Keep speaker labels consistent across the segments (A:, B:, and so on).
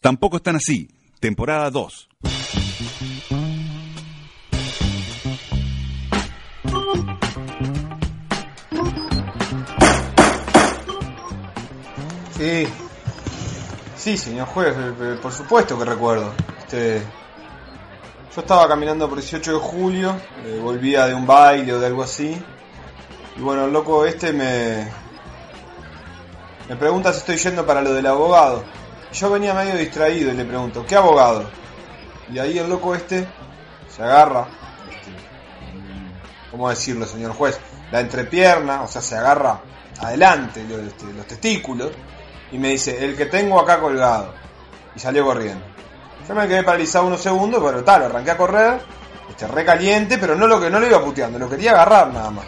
A: Tampoco están así. Temporada 2.
B: Sí. Sí, señor juez, eh, eh, por supuesto que recuerdo. Este, yo estaba caminando por 18 de julio, eh, volvía de un baile o de algo así. Y bueno, el loco este me. Me pregunta si estoy yendo para lo del abogado. Yo venía medio distraído y le pregunto, ¿qué abogado? Y ahí el loco este se agarra. este, ¿Cómo decirlo, señor juez? La entrepierna, o sea, se agarra adelante lo- este, los testículos y me dice, el que tengo acá colgado. Y salió corriendo. Yo me quedé paralizado unos segundos, pero tal, arranqué a correr, este, re caliente, pero no lo que no lo iba puteando, lo quería agarrar nada más.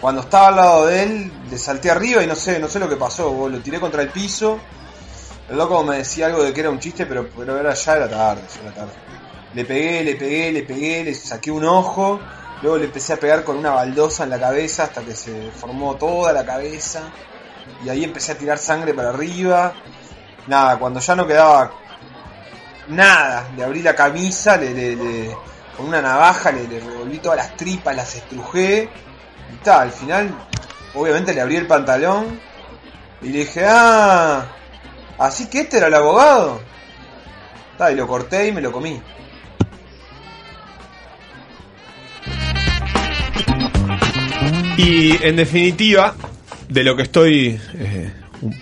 B: Cuando estaba al lado de él, le salté arriba y no sé, no sé lo que pasó, boludo, lo tiré contra el piso. El loco me decía algo de que era un chiste, pero, pero era ya era tarde, ya era tarde. Le pegué, le pegué, le pegué, le saqué un ojo, luego le empecé a pegar con una baldosa en la cabeza hasta que se formó toda la cabeza. Y ahí empecé a tirar sangre para arriba. Nada, cuando ya no quedaba nada, le abrí la camisa, le, le- le- con una navaja le, le revolví todas las tripas, las estrujé. Y tal, al final, obviamente le abrí el pantalón y le dije, ah, así que este era el abogado. Ta, y lo corté y me lo comí.
C: Y en definitiva, de lo que estoy eh, un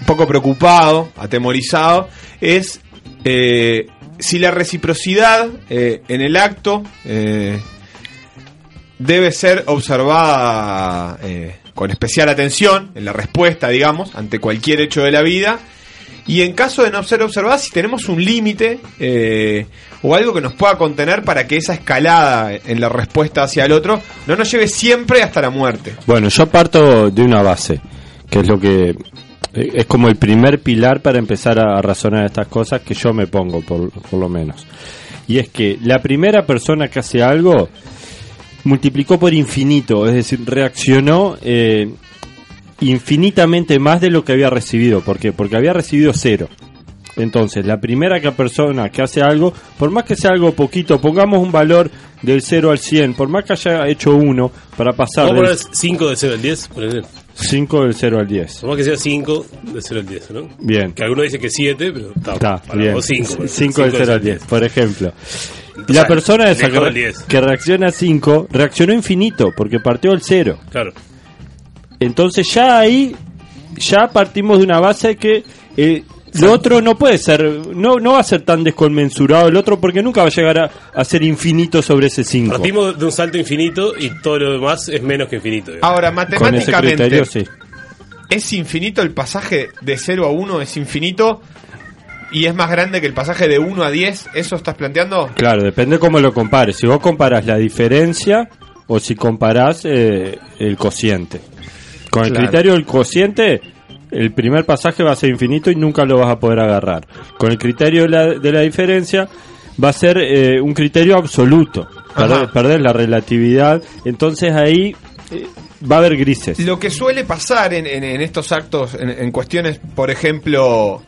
C: un poco preocupado, atemorizado, es eh, si la reciprocidad eh, en el acto eh, debe ser observada eh, con especial atención, en la respuesta, digamos, ante cualquier hecho de la vida. Y en caso de no ser observada, si tenemos un límite eh, o algo que nos pueda contener para que esa escalada en la respuesta hacia el otro no nos lleve siempre hasta la muerte.
D: Bueno, yo parto de una base, que es lo que eh, es como el primer pilar para empezar a razonar estas cosas que yo me pongo, por, por lo menos. Y es que la primera persona que hace algo multiplicó por infinito, es decir, reaccionó eh, infinitamente más de lo que había recibido. ¿Por qué? Porque había recibido cero. Entonces, la primera que persona que hace algo, por más que sea algo poquito, pongamos un valor del 0 al 100, por más que haya hecho uno para pasar
E: Vamos a
D: del-
E: poner 5 de 0 al 10, por ejemplo.
D: 5 del 0 al 10.
E: Vamos a que sea 5 de 0 al 10, ¿no?
D: Bien.
E: Que algunos dicen que 7, pero está,
D: Está,
E: para
D: bien.
E: vos pues. 5.
D: 5 del 0 al 10, por ejemplo. La
E: sea,
D: persona esa
E: lejos del
D: que,
E: 10.
D: que reacciona a 5 reaccionó infinito porque partió del 0.
E: Claro.
D: Entonces ya ahí, ya partimos de una base que eh, lo otro no puede ser, no, no va a ser tan desconmensurado el otro porque nunca va a llegar a, a ser infinito sobre ese 5.
E: Partimos de un salto infinito y todo lo demás es menos que infinito. digamos.
C: Ahora,
D: Con ese
C: matemáticamente,
D: criterio, sí.
C: ¿es infinito el pasaje de 0 a 1? ¿Es infinito? ¿Y es más grande que el pasaje de 1 a 10? ¿Eso estás planteando?
D: Claro, depende cómo lo compares. Si vos comparás la diferencia o si comparás eh, el cociente. Con el
C: Claro.
D: criterio del cociente, el primer pasaje va a ser infinito y nunca lo vas a poder agarrar. Con el criterio de la, de la diferencia, va a ser eh, un criterio absoluto. Perder,
C: Ajá.
D: perder la relatividad. Entonces ahí eh, va a haber grises.
C: Lo que suele pasar en, en- en estos actos, en, en cuestiones, por ejemplo,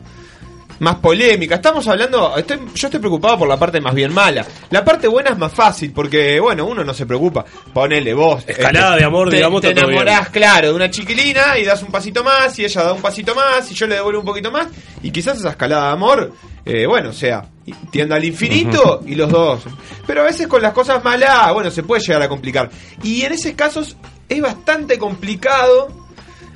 C: más polémicas. Estamos hablando, estoy- yo estoy preocupado por la parte más bien mala. La parte buena es más fácil, porque, bueno, uno no se preocupa. Ponele vos. este,
E: Escalada de amor,
C: te-
E: digamos,
C: Te
E: está todo bien.
C: enamorás, claro, de una chiquilina y das un pasito más, y ella da un pasito más, y yo le devuelvo un poquito más. Y quizás esa escalada de amor, eh, bueno, o sea, tienda al infinito y los dos. Pero a veces con las cosas malas, bueno, se puede llegar a complicar. Y en esos casos es bastante complicado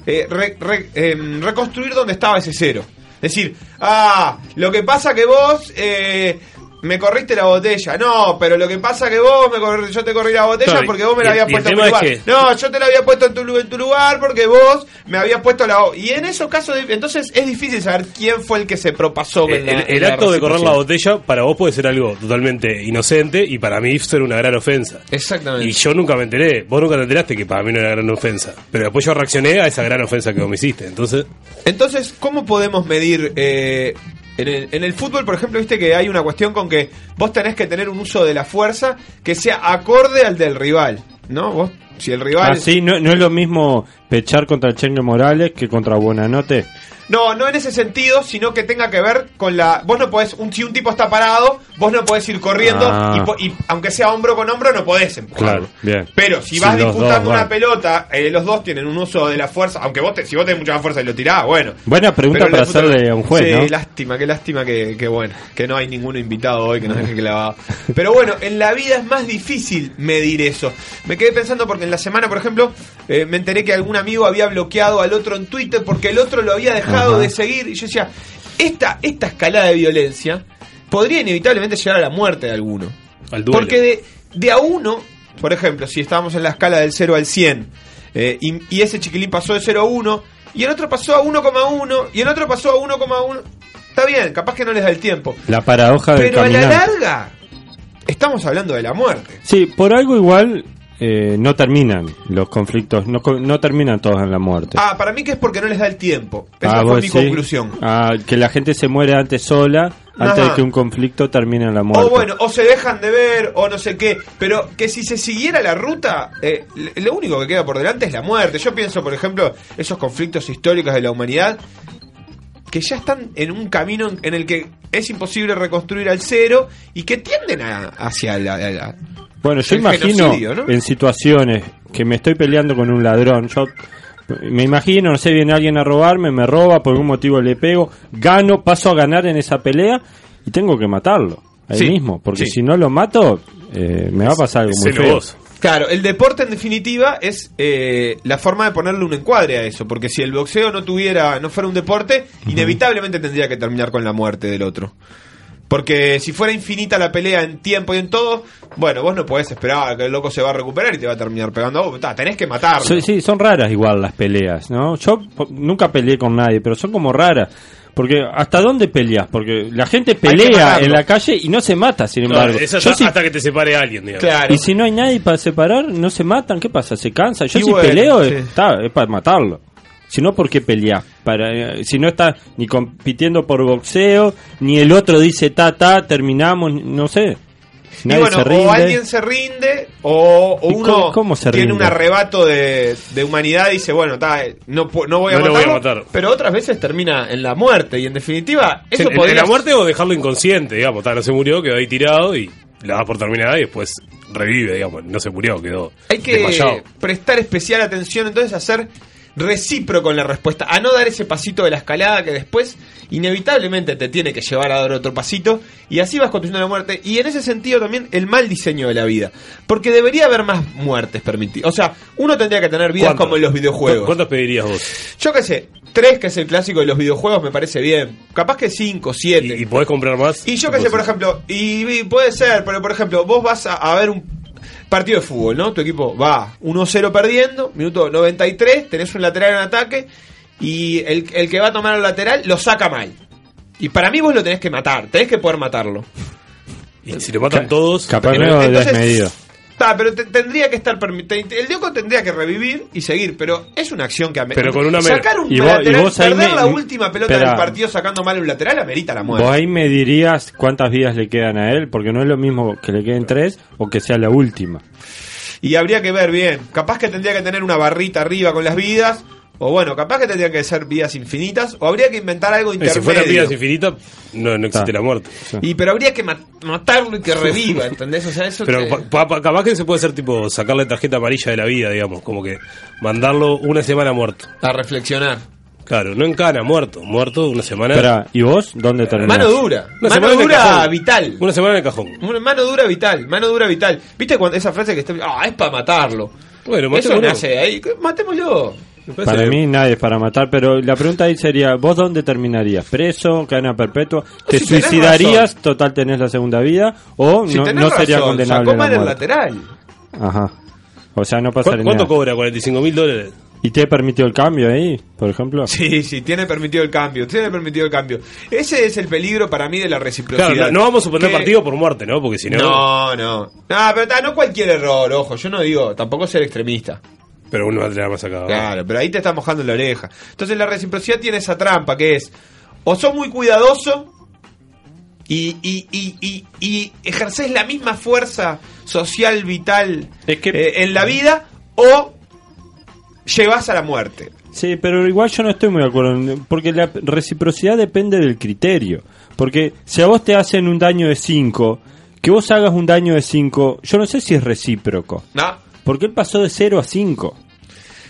C: eh, re- re- em, reconstruir donde estaba ese cero. Es decir, ah, lo que pasa que vos eh, me corriste la botella. No, pero lo que pasa que vos me corri- yo te corrí la botella
E: Claro,
C: porque vos me
E: y-
C: la
E: y
C: habías
E: el
C: puesto en mi
E: tema
C: lugar.
E: es que-
C: No, yo te la había puesto en tu, lu- en tu lugar porque vos me habías puesto la... o- Y en esos casos, di- entonces es difícil saber quién fue el que se propasó.
E: El,
C: en la-
E: Eh, el-
C: en
E: el
C: la
E: acto de correr la
C: reciprocidad.
E: botella para vos puede ser algo totalmente inocente y para mí ser una gran ofensa.
C: Exactamente.
E: Y yo nunca me enteré, vos nunca te enteraste que para mí no era gran ofensa. Pero después yo reaccioné a esa gran ofensa que vos me hiciste. Entonces,
C: Entonces, ¿cómo podemos medir? eh, en, el, en el fútbol, por ejemplo, viste que hay una cuestión con que vos tenés que tener un uso de la fuerza que sea acorde al del rival, ¿no? Vos, si el rival.
E: Ah,
D: Así no, no es lo mismo pechar contra el Chengue Morales que contra Buenanote.
C: No, no en ese sentido, sino que tenga que ver con la. Vos no podés. Un, si un tipo está parado, vos no podés ir corriendo
D: Ah.
C: y po- y, aunque sea hombro con hombro, no podés em-, empujar.
D: Claro, bien.
C: Pero si
E: Si
C: vas
E: los
C: disputando
E: dos van.
C: una pelota, eh, los dos tienen un uso de la fuerza. Aunque vos te- si vos tenés mucha más fuerza y lo tirás, bueno.
D: Buena pregunta
C: Pero
D: para
C: la puta-
D: hacerle a un juez,
C: Sí,
D: ¿no?
C: lástima, qué lástima que, que bueno, que no hay ninguno invitado hoy que nos deje clavado. Pero bueno, en la vida es más difícil medir eso. Me quedé pensando porque en la semana, por ejemplo, eh, me enteré que algún amigo había bloqueado al otro en Twitter porque el otro lo había dejado de seguir. Y yo decía, esta, esta escalada de violencia podría inevitablemente llegar a la muerte de alguno.
E: Al duelo.
C: Porque de, de a uno, por ejemplo, si estábamos en la escala del 0 al 100, eh, y, y ese chiquilín pasó de 0 a 1, y el otro pasó a 1,1, y el otro pasó a 1,1, está bien, capaz que no les da el tiempo.
D: La paradoja del
C: Pero a la
D: caminar.
C: larga, estamos hablando de la muerte.
D: Sí, por algo igual eh, no terminan los conflictos, no, co- no terminan todos en la muerte.
C: Ah, para mí que es porque no les da el tiempo. Esa
D: Ah,
C: fue
D: vos
C: mi
D: decís,
C: conclusión.
D: ah, que la gente se muere antes sola, antes
C: Ajá. Oh,
D: de que un conflicto termine en la muerte.
C: O bueno, o se dejan de ver, o no sé qué. Pero que si se siguiera la ruta, eh, l- lo único que queda por delante es la muerte. Yo pienso, por ejemplo, esos conflictos históricos de la humanidad que ya están en un camino en- en el que es imposible reconstruir al cero y que tienden a- hacia la, la- la-
D: Bueno, yo
C: el
D: imagino
C: genocidio, ¿no?
D: en situaciones que me estoy peleando con un ladrón, yo me imagino, no sé, viene alguien a robarme, me roba, por algún motivo le pego, gano, paso a ganar en esa pelea y tengo que matarlo ahí
C: Sí,
D: mismo, porque
C: sí.
D: si no lo mato, eh, me va a pasar algo muy
E: Hacelo
D: feo.
E: vos.
C: Claro, el deporte en definitiva es eh, la forma de ponerle un encuadre a eso, porque si el boxeo no tuviera, no fuera un deporte, inevitablemente tendría que terminar con la muerte del otro. Porque si fuera infinita la pelea en tiempo y en todo, bueno, vos no podés esperar a que el loco se va a recuperar y te va a terminar pegando. a vos. Ta, tenés que matarlo.
D: Sí, sí, son raras igual las peleas, ¿no? Yo po- nunca peleé con nadie, pero son como raras. Porque ¿hasta dónde peleas? Porque la gente
C: que
D: pelea
C: matarlo.
D: en la calle y no se mata, sin
E: No,
D: embargo.
E: eso
D: Yo
E: hasta,
D: si-
E: hasta que te separe alguien, digamos.
C: Claro.
D: y si no hay nadie para separar, no se matan, ¿qué pasa? Se cansa. Yo
C: Y
D: si
C: bueno,
D: peleo
C: sí.
D: está, es para matarlo. Si no, ¿por qué peleás? Para, eh, si no estás ni compitiendo por boxeo, ni el otro dice ta, ta, terminamos, no sé.
C: Y
D: Nadie
C: bueno,
D: se rinde.
C: o alguien se rinde, o, o
D: ¿Y
C: uno
D: cómo- cómo se
C: tiene
D: rinde?
C: un arrebato de, de humanidad y dice, bueno, ta, eh, no, pu- no voy a
E: No lo voy a
C: matarlo.
E: matar.
C: Pero otras veces termina en la muerte. Y en definitiva, eso
E: Sí, en-
C: podría
E: en la muerte o dejarlo inconsciente, digamos. Tal, no se murió, quedó ahí tirado y la da por terminada y después revive, digamos. No se murió, quedó
C: Hay que
E: desmayado.
C: prestar especial atención entonces a ser recíproco en la respuesta, a no dar ese pasito de la escalada que después inevitablemente te tiene que llevar a dar otro pasito y así vas construyendo la muerte y en ese sentido también el mal diseño de la vida, porque debería haber más muertes permitidas, o sea, uno tendría que tener vidas
E: ¿Cuántos?
C: como en los
E: ¿Cu-
C: videojuegos.
E: ¿Cuántos pedirías vos?
C: Yo qué sé, tres que es el clásico de los videojuegos me parece bien, capaz que cinco, siete.
E: ¿Y, y podés comprar más?
C: Y yo qué sé, por ejemplo, y, y puede ser, pero por ejemplo, vos vas a, a ver un partido de fútbol, ¿no? Tu equipo va 1-0 perdiendo, minuto 93, tenés un lateral en ataque y el, el que va a tomar el lateral lo saca mal. Y para mí vos lo tenés que matar, tenés que poder matarlo.
E: Y si lo matan todos. Eh,
D: capaz
E: que
D: no-
E: no-
C: Entonces,
D: desmedido.
C: Ta, pero te- tendría que estar permitido. El Dioco tendría que revivir y seguir, pero es una acción que amerita.
E: Pero con una mer-
C: Sacar un
D: Y vos- y
C: lateral,
D: vos ahí
C: perder
D: me-
C: la última pelota
D: Espera.
C: del partido sacando mal un lateral amerita la muerte.
D: Vos ahí me dirías cuántas vidas le quedan a él, porque no es lo mismo que le queden tres o que sea la última.
C: Y habría que ver bien. Capaz que tendría que tener una barrita arriba con las vidas. O bueno, capaz que tendrían que ser vidas infinitas. O habría que inventar
E: eh,
C: algo
E: si fueran
C: intermedio.
E: vidas infinitas, no, no
D: Está.
E: existe la muerte.
C: y pero habría que ma- matarlo y que reviva, ¿entendés? O sea, eso
E: Pero
C: te-
E: pa- pa- pa- capaz que se puede hacer tipo sacarle tarjeta amarilla de la vida, digamos. Como que mandarlo una semana muerto.
C: a reflexionar.
E: Claro, no en cana, muerto. Muerto una semana.
D: Espera, ¿y vos dónde terminás?
C: Mano dura.
E: Una
C: mano
E: semana en el
C: dura
E: cajón.
C: vital.
E: Una semana en el cajón.
C: Una Mano dura vital, mano dura vital. ¿Viste cuando esa frase que está... Ah, es para matarlo.
E: Bueno,
C: Eso
E: matémoslo.
C: nace de ahí. Matémoslo.
E: Me parece
D: Para
E: bien.
D: mí nadie es para matar, pero la pregunta ahí sería, ¿vos dónde terminarías? ¿Preso? ¿Cadena perpetua? ¿Te
C: Si tenés
D: suicidarías?
C: razón.
D: Total tenés la segunda vida. ¿O
C: Si
D: no,
C: tenés
D: no sería
C: razón,
D: condenable
C: sacó
D: la
C: mal el
D: muerte?
C: lateral.
D: Ajá. O sea, no
E: ¿Cu-
D: pasaría
E: ¿Cuánto
D: nada.
E: cobra? ¿45 mil dólares?
D: ¿Y te permitió el cambio ahí, por ejemplo?
C: Sí, sí, tiene permitido el cambio, tiene permitido el cambio. Ese es el peligro para mí de la reciprocidad.
E: Claro, no, no vamos a suponer
C: Que-
E: partido por muerte, ¿no? Porque si no.
C: No, no. No, pero ta, no cualquier error, ojo, yo no digo, tampoco ser extremista.
E: Pero uno va a tener más acá.
C: Claro, pero ahí te está mojando la oreja. Entonces la reciprocidad tiene esa trampa que es, o sos muy cuidadoso y, y, y, y, y ejerces la misma fuerza social, vital
D: Es que-
C: eh, en la vida, o llevas a la muerte.
D: Sí, pero igual yo no estoy muy de acuerdo, porque la reciprocidad depende del criterio. Porque si a vos te hacen un daño de 5, que vos hagas un daño de 5, yo no sé si es recíproco.
C: No.
D: Porque él pasó de 0 a 5.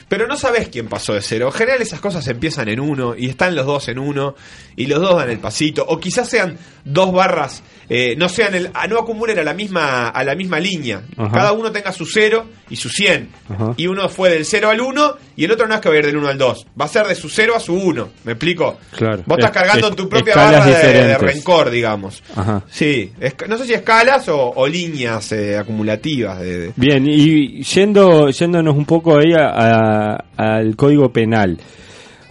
C: Pero no sabes quién pasó de cero. En general esas cosas empiezan en uno y están los dos en uno y los dos dan el pasito. O quizás sean dos barras, eh, no sean el, a- no acumulen a la misma, a la misma línea.
D: Ajá.
C: Cada uno tenga su cero y su 100.
D: Ajá.
C: Y uno fue del cero al uno y el otro no es que va a ir del uno al dos. Va a ser de su cero a su uno. ¿Me explico?
D: Claro.
C: Vos estás
D: Es-
C: cargando
D: es-
C: tu propia
D: escalas
C: barra de- de,
D: diferentes.
C: rencor, digamos.
D: Ajá.
C: Sí, esca- no sé si escalas o, o líneas eh, acumulativas de, de-
D: Bien, y yendo, yéndonos un poco ahí a- a- al código penal.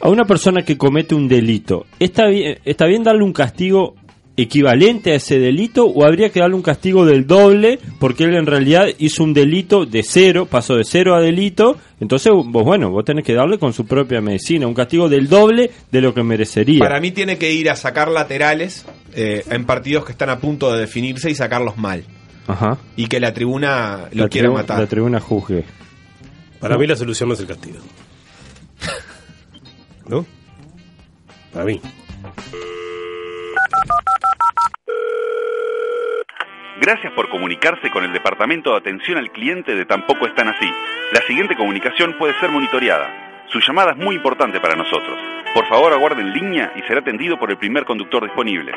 D: A una persona que comete un delito, ¿está bien, ¿está bien darle un castigo equivalente a ese delito o habría que darle un castigo del doble porque él en realidad hizo un delito de cero, pasó de cero a delito? Entonces, vos, bueno, vos tenés que darle con su propia medicina, un castigo del doble de lo que merecería.
C: Para mí tiene que ir a sacar laterales eh, en partidos que están a punto de definirse y sacarlos mal.
D: Ajá.
C: Y que la tribuna lo
D: La
C: quiera
D: tribu-
C: matar.
D: La tribuna juzgue.
E: Para mí la solución no es el castigo. ¿No? Para mí.
F: Gracias por comunicarse con el Departamento de Atención al Cliente de Tampoco Están Así. La siguiente comunicación puede ser monitoreada. Su llamada es muy importante para nosotros. Por favor, aguarde en línea y será atendido por el primer conductor disponible.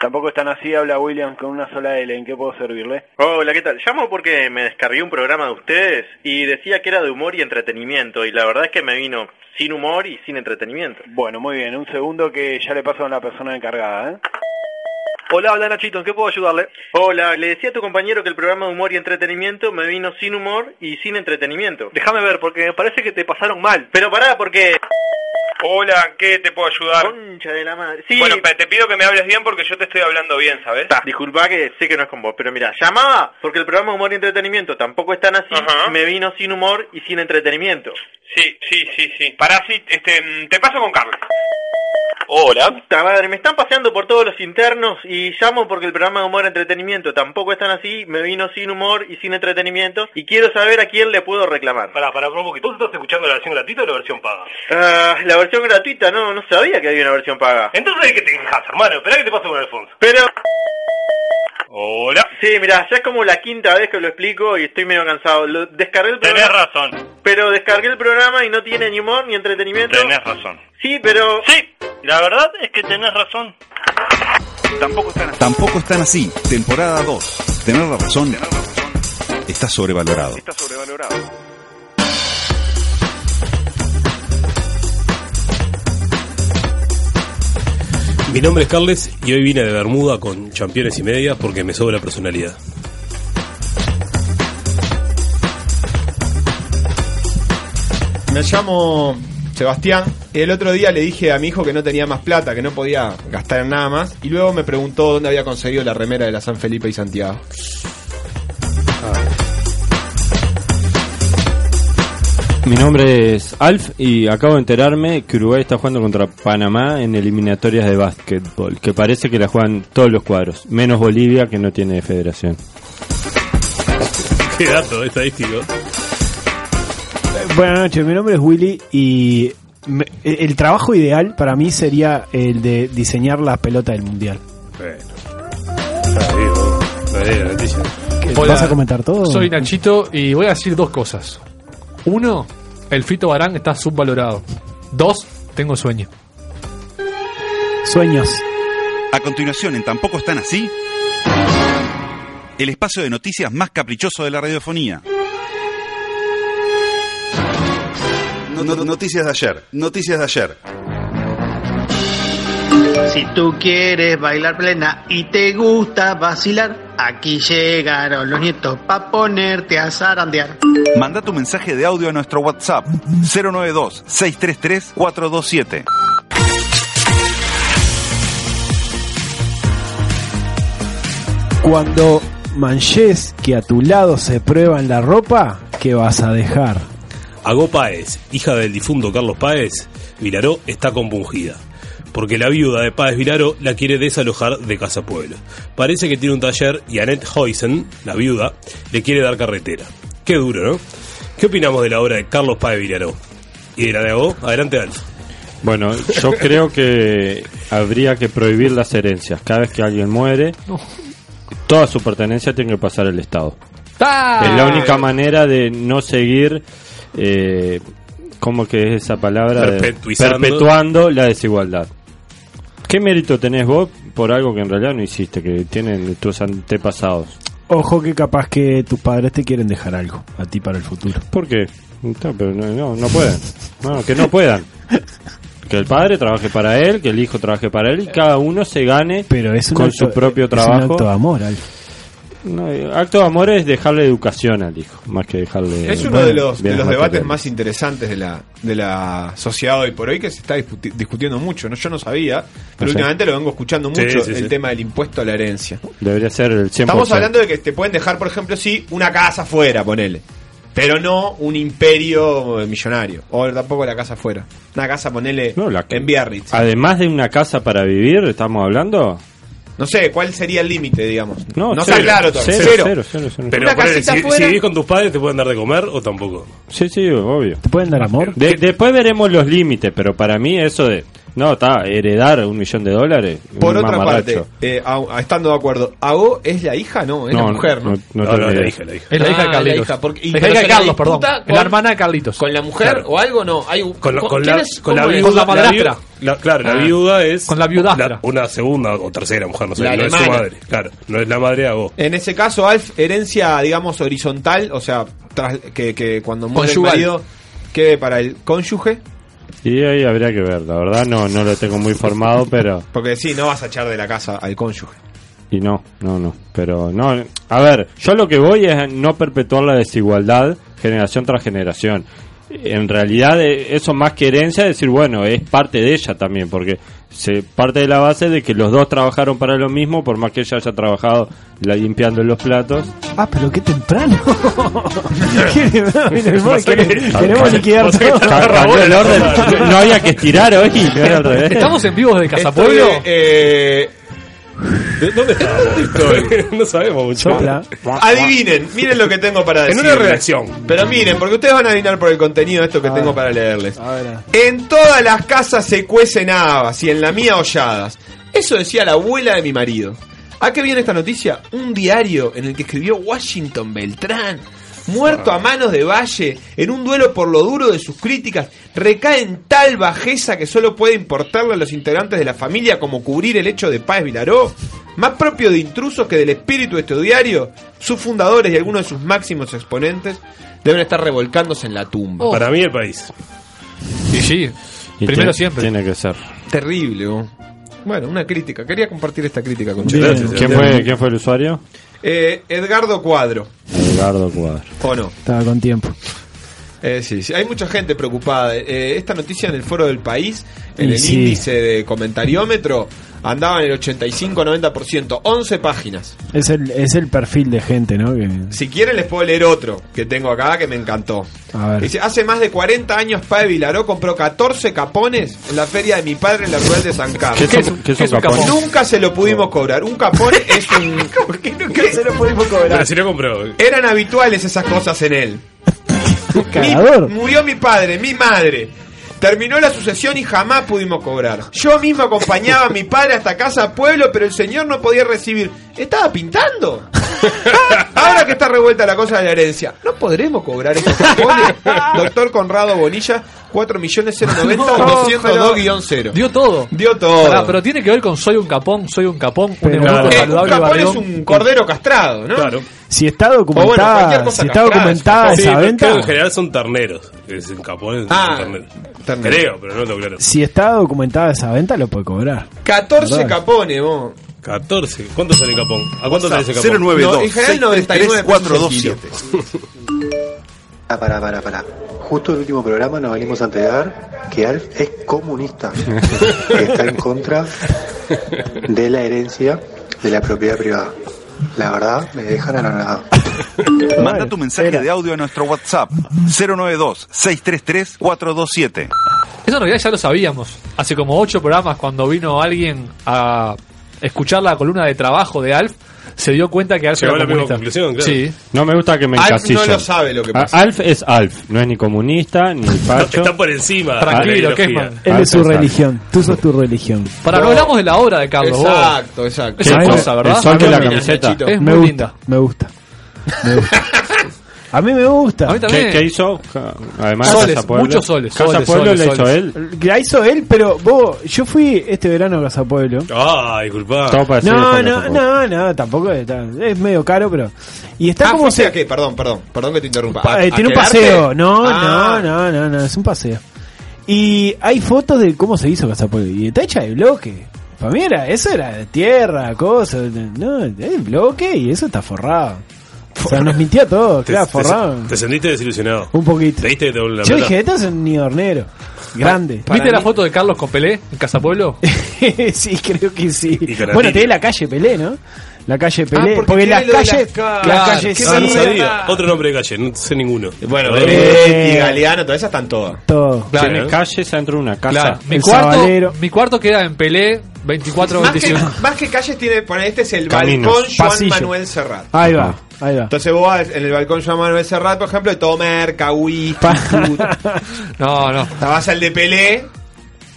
G: Tampoco están así, habla William con una sola L. ¿En qué puedo servirle?
H: Hola, ¿qué tal? Llamo porque me descargué un programa de ustedes y decía que era de humor y entretenimiento y la verdad es que me vino sin humor y sin entretenimiento.
G: Bueno, muy bien. Un segundo que ya le paso a la persona encargada. ¿eh?
H: Hola, hola Nachito, ¿en qué puedo ayudarle? Hola, le decía a tu compañero que el programa de humor y entretenimiento me vino sin humor y sin entretenimiento. Déjame ver, porque me parece que te pasaron mal. Pero pará, porque...
I: Hola, ¿qué te puedo ayudar?
H: Concha de la madre. Sí,
I: Bueno, pe- te pido que me hables bien porque yo te estoy hablando bien, ¿sabes?
H: Ta, disculpa que sé que no es con vos, pero mira, llamaba porque el programa de humor y entretenimiento tampoco están así,
I: Ajá.
H: me vino sin humor y sin entretenimiento.
I: Sí, sí, sí, sí. Pará, sí, este, mm, te paso con Carlos. Hola.
H: Puta madre, me están paseando por todos los internos y llamo porque el programa de humor y entretenimiento tampoco están así, me vino sin humor y sin entretenimiento y quiero saber a quién le puedo reclamar.
I: Pará, pará, un poquito. ¿Tú estás escuchando la versión gratuita o la versión paga?
H: Ah, la versión gratuita, no, no sabía que había una versión paga.
I: Entonces hay que te quejas, hermano. Esperá que te paso con Alfonso.
H: Pero,
I: Hola.
H: sí, mira, ya es como la quinta vez que lo explico y estoy medio cansado. Lo- descargué el programa,
I: razón.
H: pero descargué el programa y no tiene ni humor ni entretenimiento.
I: razón.
H: Sí, pero...
I: Sí, la verdad es que tenés razón.
F: Tampoco Están Así
A: Tampoco están así. Temporada 2. Tener la razón está sobrevalorado.
F: está sobrevalorado.
E: Mi nombre es Carles y hoy vine de Bermuda con championes y medias porque me sobra personalidad.
C: Me llamo Sebastián. y El otro día le dije a mi hijo que no tenía más plata, que no podía gastar en nada más. Y luego me preguntó dónde había conseguido la remera de la San Felipe y Santiago.
D: Ah. Mi nombre es Alf y acabo de enterarme que Uruguay está jugando contra Panamá en eliminatorias de básquetbol, que parece que la juegan todos los cuadros, menos Bolivia que no tiene federación.
E: Qué dato estadístico.
J: Eh, Buenas noches, mi nombre es Willy y me- e, el trabajo ideal para mí sería el de diseñar la pelota del mundial.
E: Bueno. Ah, digo, no era la noticia.
J: Hola. ¿Vas a comentar todo?
K: Soy Nachito y voy a decir dos cosas. Uno, el Fito Barán está subvalorado. Dos, tengo sueño.
J: Sueños.
A: A continuación, en Tampoco están así, el espacio de noticias más caprichoso de la radiofonía. No- no- noticias de ayer, noticias de ayer.
L: Si tú quieres bailar plena y te gusta vacilar, aquí llegaron los nietos pa' ponerte a zarandear.
A: Manda tu mensaje de audio a nuestro WhatsApp 092-633-427.
J: Cuando manches que a tu lado se prueban la ropa, ¿qué vas a dejar?
E: Agó Páez, hija del difunto Carlos Páez, Vilaró está compungida. Porque la viuda de Páez Vilaró la quiere desalojar de Casa Pueblo. Parece que tiene un taller y Annette Hoysen, la viuda, le quiere dar carretera. Qué duro, ¿no? ¿Qué opinamos de la obra de Carlos Páez Vilaró? Y de la de Agó? Adelante, Alf.
D: Bueno, yo creo que habría que prohibir las herencias. Cada vez que alguien muere, toda su pertenencia tiene que pasar al Estado.
K: ¡Ah!
D: Es la única manera de no seguir, eh, ¿cómo que es esa palabra? De-
E: Perpetuizando.
D: perpetuando la desigualdad. ¿Qué mérito tenés vos por algo que en realidad no hiciste, que tienen tus antepasados?
J: Ojo que capaz que tus padres te quieren dejar algo a ti para el futuro.
D: ¿Por qué? No, pero no, no, no pueden. No, que no puedan. Que el padre trabaje para él, que el hijo trabaje para él y cada uno se gane
J: Pero es un
D: con
J: acto-
D: su propio
J: es
D: trabajo.
J: un acto de amor. Alf.
D: No, eh, acto de amor es dejarle educación al hijo, más que dejarle.
C: Es uno de los, de
D: bienes
C: los debates
D: materiales.
C: más interesantes de la, de la sociedad hoy por hoy que se está disputi- discutiendo mucho. ¿no? Yo no sabía, pero
D: Ah, Sí.
C: últimamente lo vengo escuchando
D: Sí,
C: mucho
D: sí,
C: el
D: sí.
C: tema del impuesto a la herencia.
D: Debería ser el 100%.
C: Estamos hablando de que te pueden dejar, por ejemplo, sí, una casa afuera, ponele. Pero no un imperio millonario. O tampoco la casa afuera. Una casa, ponele, en Biarritz.
D: Además de una casa para vivir, estamos hablando.
C: No sé, ¿cuál sería el límite, digamos?
D: No,
C: no
D: cero,
C: está claro todavía.
D: cero, cero, cero, cero.
E: Pero
C: Una
E: ponele,
C: casita
E: si,
C: afuera.
E: si vivís con tus padres, ¿te pueden dar de comer o tampoco?
D: Sí, sí, obvio.
J: ¿Te pueden dar amor?
D: De- después veremos los límites, pero para mí eso de. No, está, heredar un millón de dólares.
C: Por
D: un
C: otra
D: mamarracho.
C: parte, eh, a- a- estando de acuerdo, ¿Ago es la hija? No, es
D: No,
C: la mujer, ¿no?
D: no, no No, tengo no, la idea. hija, la hija.
K: Es la hija de Carlitos.
M: porque- y-
K: Es la
M: pero
K: hija de
M: se
K: Carlos,
M: disputa
K: perdón.
M: Con,
K: Es la hermana de Carlitos.
M: con la mujer
K: Claro.
M: o algo, no. Hay un-
E: Con la, con
M: ¿quién
E: la,
M: es?
E: con la
M: ¿Cómo es?
E: viuda.
M: madrastra.
E: la- claro, la
M: Ah.
E: viuda es. Con
K: la viudastra.
E: una segunda o tercera mujer, no sé.
C: La
E: no es su
C: alemana.
E: madre. Claro, no es la madre de Agó.
C: En ese caso, Alf, herencia, digamos, horizontal, o sea, tras- que, que cuando muere
D: Conyugal.
C: el marido quede para el cónyuge,
D: Y ahí habría que ver, la verdad no, no lo tengo muy formado, pero...
C: porque sí, no vas a echar de la casa al cónyuge.
D: Y no, no, no, pero no... A ver, yo lo que voy es a no perpetuar la desigualdad generación tras generación. En realidad eh, eso más que herencia es decir, bueno, es parte de ella también, porque se parte de la base de que los dos trabajaron para lo mismo, por más que ella haya trabajado la- limpiando los platos.
J: Ah, pero qué temprano. Quiere-
D: Pasa que-
J: Queremos liquidar
D: pasa que
J: todo.
D: te agarra bola el orden. No había que estirar hoy, no era al revés.
K: Estamos en vivo desde Casapueblo.
C: Pueblo, eh,
E: ¿Dónde estoy? no sabemos mucho.
C: adivinen, miren lo que tengo para
E: En
C: decir.
E: una redacción.
C: Pero miren, porque ustedes van a adivinar por el contenido de esto que tengo para leerles. En todas las casas se cuecen habas y en la mía holladas. Eso decía la abuela de mi marido. ¿A qué viene esta noticia? Un diario en el que escribió Washington Beltrán. Muerto a manos de Valle, en un duelo por lo duro de sus críticas, recae en tal bajeza que solo puede importarle a los integrantes de la familia como cubrir el hecho de Páez Vilaró. Más propio de intrusos que del espíritu de este diario, sus fundadores y algunos de sus máximos exponentes deben estar revolcándose en la tumba.
E: Para mí, el país.
K: Y sí,
D: Y
C: primero
D: te-
C: siempre.
D: Tiene que ser.
C: Terrible. vos. Bueno, una crítica. Quería compartir esta crítica con
D: Bien.
C: ustedes.
D: ¿Quién, fue, ¿Quién fue el usuario?
C: Eh, Edgardo Cuadro.
D: Edgardo Cuadro.
C: ¿O no?
J: Estaba con tiempo.
C: Eh, sí, sí, hay mucha gente preocupada. Eh, esta noticia en el foro del país, en
J: Y
C: el
J: sí.
C: índice de comentariómetro, andaba en el 85-90%, 11 páginas.
J: Es el, es el perfil de gente, ¿no? Que-
C: Si quieren les puedo leer otro que tengo acá que me encantó.
J: a ver.
C: Dice, hace más de 40 años Pae Vilaró compró 14 capones en la feria de mi padre en la rural de San Carlos.
D: ¿Qué son- qué son capones?
C: Nunca se lo pudimos cobrar. Un capón es un... ¿Qué?
E: Pero si lo compró.
C: Eran habituales esas cosas en él. Mi- murió mi padre, mi madre. Terminó la sucesión y jamás pudimos cobrar. Yo mismo acompañaba a mi padre hasta casa pueblo, pero el señor no podía recibir. Estaba pintando. Ahora que está revuelta la cosa de la herencia, ¿no podremos cobrar estos capones? Doctor Conrado Bonilla, 4 millones
K: No, pero-
C: 0
K: Dio todo.
C: Dio todo.
K: Pará, pero tiene que ver con soy un capón, soy un capón, un económico
C: Eh, un
K: saludable
C: capón es
K: barrión.
C: un cordero castrado, ¿no? Claro.
J: Si está documentada, si está documentada
E: Sí,
J: esa
E: pero
J: venta,
E: creo que en general son terneros. Es en Japón,
C: Ah,
E: son terneros. Creo, pero no lo claro.
J: si está documentada esa venta, lo puede cobrar.
C: 14
J: Perdón.
C: capones, vos.
E: 14. ¿Cuánto sale Capón? ¿A cuánto
C: WhatsApp,
E: sale ese Capón?
C: 092. No, en general 99
N: Ah, pará, pará, pará. Justo el último programa nos venimos a enterar que Alf es comunista. que está en contra de la herencia de la propiedad privada. La verdad, me dejan anonadado.
A: Manda tu mensaje de audio a nuestro WhatsApp 092-633-427.
K: Eso en realidad ya lo sabíamos. Hace como ocho programas, cuando vino alguien a escuchar la columna de trabajo de Alf, se dio cuenta que Alf
E: Llegó
K: era
E: a la misma
K: comunista.
E: conclusión, claro.
K: Sí.
D: No me gusta que me
K: Alf no
D: encasillen.
K: lo sabe lo que pasa.
D: A- Alf es Alf, no es ni comunista, ni facho.
E: Está por encima.
K: Tranquilo,
E: de la ideología.
K: Kesman.
J: Él es su
D: Exacto.
J: religión. Tú sos tu religión.
K: Para no hablamos de la obra de Carlos. vos.
C: Exacto, exacto.
K: Esa
J: A mí me-
K: cosa, ¿verdad?
J: el sol que la
K: Hablame,
J: camiseta.
K: Nachito. Es
J: Me
K: muy
J: gusta,
K: linda.
J: Me gusta. Me gusta. A mí me gusta.
K: A mí también.
D: ¿Qué, qué hizo? Ca- Además,
K: Soles,
D: Casa Pueblo.
K: muchos soles,
D: Casa
K: soles,
D: Pueblo
K: soles,
D: la hizo
K: soles.
D: él.
J: La hizo él, pero vos, yo fui este verano a Casa Pueblo.
E: Ah, disculpa.
D: Todo para
J: No, no, no, no, tampoco es, tan- es medio caro, pero. Y está
C: Ah,
J: como
C: fuiste
J: se.
C: a qué? Perdón, perdón, perdón que te interrumpa.
J: pa-
C: ¿A-
J: eh,
C: a
J: tiene un
C: quedarte?
J: paseo. No,
C: Ah,
J: no, no, no, no, es un paseo. Y hay fotos de cómo se hizo Casa Pueblo. Y está hecha de bloque. Para mí era, eso era de tierra, cosas. No, es bloque y eso está forrado. O sea, nos mintió a todos,
E: Te,
J: claro,
E: te-
J: forrado.
E: te sentiste desilusionado.
J: Un poquito.
E: Te diste que te volvieron la
J: Yo
E: plata.
J: dije, esto es un nidornero. Grande.
K: ¿Viste la foto de Carlos con Pelé en Casapueblo?
J: sí, creo que sí.
K: Caratini.
J: Bueno, te ve la calle Pelé, ¿no? La calle Pelé. porque las calles. Las calles.
E: Ah, no sabía. Otro nombre de calle, no sé ninguno.
C: Bueno,
E: Eh,
C: Benedetti, Galeano, todas esas están todas.
J: Todo.
K: Claro.
D: Tiene calles dentro de una casa.
K: Claro, mi
D: El
K: cuarto,
D: sabalero.
K: mi cuarto queda en Pelé 24
C: Más que,
K: 25.
C: más que calles tiene, poner este es el
K: Caminos,
C: balcón Juan
K: pasillo.
C: Manuel Serrat.
D: Ah,
J: Ahí va, ahí va.
C: Entonces vos vas en el balcón Juan Manuel Serrat, por ejemplo, y todo merca, whisky, food.
K: No, no.
C: Vas al de Pelé.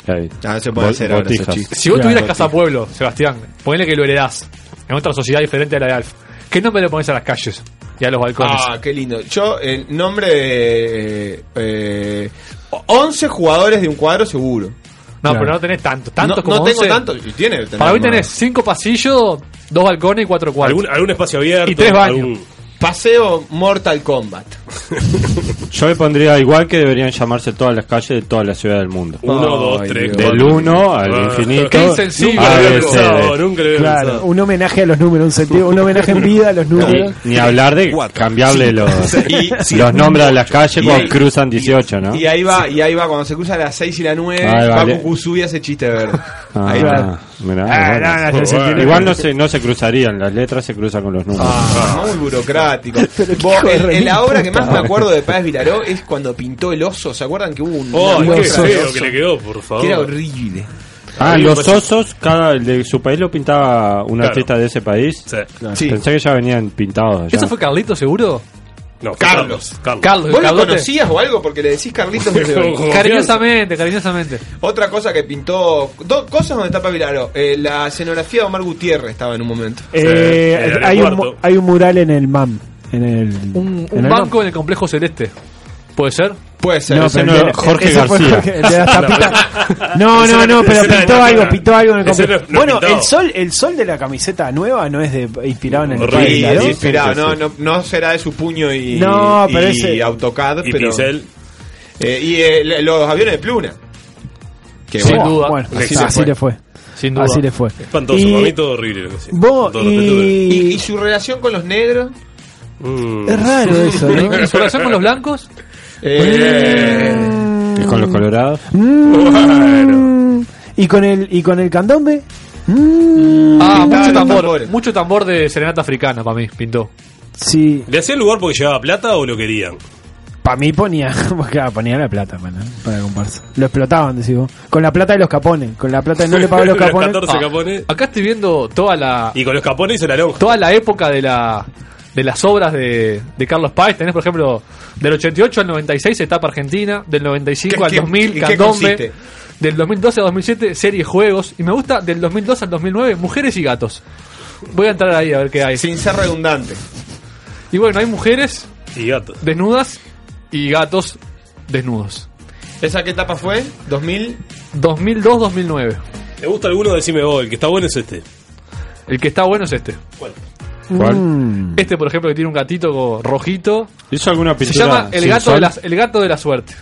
D: Ahí.
C: Ah, no se puede
D: Bo-
C: hacer ahora esos
D: botijas.
C: chistes.
K: Si vos
C: Claro,
K: tuvieras
C: botija.
K: Casa Pueblo, Sebastián, ponele que lo heredás en otra sociedad diferente a la de Alf. ¿Qué nombre le pones a las calles y a los balcones?
C: Ah, qué lindo. Yo, el nombre de. Eh, 11 jugadores de un cuadro seguro.
K: no, pero no tenés tanto. Tanto
C: No-
K: como
C: no tengo
K: 11.
C: tanto, y tiene que tener
K: Para mí
C: más.
K: tenés 5 pasillos, 2 balcones y 4 cuartos.
E: algún, algún espacio abierto.
K: Y tres baños.
E: algún-
C: Paseo Mortal Kombat.
D: Yo le pondría igual que deberían llamarse todas las calles de toda la ciudad del mundo.
E: Uno, dos, tres,
D: Del
E: cuatro.
D: 1 al
E: Ah.
D: infinito.
E: Qué insensible.
D: A,
E: Nunca lo había
D: B, C, D.
E: pensado, nunca lo había
J: Claro,
E: pensado.
J: un homenaje a los números, un sentido, un homenaje en vida a los números.
D: Ni, ni hablar de cambiarle los, los nombres a las calles
C: Y
D: cuando
C: ahí-
D: cruzan 18, ¿no?
C: Y ahí va, y ahí va, cuando se cruzan las 6 y la 9,
D: Ay, vale.
C: Paco Kusubi hace chiste verde.
D: Ah,
C: ahí va.
D: mirá,
C: Ah,
D: igual.
C: no, no, no, se entiende.
D: Igual no se, no se cruzarían, las letras se cruzan con los números.
C: Ah, muy burocrático. Vos,
D: hijo de
C: en,
D: re
C: en la
D: mil
C: obra que más
D: puta.
C: me acuerdo de Páez Vilaró es cuando pintó el oso. ¿Se acuerdan que hubo un
E: Oh,
C: una
E: qué
C: obra de
E: feo
C: oso?
E: que le quedó, por favor.
C: Que era horrible.
D: Ah,
C: pues,
D: los osos, cada el de su país lo pintaba un
E: Claro.
D: artista de ese país. Claro.
C: Sí.
D: Pensé que ya venían pintados. allá.
K: ¿Eso fue Carlito, seguro?
E: No,
C: Carlos.
E: Carlos.
K: Carlos,
C: ¿Vos lo
K: Carlote.
C: conocías o algo? Porque le decís Carlitos. desde hoy.
K: Cariñosamente, cariñosamente.
C: Otra cosa que pintó. Dos cosas donde está Páez Vilaró. Eh, la escenografía de Omar Gutiérrez estaba en un momento.
J: Eh, hay, un, mu- hay un mural en el MAM. En el,
K: Un,
J: en el MAM.
K: banco en el complejo celeste. ¿Puede ser?
C: Puede
J: ser. No, pero el de- ese fue Jorge- el de las tapitas. No,
K: Ese
J: no,
K: no-
J: no, pero
K: ese no
J: pintó algo,
K: era natural.
J: pintó algo en el
K: Ese
J: complejo.
K: no- no
J: Bueno,
K: pintado.
J: el sol, el sol de la camiseta nueva no es de inspirado en el
C: Horrible,
J: Rey Vilaró.
C: inspirado, no, no, no será de su puño y,
J: No, pero
C: y
J: ese-
C: AutoCAD,
E: Y
C: pero-
E: pincel.
C: Eh, y eh, le- los aviones de pluna. Que
J: Sin
C: bueno,
J: duda. Bueno,
C: así,
J: así,
C: le fue.
J: le fue.
K: Sin
J: Así le fue.
E: Espantoso,
J: Y-
E: para mí todo horrible. lo que hacía.
J: vos
E: Con todo
J: y-
E: respeto, pero-
C: ¿Y, y su relación con los negros?
E: Mm.
J: Es raro eso, ¿no?
K: ¿Y su relación con los blancos?
D: ¿Y con los colorados?
J: Mm. Y con el y con el candombe. Mm.
K: Ah,
C: Pintaban
K: mucho
C: los
K: tambor.
C: tambores.
K: Mucho tambor de serenata africana para mí, pintó.
J: Sí,
E: ¿Le hacía el lugar porque llevaba plata o lo querían?
J: para mí ponía, claro, ponía la plata para, para comparsa. Lo explotaban, decís vos. Con la plata de los capones, con la plata de no le pagó los
E: Los
J: capones. Ah.
E: 14 capones.
K: Acá estoy viendo toda la
E: Y con los capones hizo la lonja.
K: toda la época de la de las obras de, de Carlos Páez. Tenés, por ejemplo, del 88 al 96 etapa argentina, del 95
C: ¿Qué-
K: al
C: qué-
K: 2000
C: en qué
K: Candombe,
C: consiste?
K: del 2012 al 2007 serie juegos y me gusta del 2002 al 2009 mujeres y gatos. Voy a entrar ahí a ver qué hay.
C: Sin ser redundante.
K: Y bueno, hay mujeres
E: Y gato.
K: desnudas y gatos desnudos.
C: ¿Esa qué etapa fue? ¿2000?
K: 2002-2009.
E: ¿Te gusta alguno? Decime vos, el que está bueno es este.
K: El que está bueno es este.
D: ¿Cuál?
J: Mm.
K: Este, por ejemplo, que tiene un gatito go- rojito.
D: ¿Hizo alguna
K: Se
D: pintura?
K: llama el
D: sin
K: gato,
D: sol?
K: de la, el gato de la Suerte.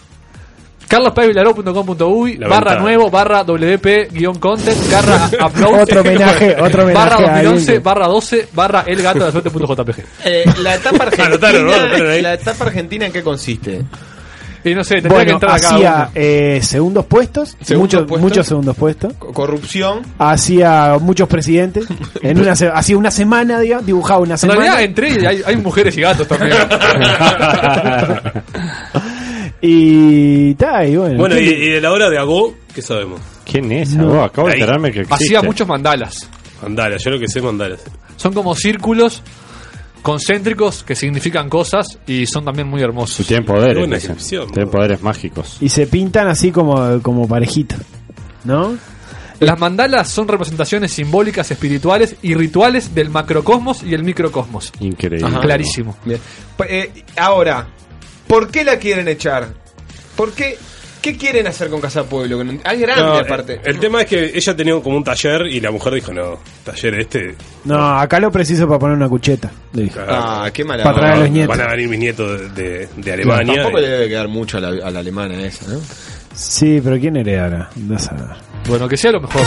K: carlospaivilaró.com.uy
E: La
K: barra
E: ventana.
K: nuevo barra wp-content barra upload
J: Otro homenaje, otro homenaje
K: barra
J: a
K: 2011
J: alguien.
K: barra 12 barra el gato de la suerte.jpg
C: Eh, la etapa argentina.
E: Anotaron, ¿no? Anotaron ahí.
C: ¿La etapa argentina en qué consiste?
K: Y no sé, tendría que
J: Bueno,
K: entrar acá.
J: hacía eh, segundos puestos,
C: Segundos
J: muchos,
C: puestos.
J: muchos segundos puestos.
C: Co- Corrupción.
J: Hacía muchos presidentes. En una se- hacía una semana, digamos, dibujaba una
K: En realidad
J: semana.
K: entré y hay, hay mujeres y gatos también.
J: Y ta, y bueno.
E: Bueno, y,
J: ¿qué-
E: y de la hora de Agó, ¿qué sabemos?
D: ¿Quién es? Oh, acabo de
E: Ahí.
D: enterarme que existe.
K: hacía muchos mandalas.
E: Este. Mandalas, yo lo que sé, mandalas.
K: Son como círculos concéntricos que significan cosas y son también muy hermosos.
D: Tienen poderes.
K: Buena
D: dicen.
K: descripción,
D: Tienen poderes mágicos.
J: Y se pintan así como, como parejita. ¿No?
K: Las mandalas son representaciones simbólicas, espirituales y rituales del macrocosmos y el microcosmos.
D: Increíble.
K: Ajá. Clarísimo.
C: P- eh, ahora, ¿por qué la quieren echar? ¿Por qué? ¿Qué quieren hacer con Casa Pueblo? Que no ent- Ah, Es grande
E: No,
C: aparte.
E: El, el tema es que ella tenía como un taller y la mujer dijo, no, taller este.
J: No, acá lo preciso para poner una cucheta. Le dije.
E: Ah,
C: qué mala
J: Para traer a los
E: Van-
J: nietos.
E: Van a venir mis nietos de, de- de Alemania. eh.
C: Tampoco
E: y-
C: le debe quedar mucho a la, a la alemana esa, ¿no?
J: Sí, pero ¿quién heredará? Andás a ver.
K: Bueno, que sea lo mejor.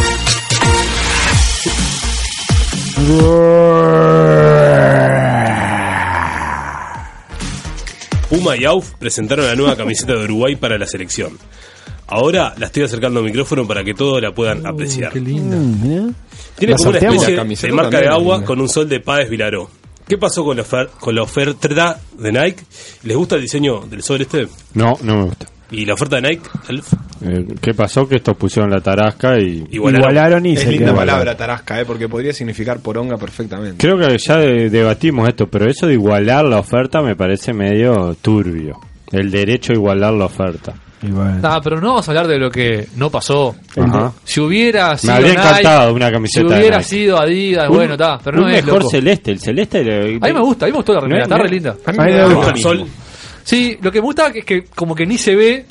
E: Puma y AUF presentaron la nueva camiseta de Uruguay para la selección. Ahora la estoy acercando al micrófono para que todos la puedan apreciar.
J: Mm,
E: Tiene
J: Uh, ¿La
E: como una
J: sorteamos?
E: especie
J: La
E: de
J: camiseta
E: marca de
J: también,
E: agua
J: mira.
E: con un sol de Páez Vilaró. ¿Qué pasó con la, ofer- con la oferta de Nike? ¿Les gusta el diseño del sol este?
D: No, no me gusta.
E: ¿Y la oferta de Nike? Alf?
D: Eh, ¿Qué pasó? Que estos pusieron la tarasca y.
C: es linda
D: quedaron.
C: palabra tarasca, ¿eh? porque podría significar poronga perfectamente.
D: Creo que ya de- debatimos esto, pero eso de igualar la oferta me parece medio turbio. El derecho a igualar la oferta.
K: Ah, pero no vamos a hablar de lo que no pasó.
D: Ajá.
K: Si hubiera sido
D: habría
K: Nike,
D: encantado una camiseta
K: Si
D: de
K: hubiera
D: Nike.
K: sido Adidas,
D: Un-
K: bueno, está, pero no
D: un
K: es
D: mejor
K: loco.
D: celeste, el celeste. Ah, le-
K: A mí me gusta, a mí me gustó la remera,
D: No,
K: está
D: no.
K: re linda.
D: A mí me gusta el
E: sol.
K: Sí, lo que me gusta es que como que ni se ve,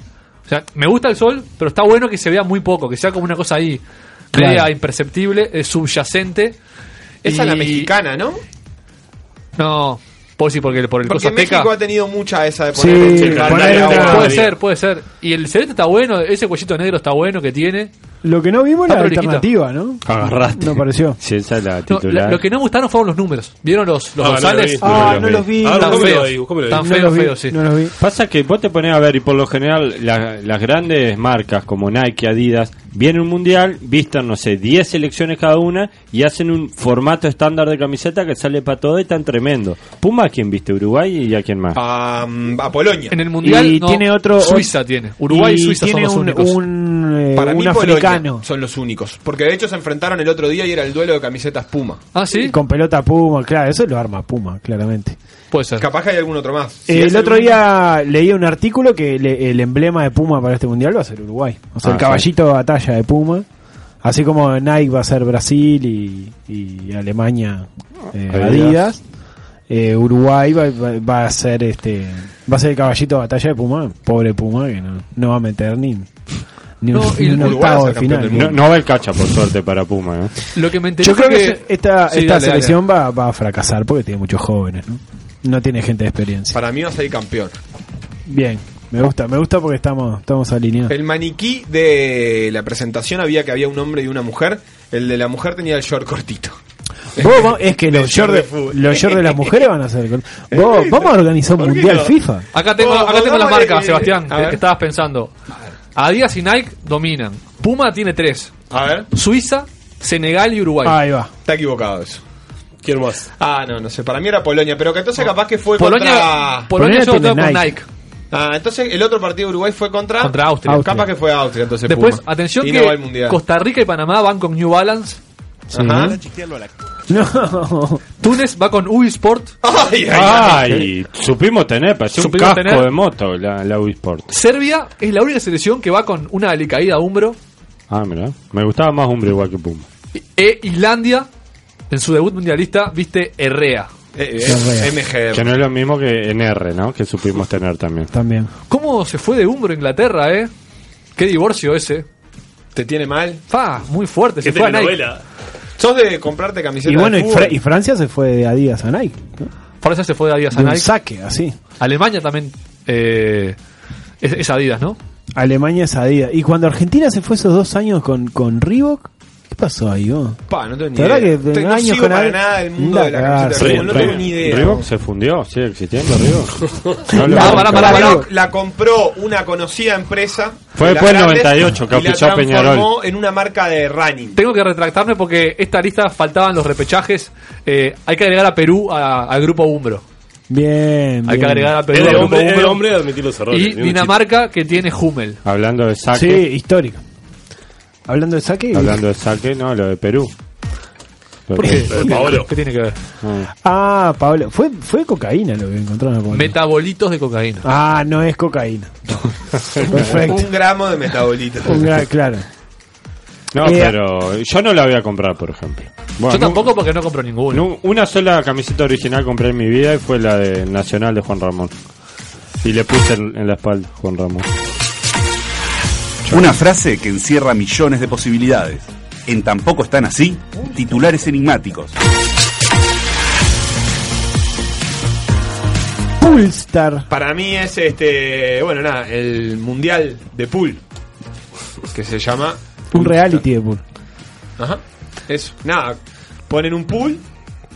K: o sea, me gusta el sol, pero está bueno que se vea muy poco, que sea como una cosa ahí,
C: Claro.
K: media imperceptible, eh, subyacente.
C: Esa es la
K: Y-
C: mexicana, ¿no?
K: No, por si porque por el
C: Porque
K: cosa
C: México
K: azteca.
C: ha tenido mucha esa de
K: Sí,
C: poner el
K: Puede
C: celular en el agua.
K: ser, puede ser. Y el celeste está bueno, ese cuellito negro está bueno que tiene.
J: Lo que no vimos
K: Está
J: era la
K: prolijita.
J: alternativa, ¿no?
D: Agarraste.
J: No pareció.
D: Sí, esa es la
K: No,
D: titular.
K: la- lo que no me gustaron fueron los números. ¿Vieron los, los
D: Ah, no
K: González?
D: lo vi, no Ah, lo no vi. los vi. Ah,
K: Tan
D: buscámelo
K: feos,
D: ahí, buscámelo ahí.
K: tan
D: No
K: feos,
D: los vi.
K: feos, sí.
D: Pasa que vos te pones a ver y por lo general la- las grandes marcas como Nike, Adidas, vienen un mundial, vistan, no sé, 10 selecciones cada una y hacen un formato estándar de camiseta que sale para todo y tan tremendo. Puma, ¿a quién viste? ¿Uruguay y a quién más?
C: A, mm, a Polonia.
K: En el
D: Mundial,
J: y
D: no,
J: tiene otro.
D: Suiza
K: tiene.
C: Uruguay y Suiza
J: tiene
C: son los
J: un,
C: únicos.
J: un, eh,
C: Para
J: un
C: mí Polonia
J: africano.
C: son los únicos. Porque de hecho se enfrentaron el otro día y era el duelo de camisetas Puma.
K: Ah, sí.
J: Con pelota Puma, claro, eso lo arma Puma, claramente.
K: Puede ser.
C: Capaz que hay algún otro más. Si es
J: el otro
C: algún-
J: día leí un artículo que le- el emblema de Puma para este mundial va a ser Uruguay. O sea,
D: Ah,
J: el caballito de batalla de Puma. Así como Nike va a ser Brasil y, y Alemania eh,
D: Adidas.
J: Adidas. eh, Uruguay va, va- va a ser este va a ser el caballito de batalla de Puma. Pobre Puma que no, no va a meter ni, ni un, ni un octavo de final.
D: No, no va el cacha, por suerte, para Puma. ¿eh? ¿no?
K: Lo que me enteré
J: Yo creo
K: fue
J: que, esta,
K: Sí,
J: esta
K: dale, dale.
J: selección Va, va a fracasar porque tiene muchos jóvenes, ¿no? No tiene gente de experiencia.
C: Para mí va a salir campeón.
J: Bien, me gusta, me gusta porque estamos, estamos alineados.
C: El maniquí de la presentación había que había un hombre y una mujer. El de la mujer tenía el short cortito.
J: Vos, vos- es que
C: Del
J: los shorts
C: short de
J: de,
C: fútbol.
J: los shorts de las mujeres van a ser. Vos, vamos a organizar un
K: ¿Por qué
J: mundial
K: no?
J: FIFA.
K: Acá tengo,
C: Bueno,
K: acá tengo la
C: pongámosle
K: marca,
C: que-
K: Sebastián,
C: a
K: que,
C: ver.
K: que estabas pensando. Adidas y Nike dominan. Puma tiene tres.
C: A ver.
K: Suiza, Senegal y Uruguay.
J: Ahí va.
C: Está equivocado eso.
E: ¿Quién más?
C: Ah, no, no sé. Para mí era Polonia, pero que entonces capaz que fue
K: Polonia-
C: contra...
K: Polonia yo Polonia votaba tiene por Nike.
C: Ah, entonces el otro partido de Uruguay fue contra...
K: Contra Austria. Austria.
C: Capaz que fue Austria, entonces
K: Después,
C: Puma.
K: atención
C: Y
K: que
C: no va al Mundial.
K: Costa Rica y Panamá van con New Balance.
C: Ajá.
J: No.
K: Túnez va con UI Sport.
C: Ay,
D: Ay, supimos tener, parecía un
K: Supimos
D: casco
K: tener.
D: de moto la, la Wii Sport.
K: Serbia es la única selección que va con una alicaída hombro.
D: Ah, mira, me gustaba más hombre igual que Puma.
K: E Islandia, en su debut mundialista, viste Herrea.
C: Eh,
D: Que no es lo mismo que NR, ¿no? Que supimos tener también.
J: También.
K: ¿Cómo se fue de Umbro Inglaterra, eh? Qué divorcio ese.
C: ¿Te tiene mal?
K: Fa, muy fuerte. Se fue a Nike.
C: Sos de comprarte camisetas
J: Y bueno,
C: de
J: y,
C: fútbol.
J: Fra- y Francia se fue de Adidas a Nike. ¿no?
K: Francia se fue de Adidas
J: De
K: a
J: un
K: Nike.
J: saque, así.
K: Alemania también eh, es, es Adidas, ¿no?
J: Alemania es Adidas. Y cuando Argentina se fue esos dos años con, con Reebok, ¿qué pasó ahí vos?
C: Pa, no tengo ni
J: La verdad
C: idea.
J: que
C: Te- no
J: años
C: sigo
J: con
C: para
J: Adi-
C: nada el mundo de la
J: Anda,
C: camiseta de
J: claro.
C: fútbol. No tengo ni idea.
D: Reebok se fundió, sigue existiendo Reebok. No lo-
C: La, Reebok la compró una conocida empresa.
D: Fue
C: de las
D: después del
C: grandes,
D: 98 que
C: y la
D: auspiciaba Peñarol.
C: transformó en una marca de running.
K: Tengo que retractarme porque esta lista faltaban los repechajes. Eh, hay que agregar a Perú a- al grupo Umbro.
J: Bien,
K: Hay
J: bien.
K: que agregar a Perú
E: Es de
K: al grupo
E: hombre- es de
K: Umbro.
E: hombre admitir los errores,
K: Y
E: ni un
K: Dinamarca que tiene Hummel.
D: Hablando de saque.
J: Sí, histórico. Hablando de saque.
D: Hablando de saque, no, lo de Perú.
J: ¿Por qué? ¿Por qué?
K: ¿Qué tiene que ver?
J: Ah, Pablo, fue, fue cocaína lo que encontraron. a Pablo.
K: Metabolitos de cocaína.
J: Ah, no es cocaína. Perfecto.
C: Un gramo de metabolito.
J: Un gra- claro.
D: No,
J: Eh,
D: pero yo no la voy a comprar, por ejemplo. Bueno,
K: Yo tampoco porque no compro ninguno.
D: nu- una sola camiseta original compré en mi vida y fue la de Nacional de Juan Ramón. Y le puse en, en la espalda Juan Ramón.
A: Una frase que encierra millones de posibilidades. En Tampoco están así, titulares enigmáticos.
J: Pulstar.
C: Para mí es este. Bueno, nada, el mundial de pool. Que se llama.
J: Un reality eh, de pool.
C: Ajá. Eso. Nada, ponen un pool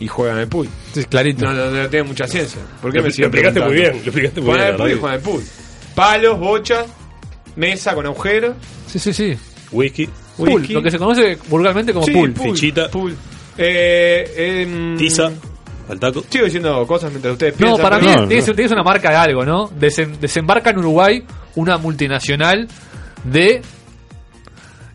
C: y juegan el pool.
K: clarito.
C: No, no, no tiene mucha ciencia. ¿Por qué
E: Lo-
C: me
E: lo
C: siguen
E: explicaste muy
C: preguntando?
E: bien, lo explicaste muy
C: Juegan
E: bien,
C: el
E: la
C: pool y
E: verdad.
C: juegan el pool. Palos, bochas, mesa con agujeros.
K: Sí, sí, sí.
E: Whisky.
K: Pool, lo que se conoce vulgarmente como
C: Sí,
K: pool.
E: Fichita.
C: Pool. Eh, em,
E: Tiza. Al taco.
C: Sigo diciendo cosas mientras ustedes
K: No,
C: piensan.
K: para mí
C: pero-
K: tiene que ser- tiene que ser una marca de algo, ¿no? Desen- desembarca en Uruguay una multinacional de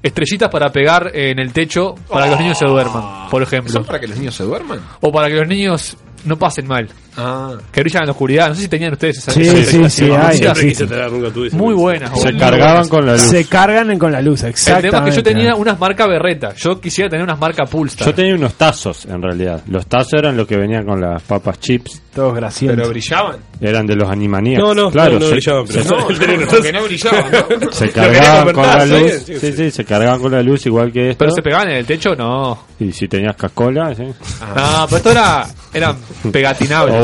K: estrellitas para pegar en el techo para que los niños se duerman, por ejemplo.
C: ¿Son Ah, para que los niños se duerman?
K: O para que los niños no pasen mal.
C: Ah.
K: Que brillan en la oscuridad. No sé si tenían ustedes esa
J: Sí,
K: esa-
J: sí,
K: esa-
J: sí,
K: esa-
J: hay,
K: esa-
J: Siempre quise
E: tener, nunca tuve esa
K: Muy buenas.
J: Se
K: boludo.
J: cargaban
D: con la luz.
J: Se cargan con la luz, eh,
K: El
J: exactamente.
K: tema es que yo tenía unas marcas berreta. Yo quisiera tener unas marcas Pulstar.
D: Yo tenía unos tazos, en realidad. Los tazos eran los que venían con las papas chips.
J: Todos graciosos.
C: Pero brillaban.
D: Eran de los animanías.
E: No, no,
D: claro,
E: no, no
D: se-
E: brillaban, pero
D: se-
E: no,
C: No, no, como que no brillaban, ¿no?
D: Se
E: Lo quería
D: cargaban con la
E: convertir,
D: luz.
E: sí,
D: Sí,
E: sí,
D: sí, se cargaban con la luz igual que esto.
K: Pero se pegaban en el techo, no.
D: Y si tenías cascola, sí.
C: Ah.
K: No, pero esto era, eran pegatinables.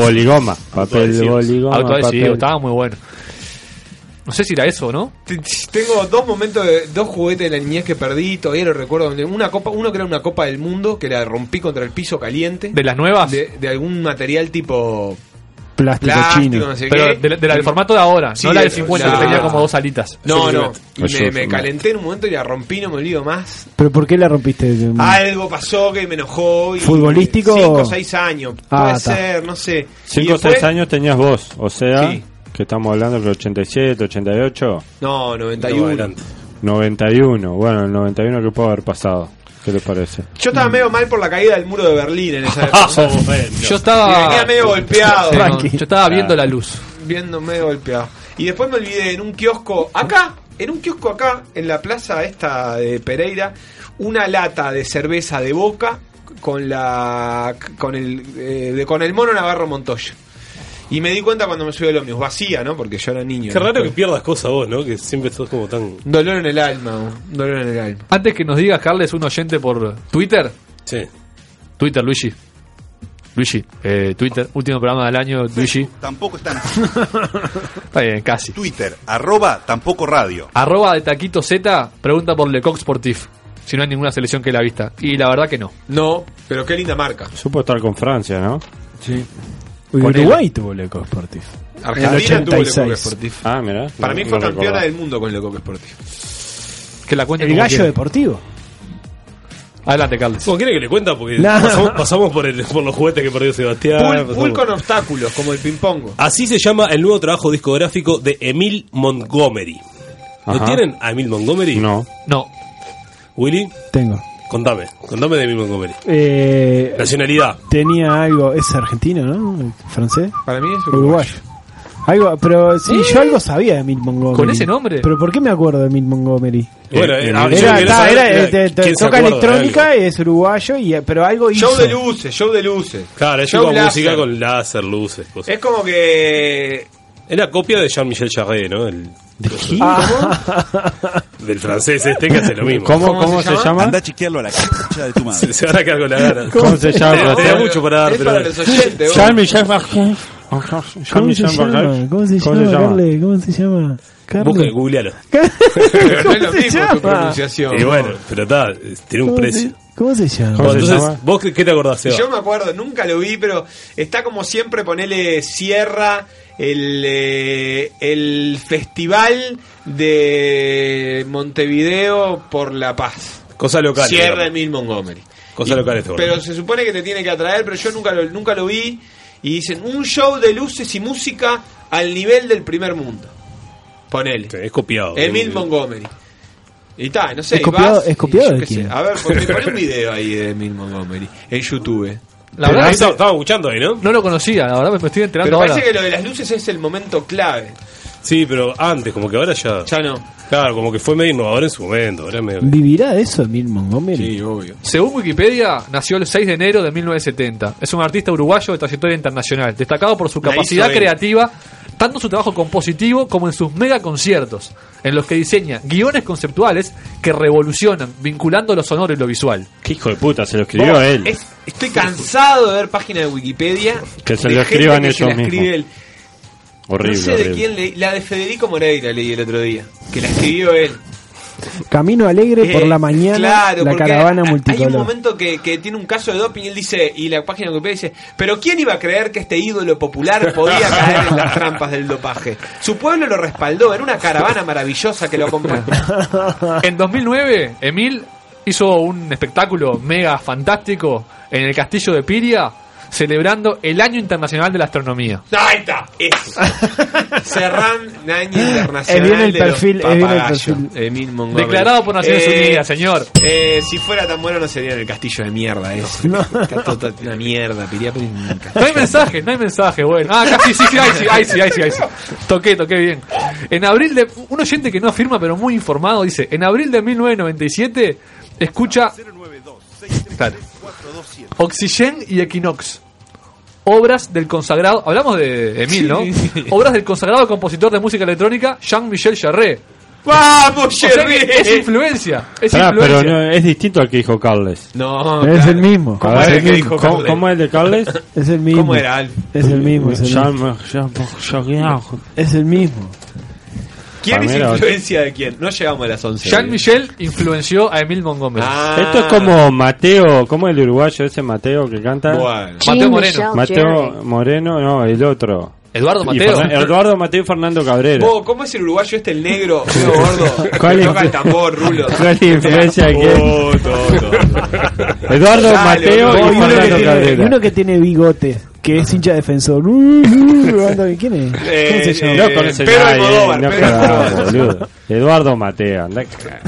D: O boligoma. Papel
K: Autoadhesivos.
D: boligoma.
K: Autoadhesivos,
D: papel-
K: estaba muy bueno. No sé si era eso, ¿no?
C: T- t- Tengo dos momentos, de, dos juguetes de la niñez que perdí, todavía lo recuerdo. Una copa, uno que era una copa del mundo que la rompí contra el piso caliente.
K: ¿De las nuevas?
C: De, de algún material tipo
J: Plástico,
C: plástico,
J: chino.
C: no sé
K: Pero
C: qué.
K: de la- de la del formato de ahora,
C: Sí,
K: no la del
C: de-
K: 50,
C: la-
K: que tenía como dos alitas.
C: No, no.
D: Yo soy
C: Me, me
D: formato.
C: calenté en un momento y la rompí, no me olvido más.
J: ¿Pero por qué la rompiste?
D: Mm.
C: Algo pasó que me enojó. Y
J: ¿Futbolístico?
C: 5 o 6 años.
J: Ah,
C: Puede
J: ta.
C: ser, no sé.
D: Cinco
C: Y
D: o
C: después-
D: seis años tenías vos. O sea,
C: Sí.
D: que estamos hablando que 87, 88,
C: No, 91.
D: 91. Bueno, el 91 que puede haber pasado. ¿Qué les parece?
C: Yo estaba medio mal por la caída del muro de Berlín en esa época.
K: Yo estaba.
C: Y venía medio golpeado.
K: Sí, no, yo estaba viendo la luz.
C: Viendo medio golpeado. Y después me olvidé en un kiosco acá, en un kiosco acá, en la plaza esta de Pereira, una lata de cerveza de boca con la con el eh, de- con el mono Navarro Montoya. Y me di cuenta cuando me subí al ómnibus, vacía, ¿no? Porque yo era niño.
E: Qué raro que
C: Después-
E: pierdas cosas vos, ¿no? Que siempre sos como tan.
C: Dolor en el alma, un dolor en el alma.
K: Antes que nos digas, Carles, un oyente por Twitter.
E: Sí.
K: Twitter, Luigi. Luigi, eh, Twitter, último programa del año, Luigi.
A: Tampoco están así.
K: Está bien, casi.
A: Twitter, arroba tampoco radio.
K: Arroba de Taquito Z pregunta por Lecoq Sportif. Si no hay ninguna selección que la vista. Y la verdad que no.
C: No, pero qué linda marca.
D: Supo estar con Francia, ¿no?
J: Sí.
K: Ponele.
J: Uruguay tuvo el Eco Sportif.
C: Argentina
J: En el
C: tuvo el
J: 86.
C: Ecoque Sportif.
D: Ah, mirá.
C: Para
D: no-
C: mí fue
D: no
C: campeona
D: recordaba.
C: del mundo con el Coque Sportif.
K: Que la cuente
J: El
K: como
J: gallo
K: quiera.
J: deportivo.
K: Adelante, Carles.
E: ¿Cómo quiere que le cuenta? Porque
J: No.
E: pasamos, pasamos por, el- por los juguetes que perdió Sebastián.
C: Pool,
E: Ah, pasamos-
C: pool con obstáculos, como el ping-pongo.
E: Así se llama el nuevo trabajo discográfico de Emil Montgomery. ¿Lo
D: Ajá.
E: tienen a Emil Montgomery?
D: No.
K: No,
E: Willy,
J: Tengo.
E: contame. Contame de Emil Montgomery.
J: Eh,
E: Nacionalidad.
J: tenía algo. ¿Es argentino, no? ¿Francés?
C: Para mí es
J: Uruguayo. Algo, pero sí, yo algo sabía de Milt Montgomery.
K: Eh. ¿Con ese nombre?
J: ¿Pero por qué me acuerdo de Milt Montgomery?
E: Bueno,
D: eh,
E: ahora yo
J: Era,
E: quiero
J: ta,
E: saber,
J: era,
E: mira,
J: eh, te- te
E: ¿quién se
J: toca
E: acuerda de algo?
J: electrónica, es uruguayo, y, eh, pero algo hizo.
C: Show de luces, show de luces.
E: Claro, es
C: Show
E: como
C: láser.
E: música con láser, luces, cosas.
C: Es como que.
E: Era copia de Jean-Michel Jarre, ¿no? El, del francés este que hace lo mismo.
D: ¿Cómo, ¿Cómo, se, llama?
A: Anda a chequearlo a la concha de tu madre.
E: Se, se van a quedar con la gana.
D: ¿Cómo se llama? el
E: Te- te da
D: francés?
E: mucho para dar,
C: Es
E: pero-
C: para los oyentes, vos.
D: Jean-Michel Jarre. Jean-Michel Jarre.
J: ¿Cómo se
D: ¿Cómo se
J: llama?
D: llama?
J: Carle? ¿Cómo se llama? Carle.
E: Busca y googlealo.
C: Pero no es lo
J: ¿Cómo se
C: mismo
J: llama?
C: su pronunciación.
E: Y bueno, pero está, tiene un
J: ¿Cómo
E: precio.
J: se- ¿Cómo se
D: ¿Cómo
J: llama?
E: Bueno,
D: se
E: entonces,
D: llama?
E: ¿vos qué, qué te acordás, Seba?
C: Yo me acuerdo, nunca lo vi, pero está como siempre ponerle Sierra el, eh, el festival de Montevideo por la paz.
E: Cosa local.
C: Sierra
E: digamos.
C: Emil Montgomery.
E: Cosa
C: Y-
E: local este esto, bueno.
C: Pero se supone que te tiene que atraer, pero yo nunca lo, nunca lo vi. Y dicen, un show de luces y música al nivel del primer mundo. Ponele.
E: Sí, es copiado.
C: Emil Montgomery. Y tal, no sé.
J: ¿Es
C: y
J: copiado-
C: vas
J: es
C: y
J: copiado
C: yo
J: de
C: qué
J: quién?
C: sé. A ver, pues, me poné un video ahí de Emil Montgomery en YouTube.
K: La verdad que
E: estaba, estaba escuchando ahí, ¿no?
K: No lo conocía, la verdad me estoy enterando
C: Pero
K: ahora.
C: parece que lo de las luces es el momento clave.
E: Sí, pero antes, como que ahora ya.
C: Ya no.
E: Claro, como que fue medio innovador en su momento. Ahora medio-
J: ¿Vivirá de eso Emil Montgomery?
C: obvio.
K: Según Wikipedia, nació el 6 de enero de 1970. Es un artista uruguayo de trayectoria internacional, destacado por su
C: La hizo
K: capacidad
C: él.
K: creativa, tanto en su trabajo compositivo como en sus mega conciertos, en los que diseña guiones conceptuales que revolucionan, vinculando lo sonoro y lo visual.
D: Qué hijo de puta, se lo escribió
C: Vos,
D: él.
C: es- estoy cansado de ver páginas de Wikipedia.
D: Que se
C: de
D: lo
C: gente
D: escriban
C: que se la
D: ellos mismos.
C: escribe él.
D: Horrible,
C: no sé de
D: horrible.
C: quién leí. La de Federico Moreira leí el otro día. Que la escribió él.
J: Camino alegre por
C: Eh,
J: la mañana,
C: claro,
J: la
C: porque
J: caravana
C: hay- Hay un
J: multicolor.
C: momento que, que tiene un caso de doping y él dice, y la página de Wikipedia dice, pero ¿quién iba a creer que este ídolo popular podía caer en las trampas del dopaje? Su pueblo lo respaldó, era una caravana maravillosa que lo acompañó.
K: En 2009, Emil hizo un espectáculo mega fantástico en el castillo de Piria, celebrando el Año Internacional de la Astronomía.
C: Ahí está, eso. Cerran
J: Eh,
C: Año Internacional.
K: Es bien el
C: de los
K: perfil, es bien el
C: papagayos.
K: perfil.
C: Emil Montgomery.
K: Declarado por Naciones
C: Eh,
K: Unidas, señor.
C: eh, si fuera tan bueno, no sería en el castillo de mierda eso. Está toda una mierda, piría por un castillo.
K: No hay mensaje, no hay mensaje, bueno. Ah, casi, sí, sí, ahí sí, ahí sí, ahí sí, ahí sí. Toqué, toqué bien. En abril de. Un oyente que no afirma, pero muy informado, dice: En abril de 1997, escucha. Claro. Oxygen y Equinox. Obras del consagrado. Hablamos de Emil, ¿no?
C: Sí, sí.
K: Obras del consagrado compositor de música electrónica, Jean-Michel Jarre.
C: ¡Vamos,
K: O sea que
C: Jarre!
K: es influencia. Es
D: Pará,
K: influencia.
D: pero no, es distinto al que dijo Carles.
C: No,
J: Es el mismo.
D: A ver, ¿cómo- ¿cómo, es el de Carles?
J: Es el mismo.
D: ¿Cómo era, Alf?
J: Es el mismo. Es el
D: Ya
J: mismo.
D: ya-
J: Es el mismo.
C: ¿Quién es
D: Palmera,
C: influencia de quién? No llegamos a las 11.
K: Jean-Michel influenció a Emil Montgomery.
E: Ah.
D: Esto
C: Ah.
D: es como Mateo, ¿cómo es el uruguayo ese Mateo que canta?
C: Bueno.
K: Mateo Moreno.
D: Mateo Moreno, no, el otro.
K: Eduardo
D: Y
K: Mateo.
D: Fernan- Eduardo Mateo y Fernando Cabrera.
C: Vos, ¿Cómo es el uruguayo este, el negro, feo, gordo?
D: Ah, ¿Cuál
C: que
D: es-
C: toca el tambor, rulo.
D: ¿Cuál es la influencia de quién?
C: Oh, todo, todo.
D: Eduardo
C: Dale,
D: Mateo
C: boludo,
D: y
J: uno, que
D: Fernando
J: tiene, y
D: Cabrera.
J: uno que tiene bigote, que es hincha defensor. Uh, uh, anda, ¿Quién es?
C: Eh,
J: ¿Quién se llama?
D: No conoce
C: Pedro
D: nadie, eh,
C: Almodóvar,
D: no
C: Pedro
D: cagás,
C: Almodóvar.
D: boludo. Eduardo Mateo, andá a cagar.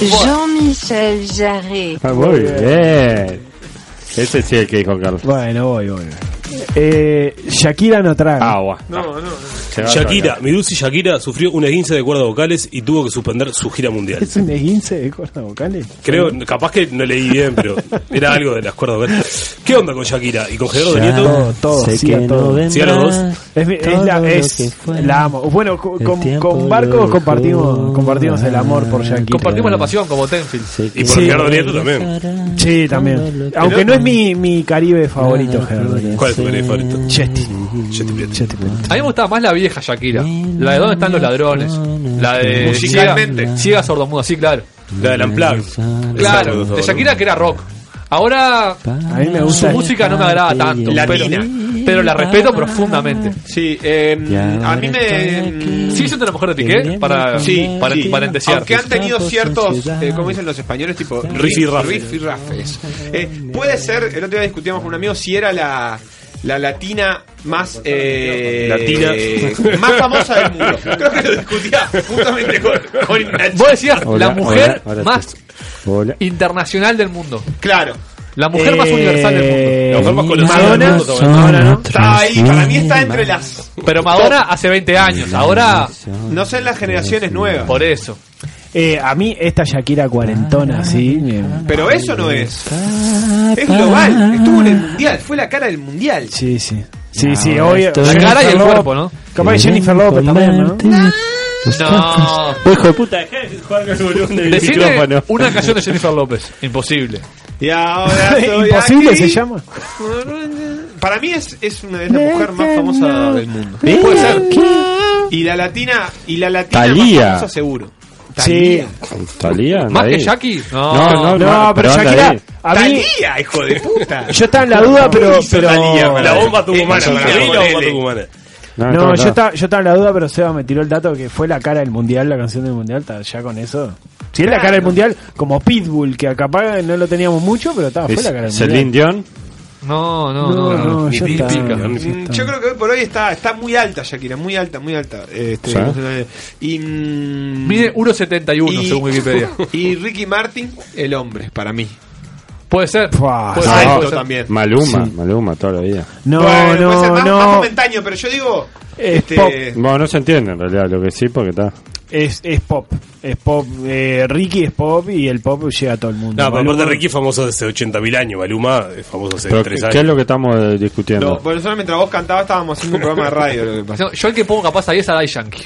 M: Jean-Michel Jarre.
D: Ah, Muy bien. Ese sí es el que dijo Carlos.
J: Bueno, voy, voy. Eh, Shakira no
E: Ah,
J: traga.
D: Agua.
C: No, no.
D: Se va a
E: Shakira,
D: tragar.
E: Miruzi Shakira sufrió una esguince de cuerdas vocales y tuvo que suspender su gira mundial.
J: ¿Es un esguince de cuerdas vocales?
E: Creo, capaz que no leí bien, pero era algo de las cuerdas vocales. ¿Qué onda con Shakira? ¿Y con Gerardo
J: Ya
E: Nieto?
J: todo, todo,
D: sé
J: sí,
D: que
J: a todo.
D: no
E: Sí, a los dos.
J: Es, mi- es
D: Todo lo
J: la,
D: que
J: es,
D: fue,
J: la amo. Bueno, co-
D: el
J: con,
D: tiempo
J: con
D: lo
J: Barco
D: dejó
J: compartimos, compartimos el amor por Shakira.
K: Compartimos la pasión como Tenfield.
E: Y por
J: Sí.
E: Gerardo Nieto también.
J: Sí, también. Aunque no es mi, mi Caribe favorito, Gerardo.
E: ¿Cuál es tu Caribe favorito?
J: Chesty.
E: Chete Prieto.
J: Chesty Prieto.
K: A mí me gustaba más la vieja Shakira. La de ¿Dónde están los ladrones? La de.
C: Musicalmente.
K: Ciega, ciega sordomuda, sí, claro.
E: La del Unplugged.
K: Claro, de Shakira que era rock. Ahora
J: A mí me
K: su
J: gusta.
K: música no me agrada tanto. Pero,
C: Latina.
K: pero la respeto profundamente.
C: Sí, eh, a mí me... em,
K: ¿Sigue siendo la mujer de Piqué? Para,
C: Sí,
K: para,
C: sí.
K: para entesear.
C: Aunque han tenido ciertos, eh, ¿cómo dicen los españoles? Tipo
E: Riff y raff.
C: riff y raff, eso. Eh, puede ser, el otro día discutíamos con un amigo si era la, la latina más eh,
E: Latina.
C: eh, más famosa del mundo. Creo que lo discutía justamente con, con Nacho.
K: Vos decías
D: Hola,
K: la mujer
D: hola, hola,
K: más
D: Hola.
K: internacional del mundo.
C: Claro.
K: La mujer más
J: Eh,
K: universal del mundo.
E: La mujer más conocida del
J: Madonna,
E: mundo, también.
J: Madonna, ¿no?
C: Está ahí, para mí está entre las
K: Pero Madonna hace 20 años. Ahora,
C: no sé las generaciones nuevas.
K: por eso.
J: Eh, a mí esta Shakira cuarentona, sí. me-
C: Pero eso no es. Es global. Estuvo en el mundial. Fue la cara del mundial.
J: Sí, sí. Sí, sí, obvio.
K: La
J: Jennifer
K: cara y el
J: López.
K: cuerpo, ¿no?
J: Capaz que Jennifer López también, ¿no?
K: No.
D: Hijo de puta, dejá de jugar con el volumen del
K: Decime
D: micrófono.
K: una canción de Jennifer López. Imposible.
C: Y ahora estoy
J: Imposible
C: aquí.
J: se llama.
C: Para mí es, es una de las mujeres más famosas del mundo.
D: ¿Eh?
C: Puede ser. Y la latina, y la latina
D: Thalía.
C: más famosa seguro.
J: Sí.
C: Thalía.
D: ¿Salía?
K: Más que Jackie. No.
D: No, no,
J: No, pero
D: pero anda
J: Shakira,
D: ahí.
J: a mí,
C: Thalía, hijo de puta.
J: yo estaba en la duda, pero, pero
E: La bomba tucumana.
C: Eso
E: Para
C: sí,
E: mí la bomba
C: ponele.
E: tucumana.
J: No, yo estaba, yo estaba en la duda, pero Seba me tiró el dato que fue la cara del mundial, la canción del mundial, ta, ya con eso. Si es la cara del mundial, como Pitbull, que acá no lo teníamos mucho, pero ta, fue la cara del
D: Celine
J: mundial.
D: Dion.
K: No, no,
J: No,
K: no.
J: no, ya
K: Ni
J: está,
K: pica.
J: ya
C: Mm, Yo creo que hoy por hoy está, está muy alta Shakira, muy alta, muy alta. Este,
K: Sí.
C: no sé, y, mm,
K: Mide 1.71
C: y-
K: según Wikipedia.
C: Y Ricky Martin, el hombre, para mí.
K: Puede ser.
J: Pues
C: Puede ser, puede ser. también.
D: Maluma, Maluma toda la vida.
J: No,
C: Bueno, puede ser
J: no,
C: más, más
J: no.
C: momentáneo, pero yo digo. este,
D: Bueno, no se entiende en realidad lo que sí, porque está.
J: Es, es pop. Es pop. Eh, Ricky es pop y el pop llega a todo el mundo.
E: No, pero aparte
J: Maluma-
E: Ricky es famoso desde 80.000 años, Maluma es famoso hace
D: Pero,
E: 3
D: ¿Qué es
E: años.
D: lo que estamos eh, discutiendo?
C: No, bueno, solo mientras vos cantabas estábamos haciendo un programa de radio. Lo que pasa.
K: No, yo el que pongo capaz ahí es a Dai Yankee.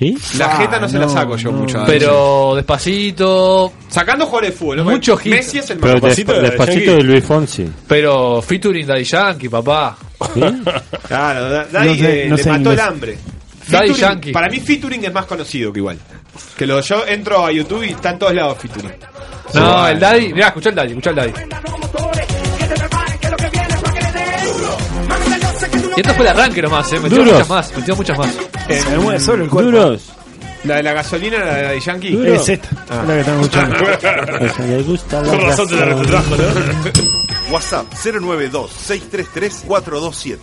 D: ¿Y?
C: La jeta no se
J: Ah,
C: la saco yo mucho a Daddy
K: Pero despacito.
C: Sacando jugadores de fútbol.
K: Mucho hit.
C: Messi es el
D: Pero despacito, despacito de Luis Fonsi.
K: Pero featuring Daddy Yankee, papá.
C: Claro, Da- Daddy
K: No sé-
C: eh,
K: no
C: le
K: sé
C: mató
K: inglés.
C: el hambre.
K: Daddy
C: Featuring-
K: Yankee.
C: Para mí featuring es más conocido que igual. Que lo, yo entro a YouTube y está en todos lados featuring.
K: No, el Daddy. Mirá, escuchá el Daddy, escuchá el Daddy. Y esto fue el arranque nomás, eh. Metió
C: Duros.
K: muchas más, metió muchas más.
C: Eh,
D: Duros.
C: La de la gasolina, la de Daddy Yankee.
K: Duro. Es esta,
C: Ah.
J: es la que estamos escuchando.
D: Le gusta
J: la Con razón te la razón. recontrajo,
A: WhatsApp 092-633-427.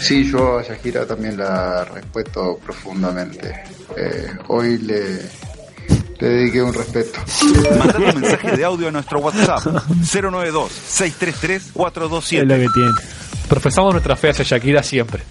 O: Sí, yo a Shakira también la respeto profundamente. Eh, hoy le, le dediqué un respeto.
A: Mandate un mensaje de audio a nuestro WhatsApp 092-633-427.
J: Es lo que tiene.
K: Profesamos nuestra fe hacia Shakira siempre.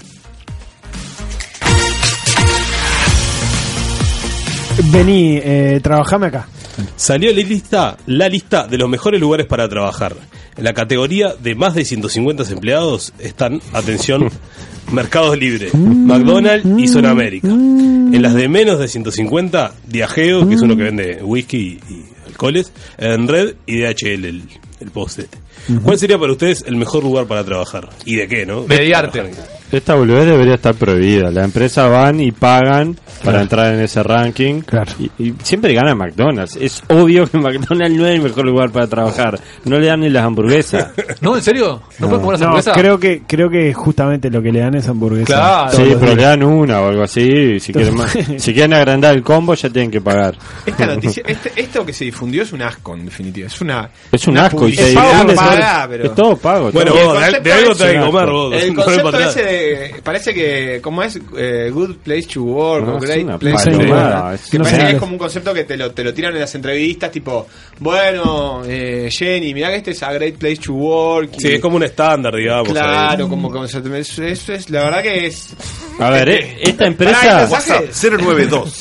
J: Vení, eh, trabajame acá.
E: Salió la lista, la lista de los mejores lugares para trabajar. En la categoría de más de 150 empleados están, atención, Mercados Libres, McDonald's y Zona América. En las de menos de 150, Diageo, que es uno que vende whisky y, y alcoholes, en Red y DHL, el, el post este. ¿Cuál sería para ustedes el mejor lugar para trabajar? ¿Y de qué, no? Mediarte.
D: Esta boludez debería estar prohibida. La empresa van y pagan para entrar en ese ranking. Y, y siempre gana McDonald's. Es obvio que McDonald's no es el mejor lugar para trabajar. No le dan ni las hamburguesas.
K: ¿No? ¿En serio? ¿No, puedes comer las
J: No,
K: hamburguesas?
J: creo que creo que justamente lo que le dan es hamburguesa.
K: Claro.
D: sí, pero le dan una o algo así. y Si quieren, más- si quieren agrandar el combo, ya tienen que pagar.
C: Esta noticia, este- esto que se difundió es un asco, en definitiva. Es una.
D: Es un
C: una
D: asco, y se
C: publicidad
D: difunde
C: pagada,
D: sobre-
C: pero-
D: es todo pago,
E: Bueno,
C: Y el
E: vos, de-
C: concepto
E: de algo
C: es-
E: tenés que comer, vos.
C: El
E: No
C: concepto
E: es para
C: ese de- Parece que. ¿Cómo es? Eh, good place to work,
D: No,
C: o
D: es
C: great
D: una
C: place to
D: palomada,
C: work.
D: es
C: Que
D: una
C: parece que es
D: mierda.
C: como un concepto que te lo, te lo tiran en las entrevistas, tipo. Bueno, eh, Jenny, mirá que este es a great place to work. y-
E: Sí, es como un estándar, digamos. ahí.
C: Claro, como como se te- eso es, es- la verdad que es.
D: A ver,
K: Este-
D: eh, esta empresa-
C: Pará, ¿hay
A: WhatsApp
C: mensajes?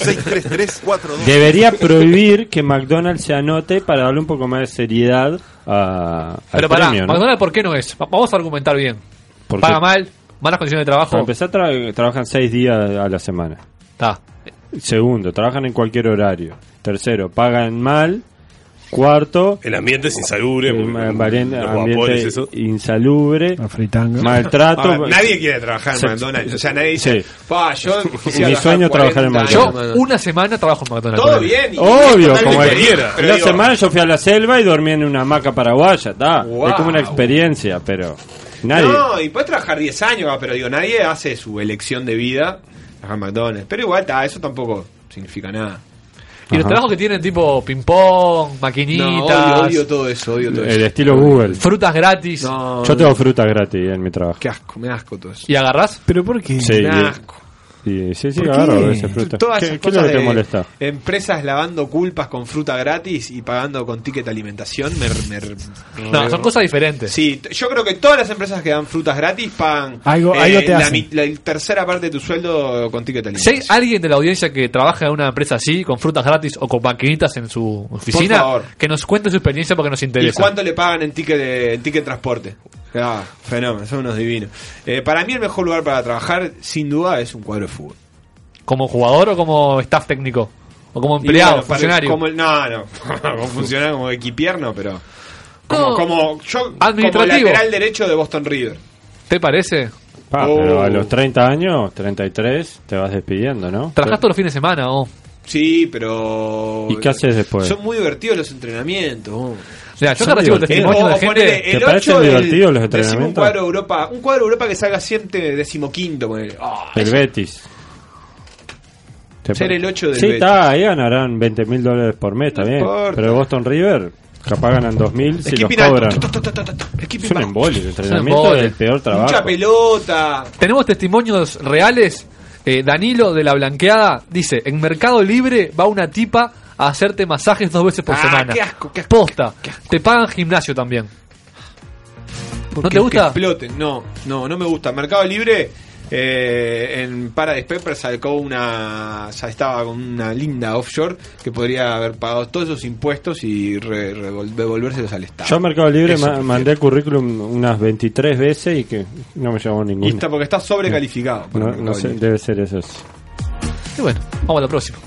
A: 092-633-427.
D: Debería prohibir que McDonald's se anote para darle un poco más de seriedad a, al
K: Pero pará,
D: premio, ¿no?
K: McDonald's, ¿por qué no es? Va- Vamos a argumentar bien.
D: ¿Por
K: Paga
D: qué?
K: mal, malas condiciones de
D: Para
K: trabajo.
D: empezar, tra- trabajan seis días a la semana.
K: Está.
D: Segundo, trabajan en cualquier horario. Tercero, pagan mal. Cuarto,
E: El ambiente es insalubre.
D: em,
E: porque
D: ambiente,
E: los
D: ambiente
E: vapores, eso.
D: insalubre. Maltrato.
C: Ahora, nadie quiere trabajar
D: Sí,
C: en McDonald's. O sea, nadie dice.
D: sí.
C: "Pa, yo quisiera
D: Mi sueño es trabajar en
C: 40 años
D: McDonald's.
C: en
K: Yo una semana trabajo en McDonald's.
C: Todo bien. y-
D: Obvio,
C: totalmente
D: como
C: bien,
D: cualquiera.
C: pero
D: Una
C: digo,
D: semana yo fui a la selva y dormí en una hamaca paraguaya, está. Es como una experiencia, pero nadie.
C: No, y puedes trabajar 10 años, va, pero digo, nadie hace su elección de vida trabajar en McDonald's. Pero igual, ta, eso tampoco significa nada.
K: Y los
C: Ajá.
K: trabajos que tienen tipo ping-pong, maquinitas,
C: No, odio, odio todo eso, odio todo
D: el
C: eso.
D: estilo Google.
K: frutas gratis.
D: Yo tengo frutas gratis en mi trabajo.
C: Qué asco, me da asco todo eso.
K: ¿Y agarrás?
J: ¿Pero por qué?
D: Sí,
C: Me da asco.
D: y- y- sí, sí,
C: ¿Por
D: agarro
C: qué?
D: a veces fruta.
C: Todas
D: ¿Qué,
C: esas
D: qué es lo
C: cosas
D: que te
C: de
D: molesta?
C: Empresas lavando culpas con fruta gratis y pagando con ticket de alimentación. Me, me-
K: No,
C: me-
K: son cosas diferentes.
C: Sí, t- yo creo que todas las empresas que dan frutas gratis pagan eh,
K: Algo- algo te
C: la,
K: hacen.
C: mi- la tercera parte de tu sueldo con ticket de
K: Si hay
C: alimentación.
K: alguien de la audiencia que trabaja en una empresa así, con frutas gratis o con maquinitas en su oficina,
C: favor.
K: que nos cuente su experiencia porque nos
C: ¿Y
K: interesa.
C: cuánto le pagan en ticket de, en ticket de transporte? Ah, fenómeno, son unos divinos. Eh, para mí el mejor lugar para trabajar, sin duda, es un cuadro de fútbol.
K: ¿Como jugador o como staff técnico? ¿O como
C: Y
K: empleado,
C: bueno, para-
K: funcionario?
C: Como el- no, no, como funcionario, como equipierno, pero... Como,
K: No.
C: como yo, como
K: Administrativo.
C: lateral derecho de Boston River.
K: ¿Te parece?
D: Pa,
C: Oh.
D: Pero a los 30 años, 33, te vas despidiendo, ¿no?
K: Trabajás todos los fines de semana, ¿o?
C: Sí, pero...
D: ¿Y qué haces después?
C: Son muy divertidos los entrenamientos. vos.
K: Mira, yo
D: Son
K: acá recibo
D: divertidos.
K: testimonio
D: Eh,
K: de
D: o- o
K: gente...
C: Ponele, el
D: ¿Te parecen
C: 8 del-
D: divertidos los
C: decime Un
D: entrenamientos?
C: cuadro, de Europa, un cuadro de Europa que salga siempre decimoquinto. ponele. Ah,
D: El Betis. Te
C: Ser
D: pa-
C: el ocho del
D: Sí,
C: Betis.
D: está, ahí ganarán 20 mil dólares por mes, está bien.
C: importa.
D: Pero Boston River, Capaz ganan 2.000 si los
C: Skipping alto,
D: cobran.
C: tu,
D: Es un embole, el
K: Es un
D: entrenamiento
K: embole.
D: es el peor trabajo.
C: Mucha pelota.
K: Tenemos testimonios reales. Eh, Danilo de la Blanqueada dice: En Mercado Libre va una tipa a hacerte masajes dos veces por
C: Ah,
K: semana.
C: qué asco, qué
K: Posta. Te pagan gimnasio también. ¿No te
C: Que-
K: gusta?
C: Que exploten. No, no, no me gusta. Mercado Libre, eh, en Paradise Papers sacó una. Ya estaba con una linda offshore que podría haber pagado todos esos impuestos y re- revol- devolvérselos al Estado.
D: Yo a Mercado Libre
C: Eso
D: ma-
C: prefiero.
D: mandé currículum unas 23 veces y que no me llamó
C: Y
D: ninguna.
C: está- porque está sobrecalificado. para
D: No,
C: Mercado
D: no sé,
C: Libre.
D: debe ser eso.
K: Y bueno, vamos a la próxima.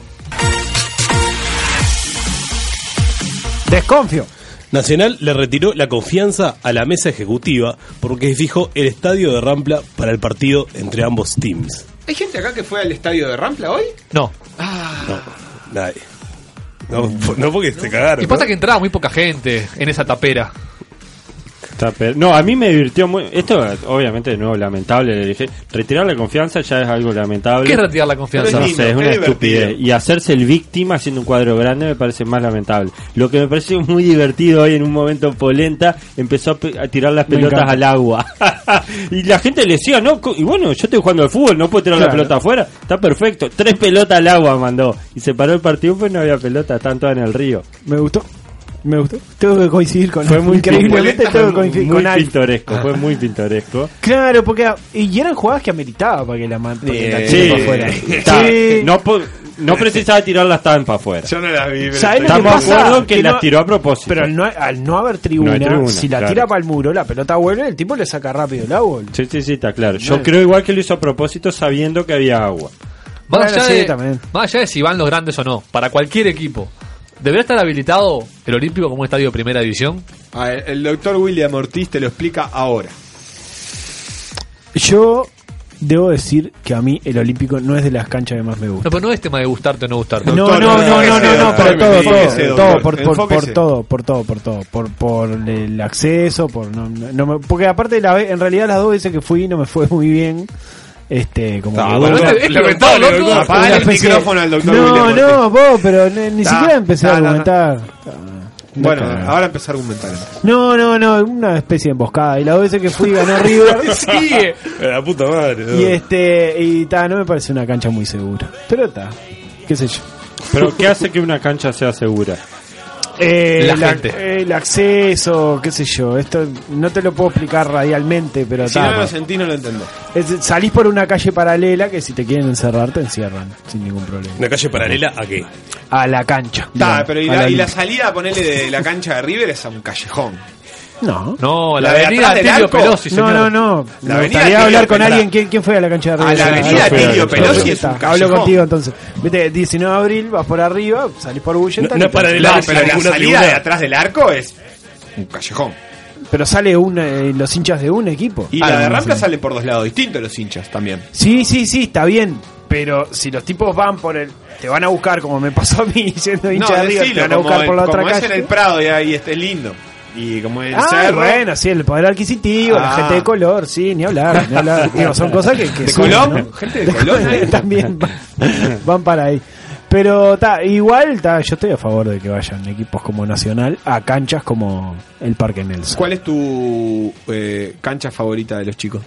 J: Desconfío.
E: Nacional le retiró la confianza a la mesa ejecutiva porque fijó el estadio de Rampla para el partido entre ambos teams.
C: ¿Hay gente acá que fue al estadio de Rampla hoy?
K: No.
E: No, nadie. No, po- no porque se cagaron.
K: Y pasa que entraba muy poca gente en esa tapera.
D: Está pe- No, a mí me divirtió muy. Esto, obviamente, de nuevo, lamentable. Le dije, retirar la confianza ya es algo lamentable.
K: ¿Qué es retirar la confianza?
D: No
K: Pero es
D: sé, es
K: lindo,
D: una
K: es divertido.
D: estupidez. Y hacerse el víctima haciendo un cuadro grande me parece más lamentable. Lo que me parece muy divertido hoy en un momento polenta, empezó a, pe- a tirar las
J: Me
D: pelotas
J: encanta.
D: al agua. y la gente le decía, no, co- y bueno, yo estoy jugando al fútbol, no puedo tirar la
J: Claro.
D: pelota afuera. Está perfecto. Tres pelotas al agua mandó. Y se paró el partido, pues no había pelota, estaban todas en el río.
J: Me gustó. Me gustó. Tengo que coincidir con
D: Fue muy
J: Increíblemente
D: pintoresco.
J: tengo que coincidir
D: Muy
J: con Alf.
D: pintoresco, fue muy pintoresco.
J: Claro, porque y eran jugadas que ameritaba para que la man- para
K: Eh,
J: que la
D: Sí,
J: tiren para afuera.
D: está.
J: Eh, Sí.
D: No, po- no precisaba tirar la estampa afuera.
C: Yo no la vi.
J: ¿Sabés lo que
D: Estamos de
J: pasa?
D: acuerdo que,
J: Que
D: la
J: no-
D: tiró a propósito.
J: Pero al no, al no haber tribuna,
D: No hay tribuna,
J: si la
D: claro.
J: tira para el muro, la pelota vuelve, el tipo le saca rápido el agua.
D: Sí, sí, sí, está claro. Yo
J: Bueno.
D: creo igual que lo hizo a propósito sabiendo que había agua.
K: Más,
J: Bueno,
K: allá
J: sí,
K: de, más allá de si van los grandes o no, para cualquier equipo, ¿debería estar habilitado el Olímpico como un estadio de primera división?
C: Ah, el- el doctor William Ortiz te lo explica ahora.
J: Yo debo decir que a mí el olímpico no es de las canchas que más me gusta.
K: No, pero no es tema de gustarte o no gustarte.
J: No, no, no, no, no, no, no, por todo, todo, todo, por, por, por
K: Enfóquese.
J: todo, por todo, por todo, por, por el acceso, por no, no- no me- porque aparte la, ve- en realidad las dos veces que fui no me fue muy bien, este, como que-
C: Ah, bueno,
J: Bueno,
C: es lamentable,
J: una
C: doctor. Apagale el
J: especie de-
C: micrófono al doctor
J: No,
C: William Ah,
J: no, vos, pero ni, ni
C: Ta,
J: siquiera empecé a
C: ta, ta, ta.
J: argumentar.
C: Bueno,
J: cara.
C: ahora empezó a argumentar.
J: No, no, no, una especie de emboscada. Y las dos veces que fui ganó River.
K: Sigue.
E: La puta madre.
J: Y este, y ta, no me parece una cancha muy segura. Pero está, qué sé yo.
D: Pero ¿qué hace que una cancha sea segura?
J: Eh,
D: La
J: el ac-
D: gente.
J: El acceso, qué sé yo. Esto no te lo puedo explicar radialmente, pero
C: Si
J: ta,
C: no lo sentís, no lo entendés.
J: es- salís por una calle paralela que si te quieren encerrar, te encierran sin ningún problema.
E: ¿Una calle paralela a qué?
J: A la cancha.
C: Ta,
J: digamos,
C: pero y
J: a
C: la, y la
J: liga.
C: salida, ponele de la cancha de River es a un callejón.
J: No.
K: No,
C: la La de avenida atrás del Tilio arco. Pelosi,
J: No,
C: señor.
J: no, no. Me
C: La avenida
J: gustaría
C: Tilio
J: hablar con
C: Pelosi.
J: alguien. ¿Quién, quién fue a la cancha de River?
C: A la avenida
J: Yo fui a
C: Tilio
J: cancha de
C: Pelosi
J: River.
C: es un
J: Está,
C: callejón.
J: Hablo contigo entonces. Vete, 19 de abril, vas por arriba, salís por Bullenta.
C: No, paralela, pero la salida de atrás del arco es un callejón.
J: Pero sale un, eh, los hinchas de un equipo.
C: Y
J: Ah,
C: la de
J: no,
C: Rampla
J: sí.
C: sale por dos lados distintos los hinchas también.
J: Sí, sí, sí, está bien. Pero si los tipos van por el. Te van a buscar, como me pasó a mí, siendo hincha de River, te
C: decilo,
J: van a
C: como
J: buscar
C: el-
J: por la otra
C: como es en el
J: calle.
C: Prado y ahí este, es lindo. Y como el
J: Ah,
C: cerro.
J: bueno, sí, el poder adquisitivo, la
C: Ah.
J: gente de color, sí, ni hablar, ni hablar. Digo, son cosas que. que
C: ¿De
J: suben,
C: Colón?
J: ¿no?
C: Gente de Colón, ¿eh?
J: También van, van para ahí. Pero ta, igual, ta, yo estoy a favor de que vayan equipos como Nacional a canchas como el Parque Nelson.
C: ¿Cuál es tu eh, cancha favorita de los chicos?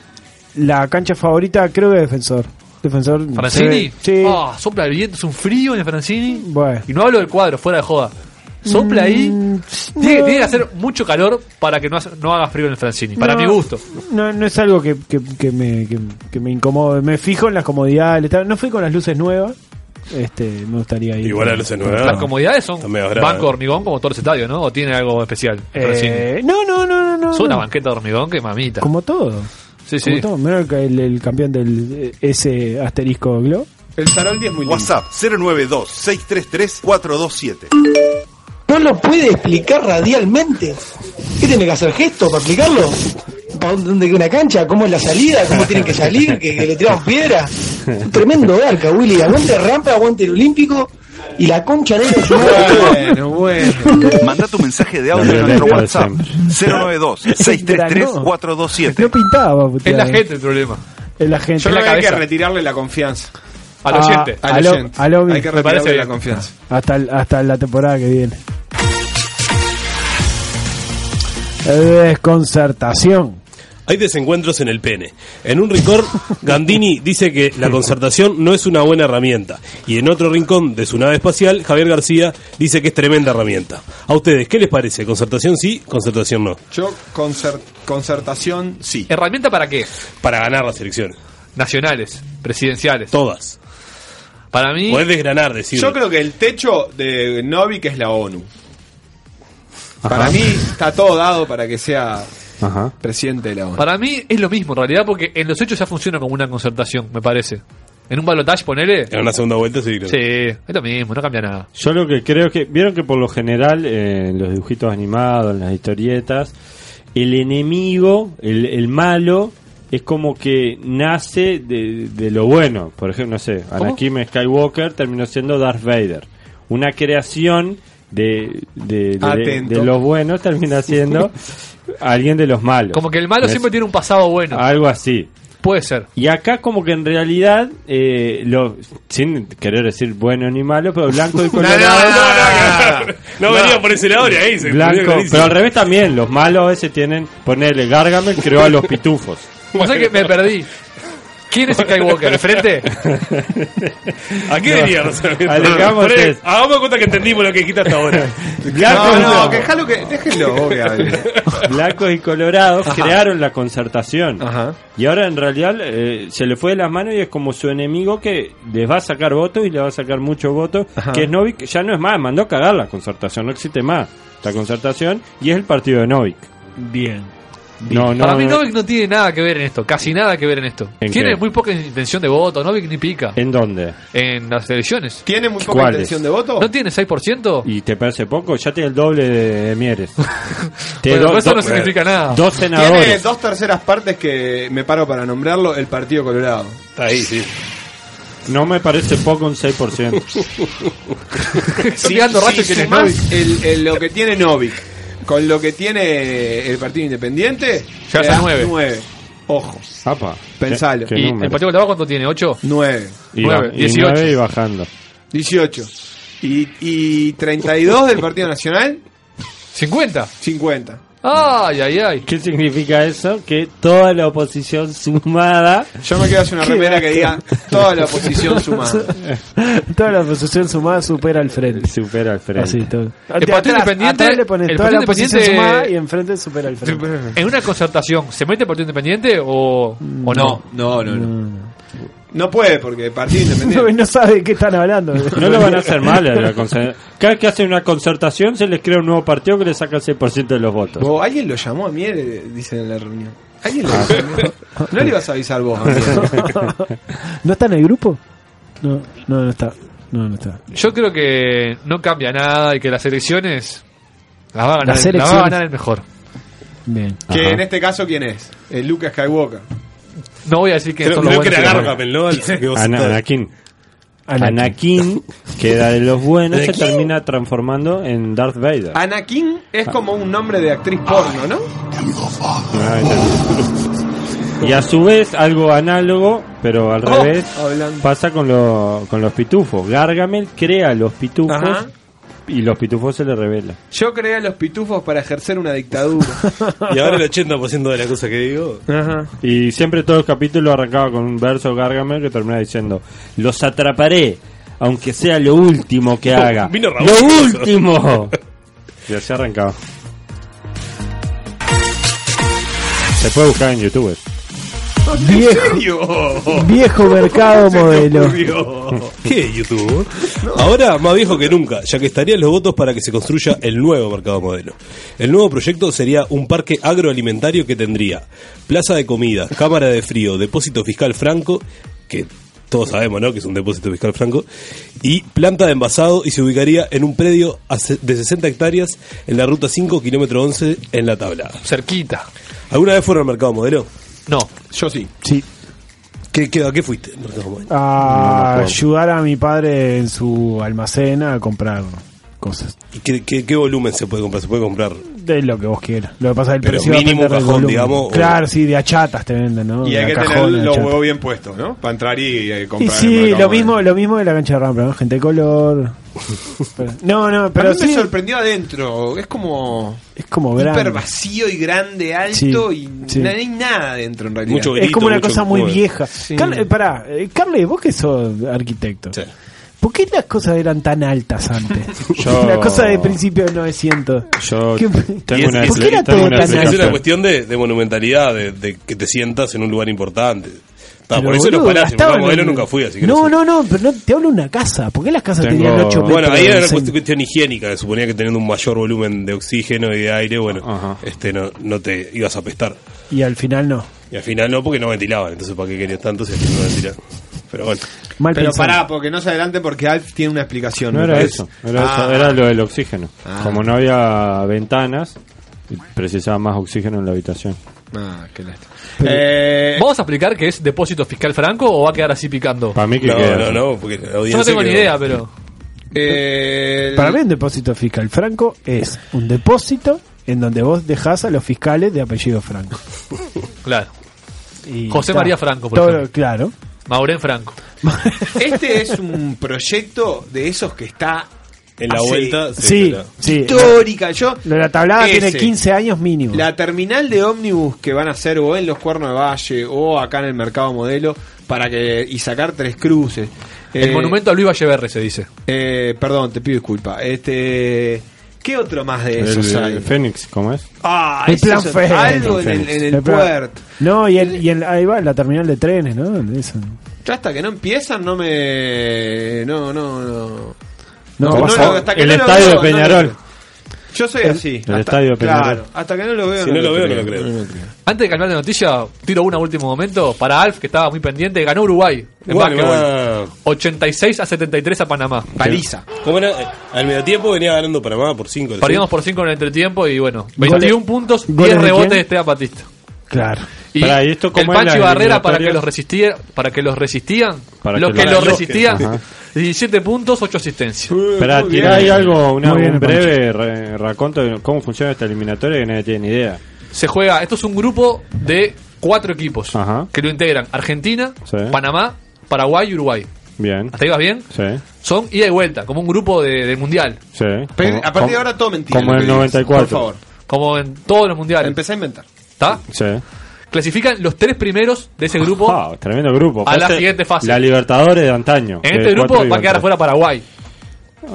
J: La cancha favorita creo que es Defensor. Defensor.
K: ¿Francini?
J: Sí. sí.
K: Ah, sopla el viento, es un frío en el Francini.
J: Bueno. Mm,
K: Y no hablo del cuadro, fuera de joda. Sopla ahí. Tiene, tiene que hacer mucho calor para que no, hace- no haga frío en el Francini. Para
J: No,
K: mi gusto.
J: No, no es algo que, que- que me, que, que me incomode. Me fijo en las comodidades. del estadio. No fui con las luces nuevas. Este, me gustaría ir.
E: Igual a luces nuevas.
K: Las comodidades son
E: medio brava,
K: banco de
E: eh.
K: hormigón como todos los estadios, ¿no? ¿O tiene algo especial?
J: Eh, no, no, no, no, no.
K: Es una
J: no.
K: banqueta de hormigón que mamita.
J: Como todo.
K: Sí, sí.
J: Como todo. Menos que el, el campeón del eh, ese asterisco Globo.
C: El Saroldi es muy
A: WhatsApp 092-633-427.
P: ¿No lo puede explicar radialmente? ¿Qué tiene que hacer gesto para explicarlo? ¿Para dónde queda una cancha? ¿Cómo es la salida? ¿Cómo tienen que salir? ¿Que, que le tiramos piedra? Un tremendo garca, Willy. Aguante rampa, aguante el olímpico y la concha de este su madre.
C: Bueno, bueno.
A: Manda tu mensaje de audio a
P: Lo
A: nuestro
P: violento de
A: WhatsApp
P: siempre.
A: 092-633-427.
J: No pintaba, putear, eh.
K: el problema.
J: Es la gente.
C: Yo creo
J: Es
C: que
J: la
C: hay que
J: cabeza.
C: retirarle la confianza.
J: Al Ah, oyente.
C: Al
J: al o-
C: oyente.
J: al obi.
C: hay que
J: Me parece
C: retirarle la
J: bien.
C: confianza.
J: Hasta, el- hasta la temporada que viene. Desconcertación.
E: Hay desencuentros en el pene. En un rincón, Gandini dice que la concertación no es una buena herramienta. Y en otro rincón de su nave espacial, Javier García dice que es tremenda herramienta. ¿A ustedes qué les parece? ¿Concertación sí? ¿Concertación no?
C: Yo, concer- concertación, sí.
K: ¿Herramienta para qué?
E: Para ganar las elecciones.
K: Nacionales, presidenciales.
E: Todas.
K: Para mí.
E: Podés desgranar, decir.
C: Yo creo que el techo de Novik es la ONU. Para
K: Ajá.
C: mí está todo dado para que sea
D: Ajá.
C: presidente de la ONU.
K: Para mí es lo mismo en realidad, porque en los hechos ya funciona como una concertación, me parece. En un balotage, ponele.
E: En una segunda vuelta, sí, creo.
K: Sí, es lo mismo, no cambia nada.
D: Yo lo que creo que. Vieron que por lo general eh, en los dibujitos animados, en las historietas, el enemigo, el, el malo, es como que nace de, de lo bueno. Por ejemplo, no sé, Anakin Skywalker terminó siendo Darth Vader. Una creación de, de, de-
K: Atento.
D: de los buenos termina siendo alguien de los malos.
K: Como que el malo
D: ¿Ves?
K: siempre tiene un pasado bueno.
D: Algo así.
K: Puede ser.
D: Y acá como que en realidad, eh, lo, sin querer decir bueno ni malo, pero blanco y colorado...
E: No, venía por ese lado y ahí se
D: Blanco,
E: buenísimo.
D: pero al revés también, los malos a veces tienen, ponele, Gargamel creó a los pitufos.
K: No sé que me perdí. ¿Quién es Skywalker? ¿El frente?
E: ¿A qué
D: No.
E: venía?
D: Alejamos
E: Poné-
D: tres.
E: Hagamos cuenta que entendimos lo que dijiste hasta ahora.
D: Blanco,
C: no, no, que déjalo que, déjenlo, vos que hable.
D: Blancos y colorados
C: Ajá.
D: crearon la concertación. Y ahora en realidad eh, se le fue de las manos y es como su enemigo que les va a sacar votos y le va a sacar muchos votos.
C: Ajá.
D: Que es Novik, que ya no es más, mandó a cagar la concertación, no existe más la concertación y es el partido de Novik.
K: Bien.
D: No, no,
K: Para mí
D: no.
K: Novik no tiene nada que ver en esto, casi nada que ver en esto.
D: ¿En
K: tiene
D: qué?
K: muy poca intención de voto, Novik ni pica
D: ¿En dónde?
K: en las elecciones.
C: ¿Tiene muy
D: poca ¿Cuáles? intención de
C: voto?
K: ¿No tiene 6%?
D: ¿Y te parece poco? Ya tiene el doble de, de Mieres. Tiene
K: Bueno,
D: do-
K: eso
D: do- eh,
K: no significa nada.
D: Dos
C: Tiene
D: senadores.
C: dos terceras partes que me paro para nombrarlo, el Partido Colorado.
E: Está ahí, sí.
D: No me parece poco un 6%.
C: Si,
K: mirando
C: si
K: Racho quién es
C: sumás el, el- lo que tiene Novik con lo que tiene el Partido Independiente,
K: Llegas
C: le
K: a
C: das
K: nueve.
C: nueve. Ojo,
D: Apa,
C: pensalo.
D: qué
K: ¿Y el
D: número.
K: Partido Colorado cuánto tiene? ¿8?
C: 9.
D: Y,
K: Nueve,
D: ba- y
K: 18.
D: nueve y bajando.
C: 18. Y, y 32 del Partido Nacional,
K: ¿50?
C: 50.
K: Ay, ay, ay.
D: ¿Qué significa eso? Que toda la oposición sumada.
C: Yo me quedo sin una remera que diga toda la oposición sumada.
J: Toda la posición sumada supera al frente.
D: Supera al frente.
J: Así, todo.
K: El
J: De
K: Partido
J: atrás,
K: Independiente-
J: atrás le pones
K: el
J: toda la
K: Partido
J: posición
K: Independiente-
J: sumada y enfrente supera al frente.
K: ¿En una concertación se mete el Partido Independiente o, o no?
C: No, no,
D: Mm.
C: no. No puede porque Partido Independiente.
J: No, no sabe de qué están hablando.
D: No lo van a hacer mal. a la concer- Cada vez que hacen una concertación se les crea un nuevo partido que le saca el 6% de los votos.
C: Vos, alguien lo llamó a Mier, dicen en la reunión. ¿Alguien
J: Ah.
C: lo llamó? No le ibas a avisar vos a Mier.
J: ¿No está en el grupo? No, no, no está. No, no está.
K: Yo creo que no cambia nada y que las elecciones las va a ganar,
J: Las
K: las va a
J: elecciones.
K: ganar el mejor.
J: Bien.
C: Que
D: Ajá.
C: en este caso, ¿quién es? El Lucas Skywalker.
K: No voy a decir que
E: Creo,
K: son los
E: creo que
K: buenos
E: era
K: y los malos.
E: Gargamel, ¿no? El que vos
D: Ana-
E: estás-
D: Anakin.
J: Anakin.
D: Anakin, que era de los buenos, se
E: Anakin.
D: termina transformando en Darth Vader.
C: Anakin es como un nombre de actriz porno, ¿no?
D: Ah, ya. Y a su vez, algo análogo, pero al
C: Oh,
D: revés,
C: hablando.
D: pasa con, lo- con los pitufos. Gargamel crea los pitufos
C: Ajá.
D: y los pitufos se le revelan.
C: Yo creé a los pitufos para ejercer una dictadura.
E: Y ahora el 80% de la cosa que digo.
C: Ajá.
D: Y siempre todos los capítulos arrancaba con un verso Gargamel que termina diciendo, los atraparé, aunque sea lo último que haga.
E: Vino Raúl
D: ¡Lo
E: con eso.
D: último! Y así arrancaba. Se puede buscar en YouTube.
J: Viejo, viejo mercado modelo.
E: ¿Qué YouTube? Ahora más viejo que nunca, ya que estarían los votos para que se construya el nuevo mercado modelo. El nuevo proyecto sería un parque agroalimentario que tendría plaza de comida, cámara de frío, depósito fiscal franco, que todos sabemos, ¿no? Que es un depósito fiscal franco, y planta de envasado y se ubicaría en un predio hace- de 60 hectáreas en la ruta 5, kilómetro 11, en la tabla.
K: Cerquita.
E: ¿Alguna vez fueron al mercado modelo?
K: No.
C: Yo sí.
J: Sí. Ah,
E: ¿Qué, qué, ¿A qué fuiste? Mercado Modelo?
J: A
D: acuerdo.
J: ayudar a mi padre en su almacén a comprar cosas.
E: ¿Y qué, qué- qué volumen se puede comprar? Se puede comprar
J: De lo que vos quieras. Lo que pasa es el
E: Pero
J: precio
E: mínimo
J: depende del
E: cajón,
J: volumen.
E: digamos, o-
J: Claro, sí, de achatas te venden, ¿no?
C: Y
J: De
C: hay que tener
J: cajones de
C: los
J: achatas.
C: huevos bien puestos, ¿no? Para entrar y, eh,
J: Y
C: comprar. en el
J: sí,
C: mercado
J: lo
C: modelo.
J: mismo, lo mismo de la cancha de rampa, ¿no? Gente de color, No, no,
C: Pero
J: pero
C: a mí me
J: sí.
C: sorprendió adentro. Es como.
J: Es como grande.
C: Hiper vacío y grande, alto
J: Sí,
C: y
J: sí.
C: no hay nada adentro en realidad.
J: es como una cosa muy vieja. Carl- eh, pará, eh, Carle, vos que sos arquitecto. ¿Por qué las cosas eran tan altas antes?
D: Yo-
J: Las cosas de principio de 900.
D: Yo
J: ¿Qué-
D: tengo
J: ¿Por
D: una
J: qué era
D: tengo
J: todo
D: una
J: tan
D: explicación.
E: Es una cuestión de, de monumentalidad, de, de que te sientas en un lugar importante. Ta,
J: Pero,
E: Ah, por eso los
J: boludo,
E: palacios,
J: gastaban
E: porque a modelo
J: en-
E: nunca fui, así que no
J: no, no, no, pero no, te hablo de una casa. ¿Por qué las casas tenían 8 metros?
E: bueno, ahí
J: de
E: era una
J: diseño?
E: cuestión, cuestión higiénica, que suponía que teniendo un mayor volumen de oxígeno y de aire, bueno, este no, no te ibas a apestar.
J: Y al final no.
E: Y al final no, porque no ventilaban, entonces ¿para qué querías tanto si al final no ventilaban? Pero bueno.
J: Mal
C: Pero
J: pensado.
C: pará, porque no se adelante porque Alf tiene una explicación.
D: No
C: me
D: era
C: parece.
D: eso, era,
C: Ah,
D: eso, era lo del oxígeno.
C: Ah.
D: Como no había ventanas, precisaba más oxígeno en la habitación.
C: ah, qué lástima.
K: Eh, ¿Vamos a explicar que es depósito fiscal franco o va a quedar así picando?
D: Para mí que
E: No,
D: queda
E: no,
D: así.
E: no, porque la
K: Yo no
E: audiencia
K: tengo ni
E: quedó- Eh,
K: idea, pero.
J: Para mí un depósito fiscal franco es un depósito en donde vos dejás a los fiscales de apellido franco.
K: Claro.
J: Y
K: José
J: está.
K: María Franco, por
J: Todo-
K: ejemplo.
J: Claro.
K: Maurén Franco.
C: Este es un proyecto de esos que está
E: En la
C: hace
E: vuelta,
J: Sí, sí.
C: histórica. Yo
J: Lo de la tablada
C: Ese.
J: tiene 15 años mínimo.
C: La terminal de ómnibus que van a hacer o en los Cuernos de Valle o acá en el Mercado Modelo para que y sacar tres cruces.
K: El
C: Eh,
K: monumento a Luis Valleverre se dice.
C: eh, perdón, te pido disculpa. Este, ¿qué otro más de esos
D: El-
C: hay?
D: el Fénix, ¿cómo es?
C: Ah,
J: El
C: ese
J: plan
C: es otro-
J: Fénix.
C: algo en el, en
J: plan-
C: el puerto.
J: No, y, el, y el- ahí va la terminal de trenes, ¿no? Eso.
C: Yo hasta que no empiezan no me no no no.
J: No,
C: no,
J: pasa-
C: no, hasta que
D: el
C: no lo
D: estadio
C: veo,
D: de
C: no lo
D: Peñarol.
C: creo. yo soy
D: El-
C: así.
D: el estadio de Peñarol.
C: Claro, hasta que no lo veo.
E: Si no lo veo, no lo
C: No
E: creo.
K: Antes de cambiar de noticia, tiro una a último momento para Alf, que estaba muy pendiente. Ganó Uruguay en
E: Uruguay,
K: básquetbol.
E: ah.
K: 86 a 73 a Panamá.
C: Paliza.
E: Como era, Eh, al medio tiempo venía ganando Panamá por 5.
K: Perdíamos por 5 en el entretiempo y bueno,
E: Goles-
K: 21 puntos,
E: ¿Goles
K: 10
E: de
K: rebotes
E: quién?
K: de Esteban Batista.
J: Claro.
K: Y
D: Pará, ¿y esto
K: el
D: cómo es
K: Panchi
D: la
K: Barrera para que
D: eliminatoria?
K: los resistía, para que los resistían,
D: Para
K: los
D: que
K: que
D: los-
K: los
D: Para los que-
K: resistían,
D: Ajá.
K: 17 puntos, 8 asistencias.
D: Espera, tira ahí algo, una, un breve re- raconto de cómo funciona esta eliminatoria que nadie tiene ni idea.
K: Se juega, esto es un grupo de cuatro equipos
D: Ajá,
K: que lo integran Argentina,
D: Sí.
K: Panamá, Paraguay y Uruguay.
D: bien.
K: ¿Hasta ahí vas bien?
D: Sí,
K: Son ida y vuelta, como un grupo de, del mundial.
D: sí. Como-
K: a partir de ahora
C: todo mentira
D: Como
K: lo
D: en
K: que
D: el
K: digas,
D: 94.
K: por favor. Como en todos los mundiales.
C: Empecé a inventar.
K: ¿Está?
D: Sí.
K: Clasifican los tres primeros de ese grupo.
D: Ah, tremendo grupo.
K: A la
D: Aparte,
K: siguiente fase.
D: La Libertadores de antaño.
K: en
D: que
K: este
D: es
K: grupo
D: cuatro y
K: va a quedar
D: Libertadores.
K: afuera Paraguay.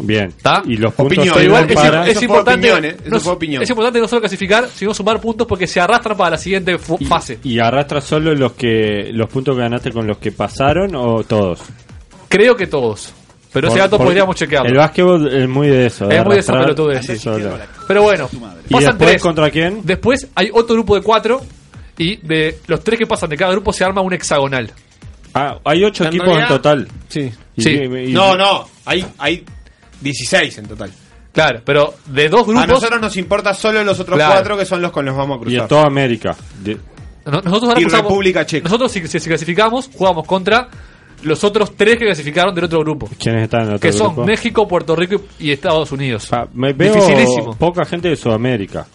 D: Bien. Y los puntos
K: Opinión,
D: se
K: igual
D: van
K: es,
D: para-
K: es importante,
C: opinión, ¿eh? Eso
K: no,
C: fue opinión.
K: es importante no solo clasificar, sino sumar puntos porque se arrastran para la siguiente fu- fase.
D: ¿Y arrastras solo los que los puntos que ganaste con los que pasaron o todos?
K: Creo que todos. Pero ese
D: Por-
K: dato
D: por-
K: podríamos chequearlo.
D: El básquetbol es muy de eso.
K: Es muy de esa
D: arrastrar
K: pelotudez, sí.
D: solo.
K: Pero bueno,
D: ¿Y
K: pasan
D: después
K: tres.
D: contra quién?
K: Después hay otro grupo de cuatro y de los tres que pasan de cada grupo se arma un hexagonal.
D: Ah, hay ocho
K: En
D: equipos
K: realidad-
D: en total.
C: Sí.
D: Y-
K: Sí.
D: y-
C: No, no, hay hay 16 en total.
K: Claro, pero de dos grupos.
C: A nosotros nos importa solo los otros
K: Claro.
C: cuatro que son los con los vamos a
D: Y
C: cruzar.
D: en toda América. De-
K: No- nosotros ahora
C: Y
K: jugamos-
C: República Checa.
K: Nosotros si, si- si clasificamos, jugamos contra los otros tres que clasificaron del otro grupo.
D: ¿Quiénes están en el otro
K: Que son
D: grupo? Ah,
K: México, Puerto Rico y y Estados Unidos.
D: Me veo
K: Dificilísimo.
D: poca gente de Sudamérica.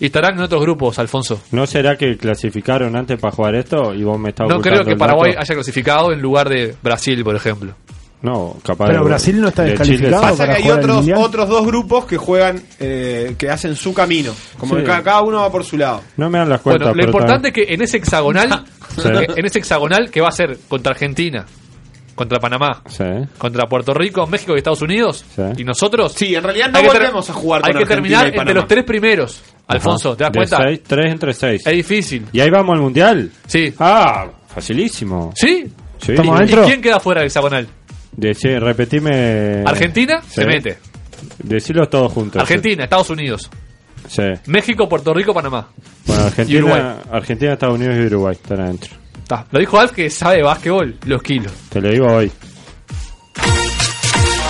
K: Y estarán en otros grupos, Alfonso.
D: ¿No será que clasificaron antes para jugar esto y vos me estás
K: No
D: ocultando
K: creo que
D: el
K: Paraguay
D: dato?
K: haya clasificado en lugar de Brasil, por ejemplo.
D: No, capaz.
J: Pero
D: de-
J: Brasil no está
D: de Chile
J: descalificado
D: sí.
J: para
C: Pasa que hay
J: jugar al
C: otros,
J: Mundial.
C: otros dos grupos que juegan, eh, que hacen su camino. Como
D: Sí.
C: que cada, cada uno va por su lado.
D: No me dan las
K: Bueno,
D: cuentas.
K: lo
D: pero
K: importante es que en ese hexagonal,
D: Sí.
K: en ese hexagonal que va a ser contra Argentina, contra Panamá,
D: también-
K: contra Puerto Rico, México y Estados Unidos,
D: Sí.
K: y nosotros.
C: Sí, en realidad no
K: hay que ter-
C: volvemos a jugar
K: Hay
C: con
K: que
C: Argentina
K: terminar
C: y
K: entre
C: Panamá.
K: los tres primeros, Alfonso,
D: Ajá.
K: ¿te das
D: De
K: cuenta?
D: seis, tres entre seis.
K: Es difícil.
D: ¿Y ahí vamos al mundial?
K: Sí.
D: Ah, facilísimo.
K: ¿Sí?
D: Sí.
K: ¿Y- ¿Y, quién queda fuera del hexagonal?
D: Decí- repetime.
K: Argentina
D: Eh, Sí.
K: se mete.
D: Decilos todos juntos.
K: Argentina, Estados Unidos.
D: Sí.
K: México, Puerto Rico, Panamá.
D: Bueno,
K: Y Uruguay.
D: Argentina, Argentina, Estados Unidos y Uruguay están adentro.
K: Ta, Lo dijo Alf que sabe de básquetbol, los kilos.
D: Te lo digo hoy.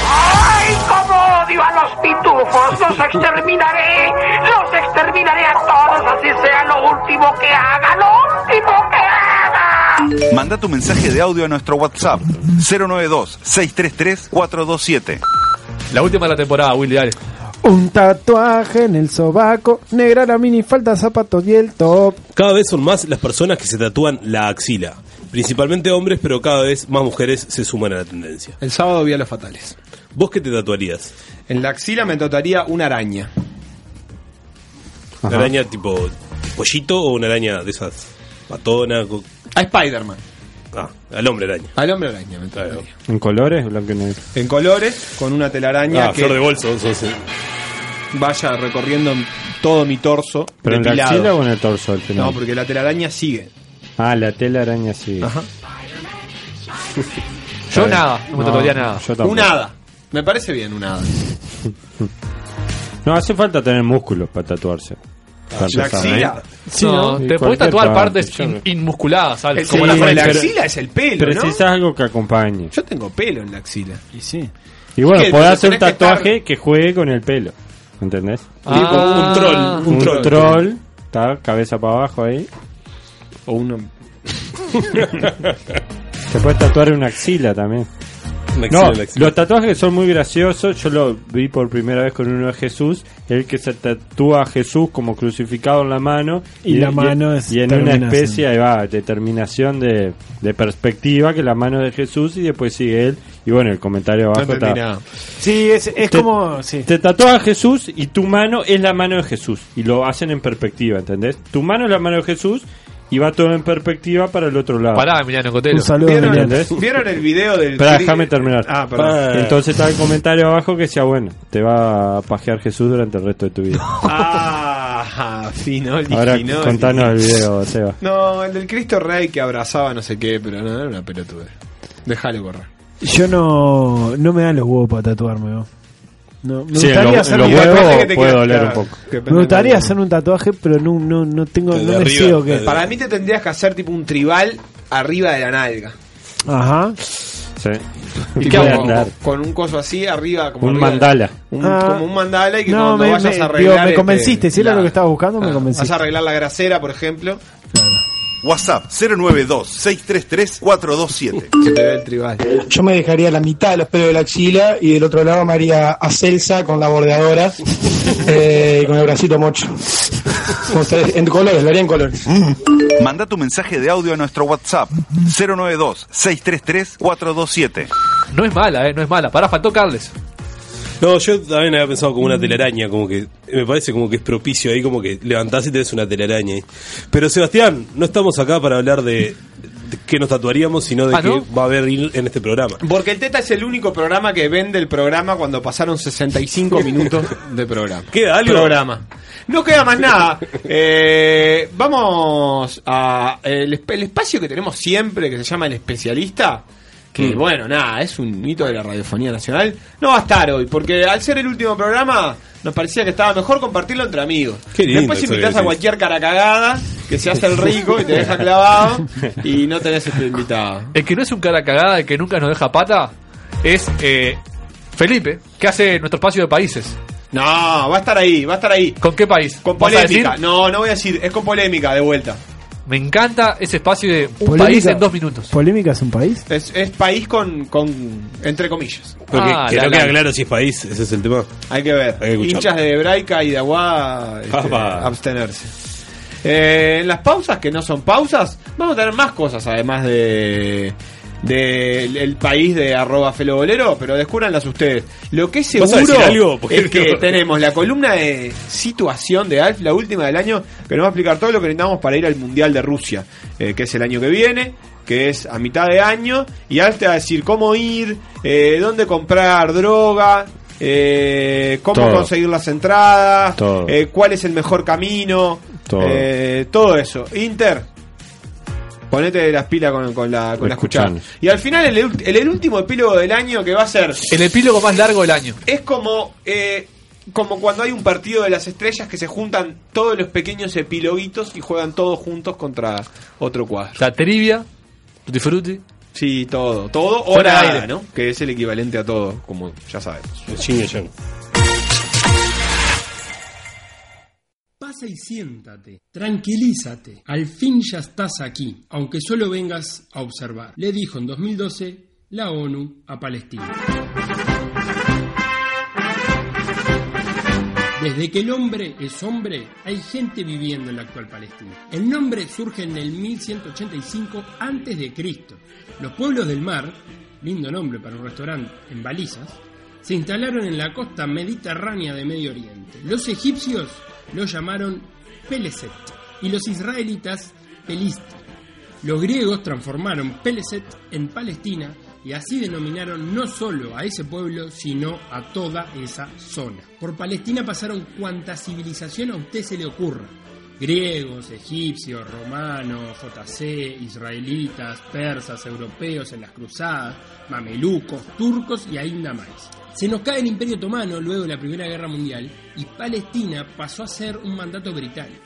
Q: ¡Ay, cómo odio a los pitufos! ¡Los exterminaré! ¡Los exterminaré a todos! ¡Así sea lo último que haga! ¡Lo último que haga!
A: Manda tu mensaje de audio a nuestro WhatsApp 092 633 427.
K: La última de la temporada, Willy, dale.
J: Un tatuaje en el sobaco, negra la minifalda, zapatos y el top.
E: Cada vez son más las personas que se tatúan la axila. Principalmente hombres, pero cada vez más mujeres se suman a la tendencia.
C: El sábado vi a los fatales.
E: ¿Vos qué te tatuarías?
C: En la axila me tatuaría una araña.
E: ¿Una araña tipo pollito o una araña de esas? Patona. co-
C: A Spider-Man.
E: Ah, al hombre araña.
C: Al hombre araña me
E: tatuaría.
D: ¿En colores? Blanco y negro.
C: En colores, con una telaraña
E: Ah,
C: que
E: flor de bolso. sos- sos-
C: vaya recorriendo todo mi torso.
D: ¿Pero en la
C: depilado.
D: axila o en el torso al final?
C: No, porque la telaraña sigue.
D: Ah, la tela araña sí.
C: Ajá.
D: Yo Está bien. nada, no me No, tatuaría nada. yo tampoco.
C: Un hada. Me parece bien un hada.
D: No, hace falta tener músculos para tatuarse. Para empezar,
C: La axila.
D: ¿eh?
K: no,
D: Sí,
K: te puedes
D: cualquier
K: tatuar
D: parte,
K: partes
D: yo
K: in-
D: no-
K: inmusculadas, ¿sabes?
C: El- sí, la
D: pero-
C: axila es el pelo, ¿no?
D: Precisas algo que acompañe.
C: Yo tengo pelo en la axila.
J: Y sí.
D: Y bueno,
C: ¿Qué?
D: podés
C: Pero
D: hacer un
C: tenés que
D: tatuaje que juegue con el pelo. ¿Entendés?
C: Ah. Tipo un troll, un
D: Un,
C: troll.
D: troll. Está cabeza para abajo ahí.
C: O uno.
D: Te puedes tatuar una axila también.
E: Una axila,
D: No,
E: la axila.
D: los tatuajes que son muy graciosos, yo lo vi por primera vez con uno de Jesús, el que se tatúa a Jesús como crucificado en la mano
J: Y la mano
D: y-
J: es
D: y en una
J: terminación.
D: especie ahí va, determinación de, de perspectiva que la mano de Jesús y después sigue él y bueno, el comentario abajo
J: entendí
D: está,
J: nada. Sí, es, es
D: Te-
J: como. Sí.
D: te tatúa Jesús y tu mano es la mano de Jesús. Y lo hacen en perspectiva, ¿entendés? Tu mano es la mano de Jesús y va todo en perspectiva para el otro lado.
K: Pará, Emiliano Cotelo.
C: ¿Vieron,
D: ¿Entendés?
C: vieron el video del.
D: Pará, déjame terminar.
C: Ah, perdón.
D: Ah. Entonces está el comentario abajo que decía, bueno, te va a pajear Jesús durante el resto de tu vida.
C: Ah, Finoli,
D: Ahora
C: Finoli.
D: contanos el video, Seba.
C: No, el del Cristo Rey que abrazaba no sé qué, pero no, era una pelotuda. Déjalo correr.
J: Yo no, no me dan los huevos para tatuarme. ¿no? No, me
D: Sí, en
J: gustaría
D: lo-
J: hacer
D: en los
J: un
D: huevos
J: tatuaje.
D: puede doler un poco.
J: Me gustaría hacer un tatuaje, pero no, no, no tengo. No me sigo que.
C: Para mí te tendrías que hacer tipo un tribal arriba de la nalga.
J: Ajá.
D: Sí.
C: Tipo,
D: Puede
C: como-
D: andar.
C: Con un coso así arriba. Como
D: Un
C: arriba de-
D: mandala.
C: un-
J: Ah.
C: como un mandala y que
J: No,
C: cuando
J: me,
C: vayas
J: me-
C: a
J: digo,
C: arreglar.
J: me
C: este,
J: convenciste, si era
C: la-
J: lo que estaba buscando, me
C: Ah, Vas
J: convenciste.
C: a arreglar la grasera, por ejemplo.
A: WhatsApp 092-633-427.
C: Se te ve el tribal.
P: Yo me dejaría la mitad de los pelos de la axila y del otro lado me haría a Celsa con la bordeadora eh, y con el bracito mocho. Como ustedes, en colores, lo haría en colores.
A: Manda tu mensaje de audio a nuestro WhatsApp 092-633-427.
K: No es mala, eh, no es mala. Pará, faltó Carles.
E: No, yo también había pensado como una telaraña, como que me parece como que es propicio ahí, como que levantás y tenés una telaraña ahí. Pero Sebastián, no estamos acá para hablar de, de qué nos tatuaríamos, sino de
C: Ah,
E: qué
C: ¿no?
E: va a haber in- en este programa.
C: Porque el Teta es el único programa que vende el programa cuando pasaron 65 minutos de programa.
E: ¿Queda algo?
C: Programa. No queda más nada. Eh, vamos a el, esp- el espacio que tenemos siempre, que se llama El Especialista. Que
E: Mm.
C: bueno, nada, es un mito de la radiofonía nacional. No va a estar hoy, porque al ser el último programa, nos parecía que estaba mejor compartirlo entre amigos.
E: Qué lindo
C: Después
E: eso que
C: invitás a
E: decís.
C: cualquier cara cagada que se hace el rico y te deja clavado y no tenés este invitado.
K: El que no es un cara cagada, el que nunca nos deja pata, es eh, Felipe, que hace nuestro espacio de países.
C: No, va a estar ahí, va a estar ahí.
K: ¿Con qué país?
C: Con
K: ¿Vas a
C: polémica.
K: decir?
C: No, no voy a decir, es con polémica, de vuelta.
K: Me encanta ese espacio de un
J: Polémica-
K: país en dos minutos.
J: ¿Polémica es un país?
C: Es, es país con, con. entre comillas.
E: Porque
K: Ah,
E: que
K: la-
E: no
K: la-
E: queda claro si es país, ese es el tema.
C: Hay que ver.
E: Hay que escucharlo.
C: Hinchas de Hebraica y de Aguá este,
E: Apa.
C: abstenerse. Eh, en las pausas que no son pausas, vamos a tener más cosas además de. del el país de arroba felobolero, pero descúbranlas ustedes. Lo que es
E: ¿Vas a
C: seguro
E: decir algo? Porque
C: es que
E: digo-
C: tenemos la columna de situación de Alf, la última del año, que nos va a explicar todo lo que necesitamos para ir al Mundial de Rusia, eh, que es el año que viene, que es a mitad de año, y Alf te va a decir cómo ir, eh, dónde comprar droga, eh, cómo
D: Todo.
C: conseguir las entradas,
D: Todo.
C: eh, cuál es el mejor camino,
D: Todo.
C: eh, todo eso. Inter, ponete las pilas con, con la, con la escuchada.
D: Escuchame.
C: Y al final el, ult- el- el último epílogo del año que va a ser...
K: El epílogo más largo del año.
C: Es como, eh, como cuando hay un partido de las estrellas que se juntan todos los pequeños epiloguitos y juegan todos juntos contra otro cuadro.
K: La trivia, Tutti Frutti.
C: Sí, todo, todo o
K: Fuera de
C: nada,
K: aire.
C: ¿no? Que es el equivalente a todo, como ya sabemos.
R: Pasa y siéntate, tranquilízate, al fin ya estás aquí, aunque solo vengas a observar, le dijo en 2012 la ONU a Palestina. Desde que el hombre es hombre, hay gente viviendo en la actual Palestina. El nombre surge en el 1185 a.C. Los pueblos del mar, lindo nombre para un restaurante en balizas, se instalaron en la costa mediterránea de Medio Oriente. Los egipcios los llamaron Peleset y los israelitas Pelist. Los griegos transformaron Peleset en Palestina y así denominaron no solo a ese pueblo, sino a toda esa zona. Por Palestina pasaron cuanta civilización a usted se le ocurra. Griegos, egipcios, romanos, JC, israelitas, persas, europeos en las cruzadas, mamelucos, turcos y ainda más. Se nos cae el Imperio Otomano luego de la Primera Guerra Mundial y Palestina pasó a ser un mandato británico.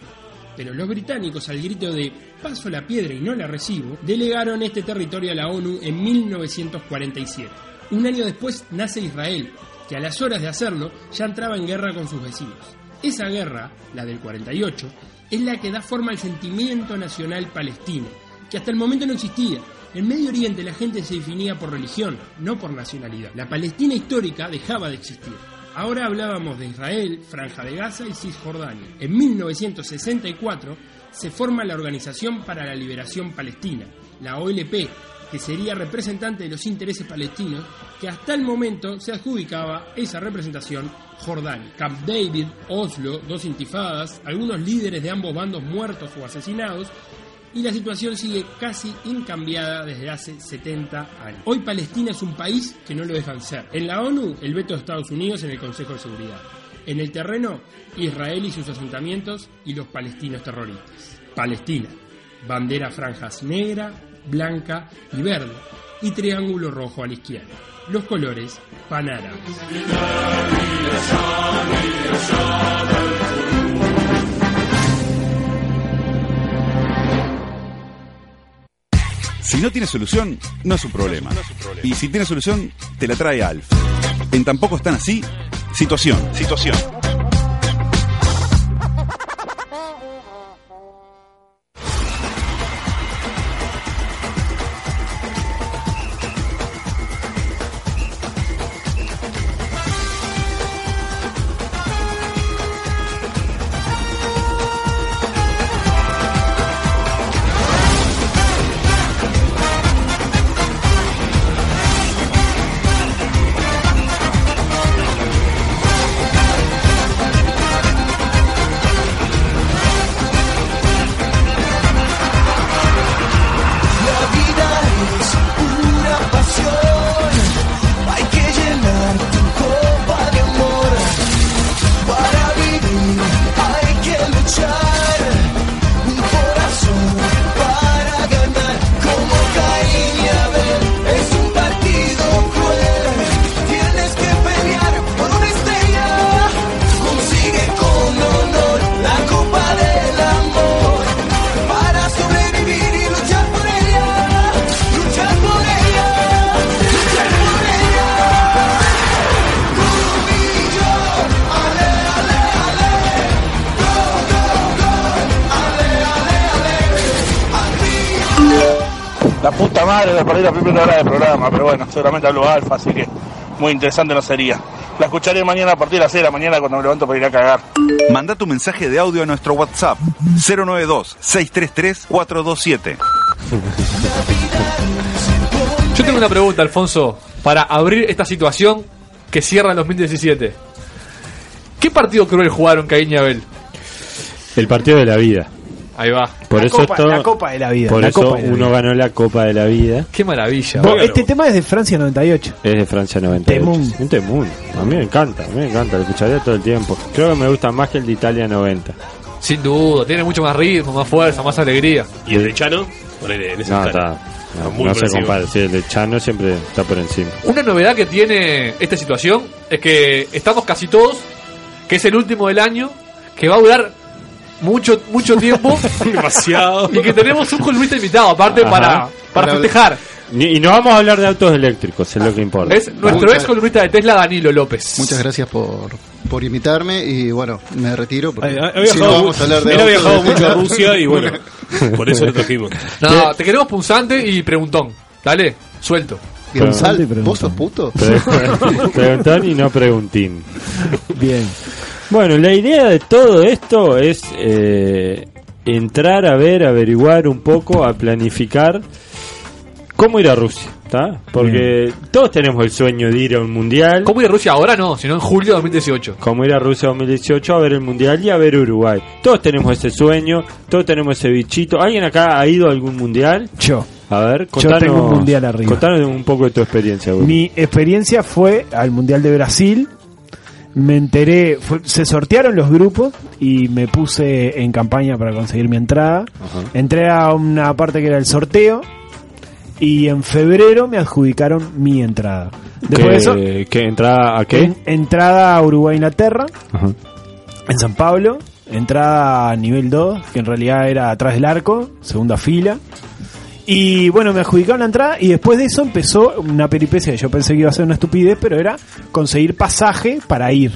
R: Pero los británicos, al grito de paso la piedra y no la recibo, delegaron este territorio a la ONU en 1947. Un año después nace Israel, que a las horas de hacerlo ya entraba en guerra con sus vecinos. Esa guerra, la del 48, es la que da forma al sentimiento nacional palestino, que hasta el momento no existía. En Medio Oriente la gente se definía por religión, no por nacionalidad. La Palestina histórica dejaba de existir. Ahora hablábamos de Israel, Franja de Gaza y Cisjordania. En 1964 se forma la Organización para la Liberación Palestina, la OLP, que sería representante de los intereses palestinos, que hasta el momento se adjudicaba esa representación Jordania. Camp David, Oslo, dos intifadas, algunos líderes de ambos bandos muertos o asesinados, y la situación sigue casi incambiada desde hace 70 años. Hoy Palestina es un país que no lo dejan ser. En la ONU, el veto de Estados Unidos en el Consejo de Seguridad. En el terreno, Israel y sus asentamientos y los palestinos terroristas. Palestina, bandera franjas negra, blanca y verde y triángulo rojo a la izquierda. Los colores panárabes.
A: Si no tiene solución, no es un problema. Y si tiene solución, te la trae Alf. En Tampoco están así, situación. Situación.
Q: La vida es una pasión, hay que llenar tu copa de amor. Para vivir hay que luchar, un corazón para ganar. Como Caín y Abel, es un partido cruel. Tienes que pelear por una estrella, consigue con honor la copa del amor. Para sobrevivir y luchar por ella, luchar por ella, luchar por ella. Cubillo, ale, ale, ale, go, go, go, ale, ale, ale, arriba.
S: La puta madre de perder la primera hora del programa, pero bueno, seguramente hablo alfa, así que muy interesante no sería. La escucharé mañana a partir de las 6 de la mañana cuando me levanto para ir a cagar.
A: Manda tu mensaje de audio a nuestro WhatsApp 092 633 427.
K: Yo tengo una pregunta, Alfonso, para abrir esta situación que cierra el 2017. ¿Qué partido cruel jugaron Caín y Abel?
D: El partido de la vida.
K: Ahí va.
D: Por
K: La
D: eso
K: copa-
D: esto-
K: la copa de la vida.
D: Por
K: La
D: eso
K: copa de la
D: uno
K: vida.
D: ganó la Copa de la Vida.
K: Qué maravilla.
D: Vos-
K: bárbaro.
D: este
J: Este tema es de Francia 98.
D: Es de Francia 98.
J: Temún.
D: Un temún. A mí me encanta, a mí me encanta. Lo escucharía todo el tiempo. Creo que me gusta más que el de Italia 90.
K: Sin duda, tiene mucho más ritmo, más fuerza, más alegría.
D: ¿Y el
E: de Chano? Ponele, en ese
D: No,
E: escala.
D: está. No,
E: muy
D: no se
E: parecido.
D: compara. Sí, el de Chano siempre está por encima.
K: Una novedad que tiene esta situación es que estamos casi todos, que es el último del año, que va a durar mucho mucho tiempo.
E: Demasiado.
K: Y que tenemos un columnista invitado, aparte,
D: Ajá.
K: para, para
D: Para
K: festejar.
D: Ni- Y no vamos a hablar de autos eléctricos, es lo que importa.
K: Es nuestro ex columnista de Tesla, Danilo López.
T: Muchas gracias por, por invitarme y bueno, me retiro porque
E: Ha
T: si no
E: viajado,
T: vamos a hablar de
E: él ha
T: autos, de
E: viajado mucho a
T: Tesla.
E: Rusia y bueno, por eso lo trajimos.
K: No, te queremos punzante y preguntón. Dale, suelto.
T: Gonzalo, ¿vos sos puto?
D: Pre- Preguntón y no preguntín.
J: Bien.
D: Bueno, la idea de todo esto es eh, entrar a ver, averiguar un poco, a planificar ¿Cómo ir a Rusia? ¿Tá? Porque todos tenemos el sueño de ir a un mundial.
K: ¿Cómo ir a Rusia ahora? No, sino en julio de 2018.
D: Como ir a Rusia 2018 a ver el mundial y a ver Uruguay. Todos tenemos ese sueño, todos tenemos ese bichito. ¿Alguien acá ha ido a algún mundial?
J: Yo.
D: A ver,
J: Yo
D: contanos,
J: tengo un mundial arriba.
D: contanos un poco de tu experiencia. Guri.
J: Mi experiencia fue al Mundial de Brasil. Me enteré, fue- se sortearon los grupos y me puse en campaña para conseguir mi entrada. Entré a una parte que era el sorteo y en febrero me adjudicaron mi entrada. Después de eso, ¿Eh?
D: ¿Qué, qué entrada a qué?
J: en- entrada a Uruguay-Inglaterra,
D: Ajá.
J: en San Pablo, entrada a nivel 2, que en realidad era atrás del arco, segunda fila. Y bueno, me adjudicaron la entrada y después de eso empezó una peripecia. que Yo pensé que iba a ser una estupidez, pero era conseguir pasaje para ir.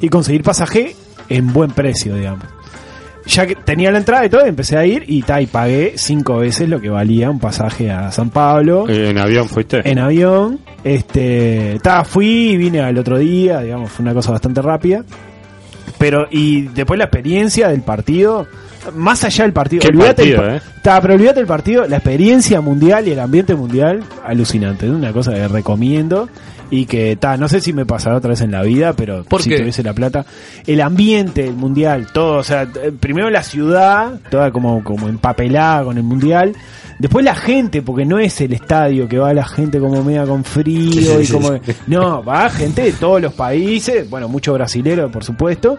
J: Y conseguir pasaje en buen precio, digamos. Ya que tenía la entrada y todo, empecé a ir y, ta, y pagué cinco veces lo que valía un pasaje a San Pablo
D: Eh, en avión fuiste.
J: en avión. Este, ta, fui y vine al otro día, digamos, fue una cosa bastante rápida. Pero, y después la experiencia del partido, más allá del partido,
D: Qué
J: el
D: partido,
J: pa-
D: eh.
J: ta, pero olvídate del partido, la experiencia mundial y el ambiente mundial, alucinante, es una cosa que recomiendo. Y que, ta, no sé si me pasará otra vez en la vida, pero
K: ¿Por
J: si
K: qué?
J: tuviese la plata, el ambiente, el mundial, todo, o sea, eh, primero la ciudad, toda como, como empapelada con el mundial, después la gente, porque no es el estadio que va la gente como media con frío
Q: Sí, sí,
J: y
Q: sí,
J: como...
Q: sí.
J: No, va gente de todos los países, bueno, mucho brasilero, por supuesto,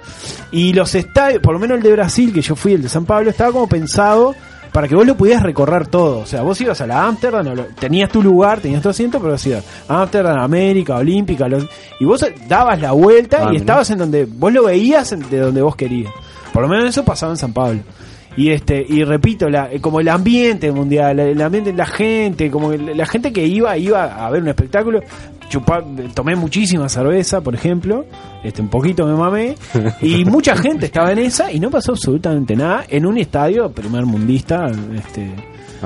J: y los estadios, por lo menos el de Brasil, que yo fui, el de San Pablo, estaba como pensado para que vos lo pudieras recorrer todo, o sea, vos ibas a la Ámsterdam, o lo- tenías tu lugar, tenías tu asiento, pero decías Ámsterdam, América, Olímpica, los- y vos dabas la vuelta
D: Ah,
J: y
D: mirá.
J: estabas en donde vos lo veías en- de donde vos querías. Por lo menos eso pasaba en San Pablo. Y este, y repito, la, eh, como el ambiente mundial, el ambiente de la gente, como el- la gente que iba, iba a ver un espectáculo, chupá- tomé muchísima cerveza, por ejemplo, este, un poquito me mamé, y mucha gente estaba en esa y no pasó absolutamente nada en un estadio primer mundista, este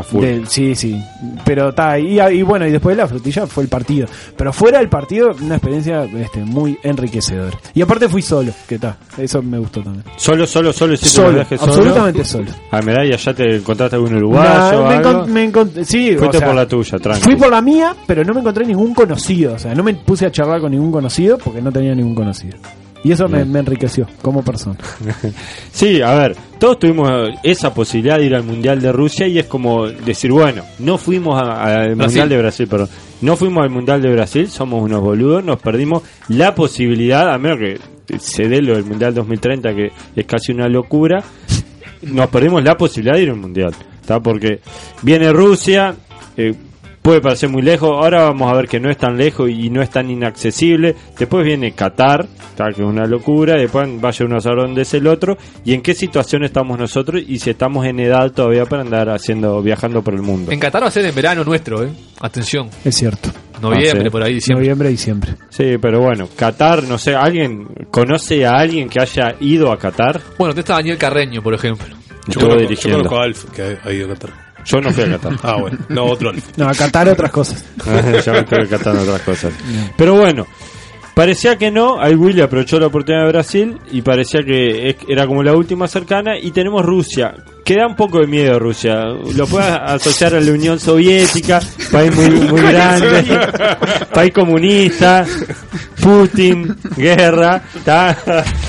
D: full.
J: del- sí, sí. Pero está y, y bueno, y después de la frutilla fue el partido. Pero fuera del partido, una experiencia este, muy enriquecedora. Y aparte fui solo, que está. Eso me gustó también.
D: Solo, solo, solo. hiciste
J: Solo,
D: un viaje
J: absolutamente solo.
D: Ah, mirá, y allá te encontraste algún uruguayo.
J: Nah,
D: o
J: me
D: algo.
J: encont- me encont- sí, o
D: Fuiste
J: sea,
D: por la tuya, tranqui.
J: Fui por la mía, pero no me encontré ningún conocido. O sea, no me puse a charlar con ningún conocido porque no tenía ningún conocido. Y eso me,
D: Bien.
J: me enriqueció como persona.
D: sí, a ver, todos tuvimos eh, esa posibilidad de ir al Mundial de Rusia y es como decir, bueno, no fuimos a- a- al
K: Brasil.
D: Mundial de Brasil, perdón. No fuimos al Mundial de Brasil, somos unos boludos, nos perdimos la posibilidad, a menos que se dé lo del Mundial 2030, que es casi una locura, nos perdimos la posibilidad de ir al Mundial, ¿está? Porque viene Rusia, eh, puede parecer muy lejos, ahora vamos a ver que no es tan lejos y no es tan inaccesible, después viene Qatar, ¿tá? que es una locura, después vaya uno a saber dónde es el otro, y en qué situación estamos nosotros y si estamos en edad todavía para andar haciendo, viajando por el mundo.
K: En Qatar va a ser en verano nuestro, ¿eh? Atención.
J: Es cierto.
T: Ah,
K: Noviembre, por ahí, diciembre.
J: Ah, Noviembre, diciembre.
D: Sí, pero bueno, Qatar, no sé, ¿alguien conoce a alguien que haya ido a Qatar?
K: Bueno, te está Daniel Carreño, por ejemplo.
D: Yo
E: conozco- yo
D: dirigiendo.
E: conozco a Alf, que ha- ha ido a Qatar.
D: Yo no fui a Qatar.
E: Ah, bueno. No, otro Alf.
J: No, a Qatar otras cosas.
D: ya me estoy catando otras cosas. Pero bueno, parecía que no. Ahí Willy aprovechó la oportunidad de Brasil y parecía que es- era como la última cercana. Y tenemos Rusia. Que da un poco de miedo Rusia. Lo puedes asociar a la Unión Soviética, país muy, muy grande, país comunista, Putin, guerra. ¿tá?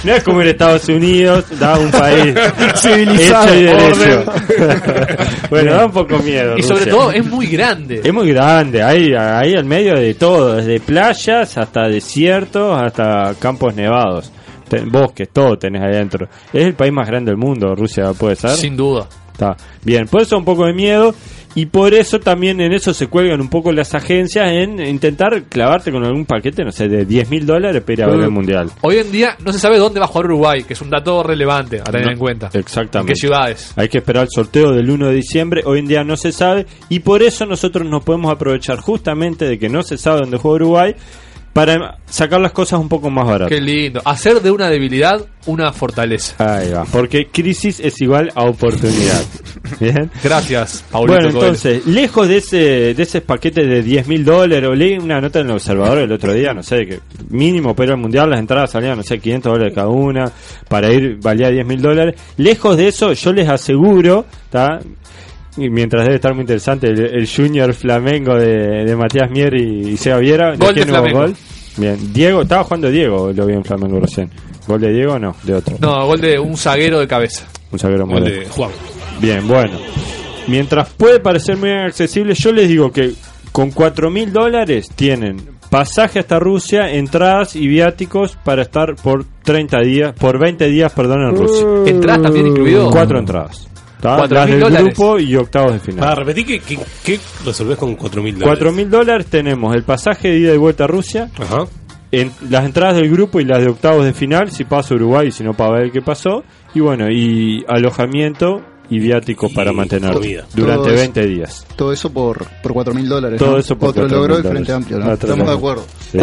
D: No es como en Estados Unidos, da un país
Q: Civilizado,
D: hecho y derecho.
Q: orden.
D: bueno, da un poco miedo.
K: Y sobre
D: Rusia.
K: todo es muy grande.
D: Es muy grande, hay, hay al medio de todo, desde playas hasta desiertos, hasta campos nevados, Ten- bosques, todo tenés ahí adentro. Es el país más grande del mundo, Rusia, puede ser.
K: Sin duda.
D: Está bien, por eso un poco de miedo y por eso también en eso se cuelgan un poco las agencias en intentar clavarte con algún paquete, no sé, de 10 mil dólares para ir a ver el
K: Mm.
D: mundial.
K: Hoy en día no se sabe dónde va a jugar Uruguay, que es un dato relevante a tener
D: No,
K: en cuenta. ¿En
D: Exactamente.
K: qué ciudades?
D: Hay que esperar el sorteo del 1 de diciembre, hoy en día no se sabe y por eso nosotros nos podemos aprovechar justamente de que no se sabe dónde juega Uruguay para sacar las cosas un poco más baratas.
K: Qué lindo. Hacer de una debilidad una fortaleza.
D: Ahí va, porque crisis es igual a oportunidad. Bien.
K: Gracias, Paulito
D: bueno,
K: Coelho.
D: entonces, lejos de ese, de ese paquete de 10 mil dólares, o leí una nota en El Observador el otro día, no sé, que mínimo para ir al mundial las entradas salían, no sé, 500 dólares cada una, para ir valía 10 mil dólares. Lejos de eso, yo les aseguro, ¿tá? Y mientras debe estar muy interesante, el, el Junior Flamengo de, de Matías Mier y, y Seba Viera.
K: Gol
D: quién
K: de
D: hubo
K: Flamengo.
D: Bien, Diego, estaba jugando Diego, lo vi en Flamengo recién. ¿Gol de Diego o no? De otro.
K: No, gol de un zaguero de cabeza.
D: Un zaguero
K: Gol
D: moderno.
K: de Juan.
D: Bien, bueno. Mientras puede parecer muy accesible, yo les digo que con 4 mil dólares tienen pasaje hasta Rusia, entradas y viáticos para estar por 30 días, por 20 días, perdón, en Rusia.
K: ¿Entradas también incluido?
D: Cuatro entradas. ¿Tá?
E: 4.000
D: Las del
E: dólares.
D: grupo y octavos de final.
E: Para repetir, ¿qué, qué, qué resolvés con 4 mil dólares?
D: 4 mil dólares tenemos el pasaje de ida y vuelta a Rusia, en- las entradas del grupo y las de octavos de final, si pasa Uruguay, si no para ver qué pasó, y bueno, y alojamiento y viáticos para mantener
T: comida.
D: durante
T: Todo eso.
D: 20 días.
T: Todo eso por, por 4 mil dólares.
D: Todo
T: ¿no?
D: eso por
T: Otro
D: 4.000
T: logro del
D: dólares. Ah,
T: Frente Amplio, ¿no?
D: Otro
T: Estamos de
D: logro.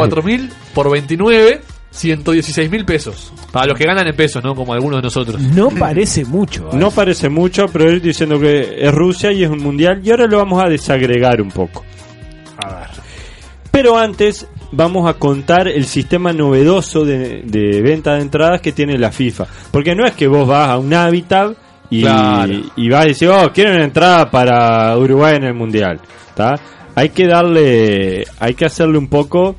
T: acuerdo.
K: 4.000 por 29, 116 mil pesos. Para los que ganan en pesos, ¿no? Como algunos de nosotros.
D: No parece mucho. ¿eh? No parece mucho, pero él diciendo que es Rusia y es un mundial. Y ahora lo vamos a desagregar un poco. Pero antes vamos a contar el sistema novedoso de, de venta de entradas que tiene la FIFA. Porque no es que vos vas a un hábitat y,
K: Claro.
D: y vas a decir, oh, quiero una entrada para Uruguay en el mundial. ¿tá? Hay que darle, hay que hacerle un poco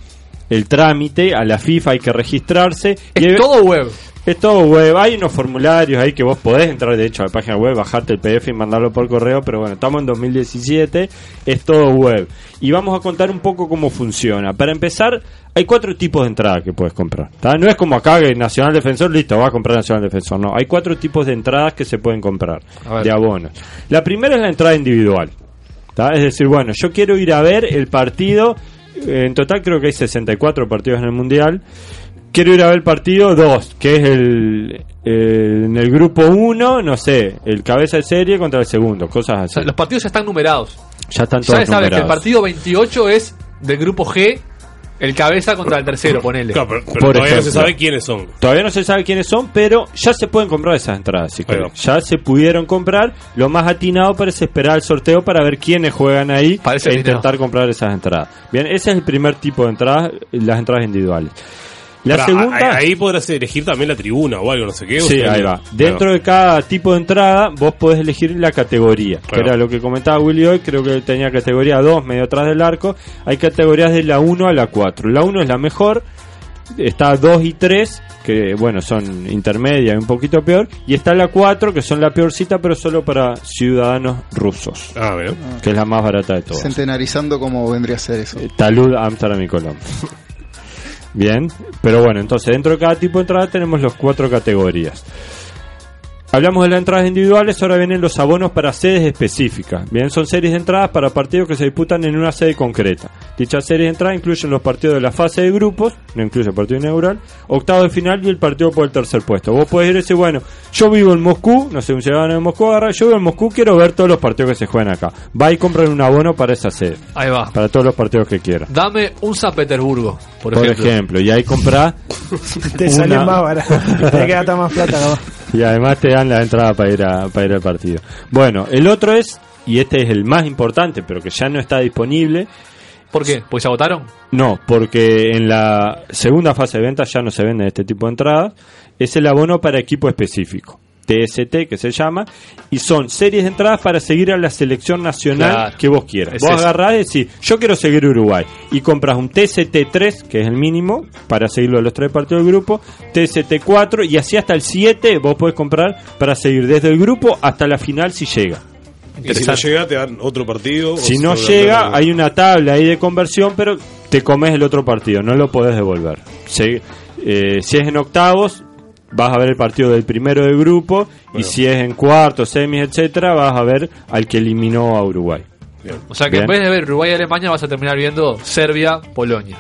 D: el trámite a la FIFA, hay que registrarse. Es
K: todo web.
D: Es todo web, hay unos formularios ahí que vos podés entrar de hecho a la página web, bajarte el PDF y mandarlo por correo, pero bueno, estamos en 2017, es todo web. Y vamos a contar un poco cómo funciona. Para empezar, hay cuatro tipos de entrada que puedes comprar. ¿tá? No es como acá que Nacional Defensor, listo, vas a comprar Nacional Defensor. No, hay cuatro tipos de entradas que se pueden comprar
K: A ver.
D: de abonos. La primera es la entrada individual. ¿tá? Es decir, bueno, yo quiero ir a ver el partido. eh, En total creo que hay 64 partidos en el Mundial. Quiero ir a ver el partido 2, que es el, el- en el grupo 1, no sé, el cabeza de serie contra el segundo, cosas
K: O
D: así.
K: sea, los partidos ya están numerados.
D: Ya están
K: Ya
D: todos
K: sabes que el
D: numerados.
K: partido 28 es del grupo G, el cabeza contra el tercero, ponele.
E: Claro, pero, pero
D: Por
E: todavía no se
D: ejemplo.
E: sabe quiénes son.
D: Todavía no se sabe quiénes son, pero ya se pueden comprar esas entradas. si querés. ya se pudieron comprar. Lo más atinado parece esperar el sorteo para ver quiénes juegan ahí e
K: atinado.
D: intentar comprar esas entradas. Bien, ese es el primer tipo de entradas, las entradas individuales. La
E: Pará,
D: segunda.
E: a- Ahí podrás elegir también la tribuna o algo, no sé qué. o
D: Sí,
E: sea,
D: ahí
E: no.
D: va. Dentro de cada tipo de entrada, vos podés elegir la categoría. Que
E: Claro.
D: era lo que comentaba Willy hoy, creo que tenía categoría 2, medio atrás del arco. Hay categorías de la 1 a la 4. La 1 es la mejor, está 2 y 3, que bueno, son intermedia y un poquito peor. Y está la 4, que son la peorcita, pero solo para ciudadanos rusos. Que es la más barata de todas.
T: Centenarizando como vendría a ser
D: Eh.
T: eso.
D: Talud Amsterdam y Colón. Bien, pero bueno, entonces dentro de cada tipo de entrada tenemos las cuatro categorías. Hablamos de las entradas individuales, ahora vienen los abonos para sedes específicas. Bien, son series de entradas para partidos que se disputan en una sede concreta. Dichas series de entradas incluyen los partidos de la fase de grupos, no incluye el partido inaugural, octavo de final y el partido por el tercer puesto. Vos podés ir y decir, bueno, yo vivo en Moscú, no sé, un ciudadano de Moscú agarra, yo vivo en Moscú, quiero ver todos los partidos que se juegan acá. Va y compran un abono para esa sede.
K: Ahí va.
D: Para todos los partidos que quiera.
K: Dame un San Petersburgo, por,
D: Por, ejemplo. y ahí compras
J: Te
D: Una-
J: sale más barato. Te queda hasta más plata, capaz.
D: y además te dan la entrada para ir, a- para ir al partido. Bueno, el otro es, y este es el más importante, pero que ya no está disponible.
K: ¿Por qué? ¿Pues se agotaron?
D: No, porque en la segunda fase de venta ya no se venden este tipo de entradas. Es el abono para equipo específico. TST que se llama. Y son series de entradas para seguir a la selección nacional
K: Claro.
D: que vos quieras.
K: Es
D: vos
K: eso.
D: agarrás y decís, yo quiero seguir Uruguay. Y compras un TST3, que es el mínimo, para seguirlo de los tres partidos del grupo. TST4 y así hasta el 7 vos podés comprar para seguir desde el grupo hasta la final si llega.
E: Y si no llega, te dan otro partido. o
D: Si no
E: te dan
D: llega, hay una tabla ahí de conversión, pero te comes el otro partido, no lo podés devolver. Si, eh, si es en octavos, vas a ver el partido del primero del grupo, y si es en cuartos, semis, etcétera, vas a ver al que eliminó a Uruguay.
K: O sea que en
D: Bien.
K: vez de ver Uruguay y Alemania vas a terminar viendo Serbia, Polonia.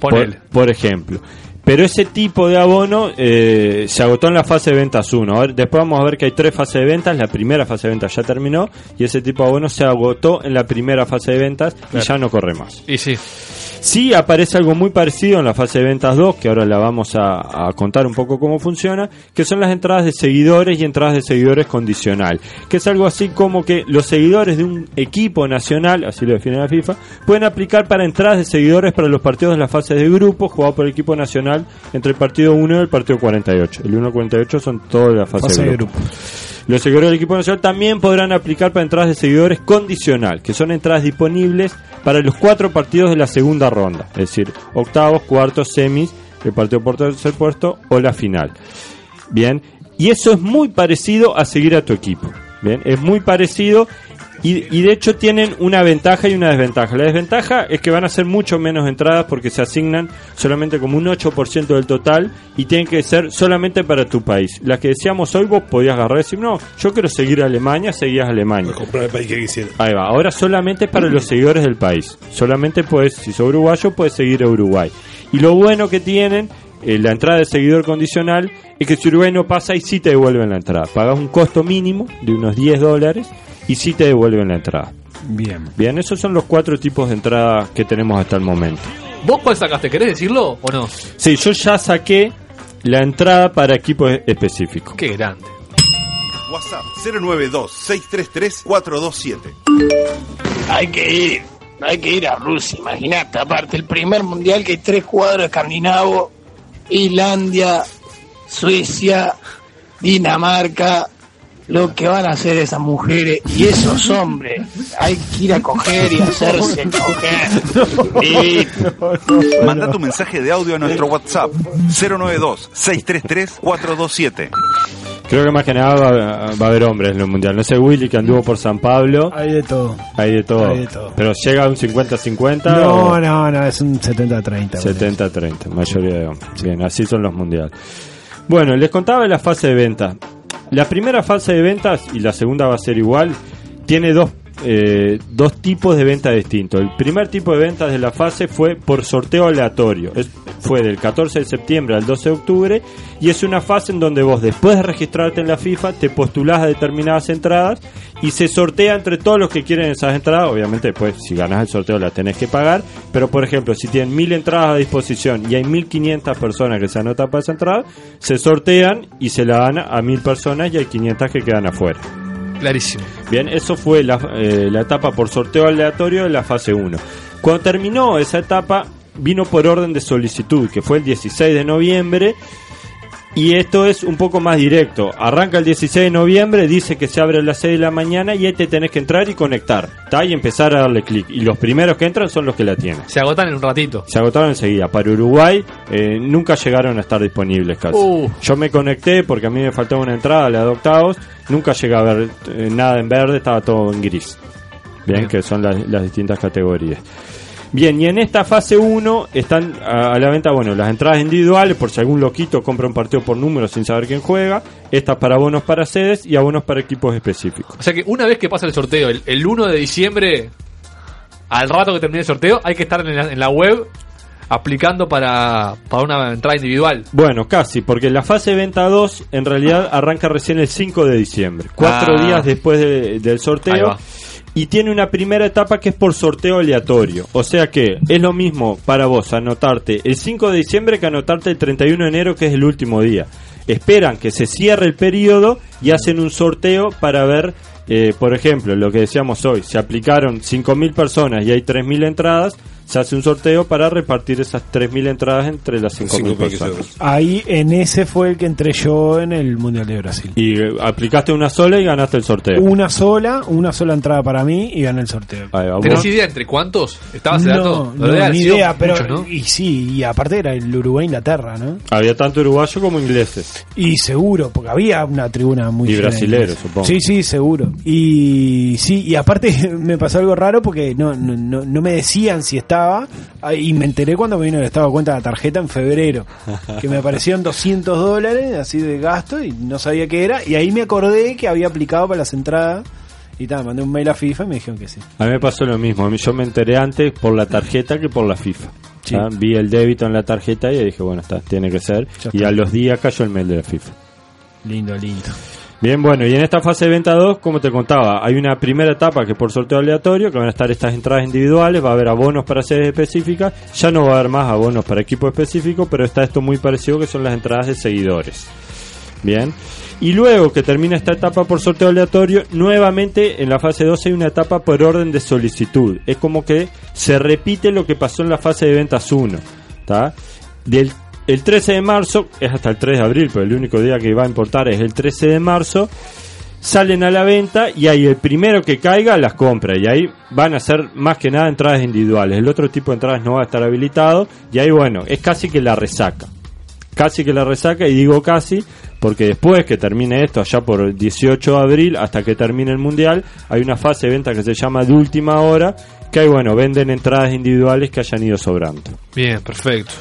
K: Ponele.
D: Por, por ejemplo. Pero ese tipo de abono eh, se agotó en la fase de ventas 1. Ahora, Después vamos a ver que hay tres fases de ventas. La primera fase de ventas ya terminó y ese tipo de abono se agotó en la primera fase de ventas y
K: Claro.
D: ya no corre más.
K: Y sí.
D: Sí, aparece algo muy parecido en la fase de ventas 2, que ahora la vamos a, a contar un poco cómo funciona, que son las entradas de seguidores y entradas de seguidores condicional, que es algo así como que los seguidores de un equipo nacional, así lo define la FIFA, pueden aplicar para entradas de seguidores para los partidos de las fases de grupo jugado por el equipo nacional entre el partido 1 y el partido 48. El 1 y 48 son todas las fases
J: Fase
D: de
J: de
D: grupo. Los seguidores del equipo nacional también podrán aplicar para entradas de seguidores condicional, que son entradas disponibles para los cuatro partidos de la segunda ronda, es decir, octavos, cuartos, semis, el partido por tercer puesto o la final. Bien, y eso es muy parecido a seguir a tu equipo. Bien, es muy parecido y, y de hecho tienen una ventaja y una desventaja. La desventaja es que van a ser mucho menos entradas porque se asignan solamente como un 8% del total y tienen que ser solamente para tu país. Las que decíamos hoy vos podías agarrar y decir, no, yo quiero seguir a Alemania, seguías a Alemania.
E: Comprar el país que quisiera.
D: Ahí va. Ahora solamente es para los seguidores del país. Solamente puedes, si sos uruguayo, puedes seguir a Uruguay. Y lo bueno que tienen, eh, la entrada de seguidor condicional, es que si Uruguay no pasa y sí te devuelven la entrada. Pagas un costo mínimo de unos 10 dólares y sí te devuelven la entrada.
J: Bien.
D: Bien, esos son los cuatro tipos de entradas que tenemos hasta el momento.
K: ¿Vos cuál sacaste? ¿Querés decirlo o no?
D: Sí, yo ya saqué la entrada para equipos específicos.
K: Qué grande.
A: WhatsApp 092-633-427.
U: Hay que ir, hay que ir a Rusia, imagínate, aparte el primer mundial que hay tres cuadros escandinavos, Islandia, Suecia, Dinamarca, lo que van a hacer esas mujeres y esos hombres, hay que ir a coger y hacerse coger. Y
A: Manda tu mensaje de audio a nuestro WhatsApp 092-633-427.
D: Creo que más que nada va, va a haber hombres en el mundial. No sé, Willy que anduvo por San Pablo.
J: Hay de todo.
D: Hay de todo.
J: Hay de todo.
D: Pero llega a un 50-50.
J: No,
D: o-
J: no, no, es un 70-30.
D: 70-30, mayoría de hombres. Bien, así son los mundiales. Bueno, les contaba de la fase de venta. La primera fase de ventas, y la segunda va a ser igual, tiene dos, eh, dos tipos de ventas distintos. El primer tipo de ventas de la fase fue por sorteo aleatorio. Es- fue del 14 de septiembre al 12 de octubre y es una fase en donde vos después de registrarte en la FIFA te postulás a determinadas entradas y se sortea entre todos los que quieren esas entradas. Obviamente después si ganás el sorteo las tenés que pagar, pero por ejemplo si tienen 1000 entradas a disposición y hay 1500 personas que se anotan para esa entrada, se sortean y se la dan a 1000 personas y hay 500 que quedan afuera.
K: Clarísimo.
D: Bien, eso fue la, eh, la etapa por sorteo aleatorio de la fase 1. Cuando terminó esa etapa, vino por orden de solicitud, que fue el 16 de noviembre. Y esto es un poco más directo. Arranca el 16 de noviembre, dice que se abre a las 6 de la mañana y ahí te tenés que entrar y conectar. ¿tá? Y empezar a darle clic. Y los primeros que entran son los que la tienen.
K: Se agotan en un ratito.
D: Se agotaron enseguida. Para Uruguay eh, nunca llegaron a estar disponibles casi.
K: Uh.
D: Yo me conecté porque a mí me faltaba una entrada, la de octavos. Nunca llegué a ver eh, nada en verde, estaba todo en gris. Bien, que son las, las distintas categorías. Bien, y en esta fase 1 están a, a la venta, bueno, las entradas individuales, por si algún loquito compra un partido por número sin saber quién juega. Estas para abonos para sedes y abonos para equipos específicos.
K: O sea que una vez que pasa el sorteo, el, el 1 de diciembre, al rato que termine el sorteo, hay que estar en la, en la web aplicando para, para una entrada individual.
D: Bueno, casi, porque la fase de venta 2 en realidad arranca recién el 5 de diciembre, cuatro
K: Ah.
D: días después de- del
K: Ahí
D: sorteo.
K: va.
D: Y tiene una primera etapa que es por sorteo aleatorio. O sea que es lo mismo para vos anotarte el 5 de diciembre que anotarte el 31 de enero, que es el último día. Esperan que se cierre el periodo y hacen un sorteo para ver, eh, por ejemplo, lo que decíamos hoy, se aplicaron 5.000 personas y hay 3.000 entradas, se hace un sorteo para repartir esas 3.000 entradas entre las 5.000 personas.
J: Ahí en ese fue el que entré yo en el Mundial de Brasil.
D: Y eh, aplicaste una sola y ganaste el sorteo.
J: Una sola, una sola entrada para mí y gané el sorteo.
D: Ahí va,
K: ¿Tenés
D: vos-
K: idea entre cuántos? ¿Estabas
J: no,
K: dando?
J: no, ni idea, pero y sí, y aparte era el Uruguay-Inglaterra, ¿no?
D: Había tanto uruguayo como ingleses.
J: Y seguro, porque había una tribuna muy
D: Y
J: llena de
D: brasileros,
J: ingleses.
D: supongo.
J: Sí, sí, seguro. Y sí, y aparte me pasó algo raro porque no, no, no, no me decían si estaba ah, y me enteré cuando me vino el estado de cuenta de la tarjeta en febrero, que me aparecieron 200 dólares así de gasto y no sabía qué era y ahí me acordé que había aplicado para las entradas y tal, mandé un mail a FIFA y me dijeron que sí.
D: A mí me pasó lo mismo. A mí- Yo me enteré antes por la tarjeta que por la FIFA.
J: Sí.
D: ¿Ah? Vi el débito en la tarjeta y dije, bueno, está, tiene que ser.
J: Ya
D: Y
J: está.
D: a los días cayó el mail de la FIFA.
J: Lindo, lindo.
D: Bien, bueno, y en esta fase de venta 2, como te contaba, hay una primera etapa que es por sorteo aleatorio, que van a estar estas entradas individuales, va a haber abonos para sedes específicas, ya no va a haber más abonos para equipo específico, pero está esto muy parecido que son las entradas de seguidores. Bien. Y luego que termina esta etapa por sorteo aleatorio, nuevamente en la fase 2 hay una etapa por orden de solicitud. Es como que se repite lo que pasó en la fase de ventas 1. ¿tá? Del el 13 de marzo, es hasta el 3 de abril, pero el único día que va a importar es el 13 de marzo, salen a la venta y ahí el primero que caiga las compra y ahí van a ser más que nada entradas individuales. El otro tipo de entradas no va a estar habilitado y ahí bueno, es casi que la resaca. Casi que la resaca y digo casi porque después que termine esto, allá por el 18 de abril hasta que termine el mundial, hay una fase de venta que se llama de última hora que ahí bueno, venden entradas individuales que hayan ido sobrando.
K: Bien, perfecto.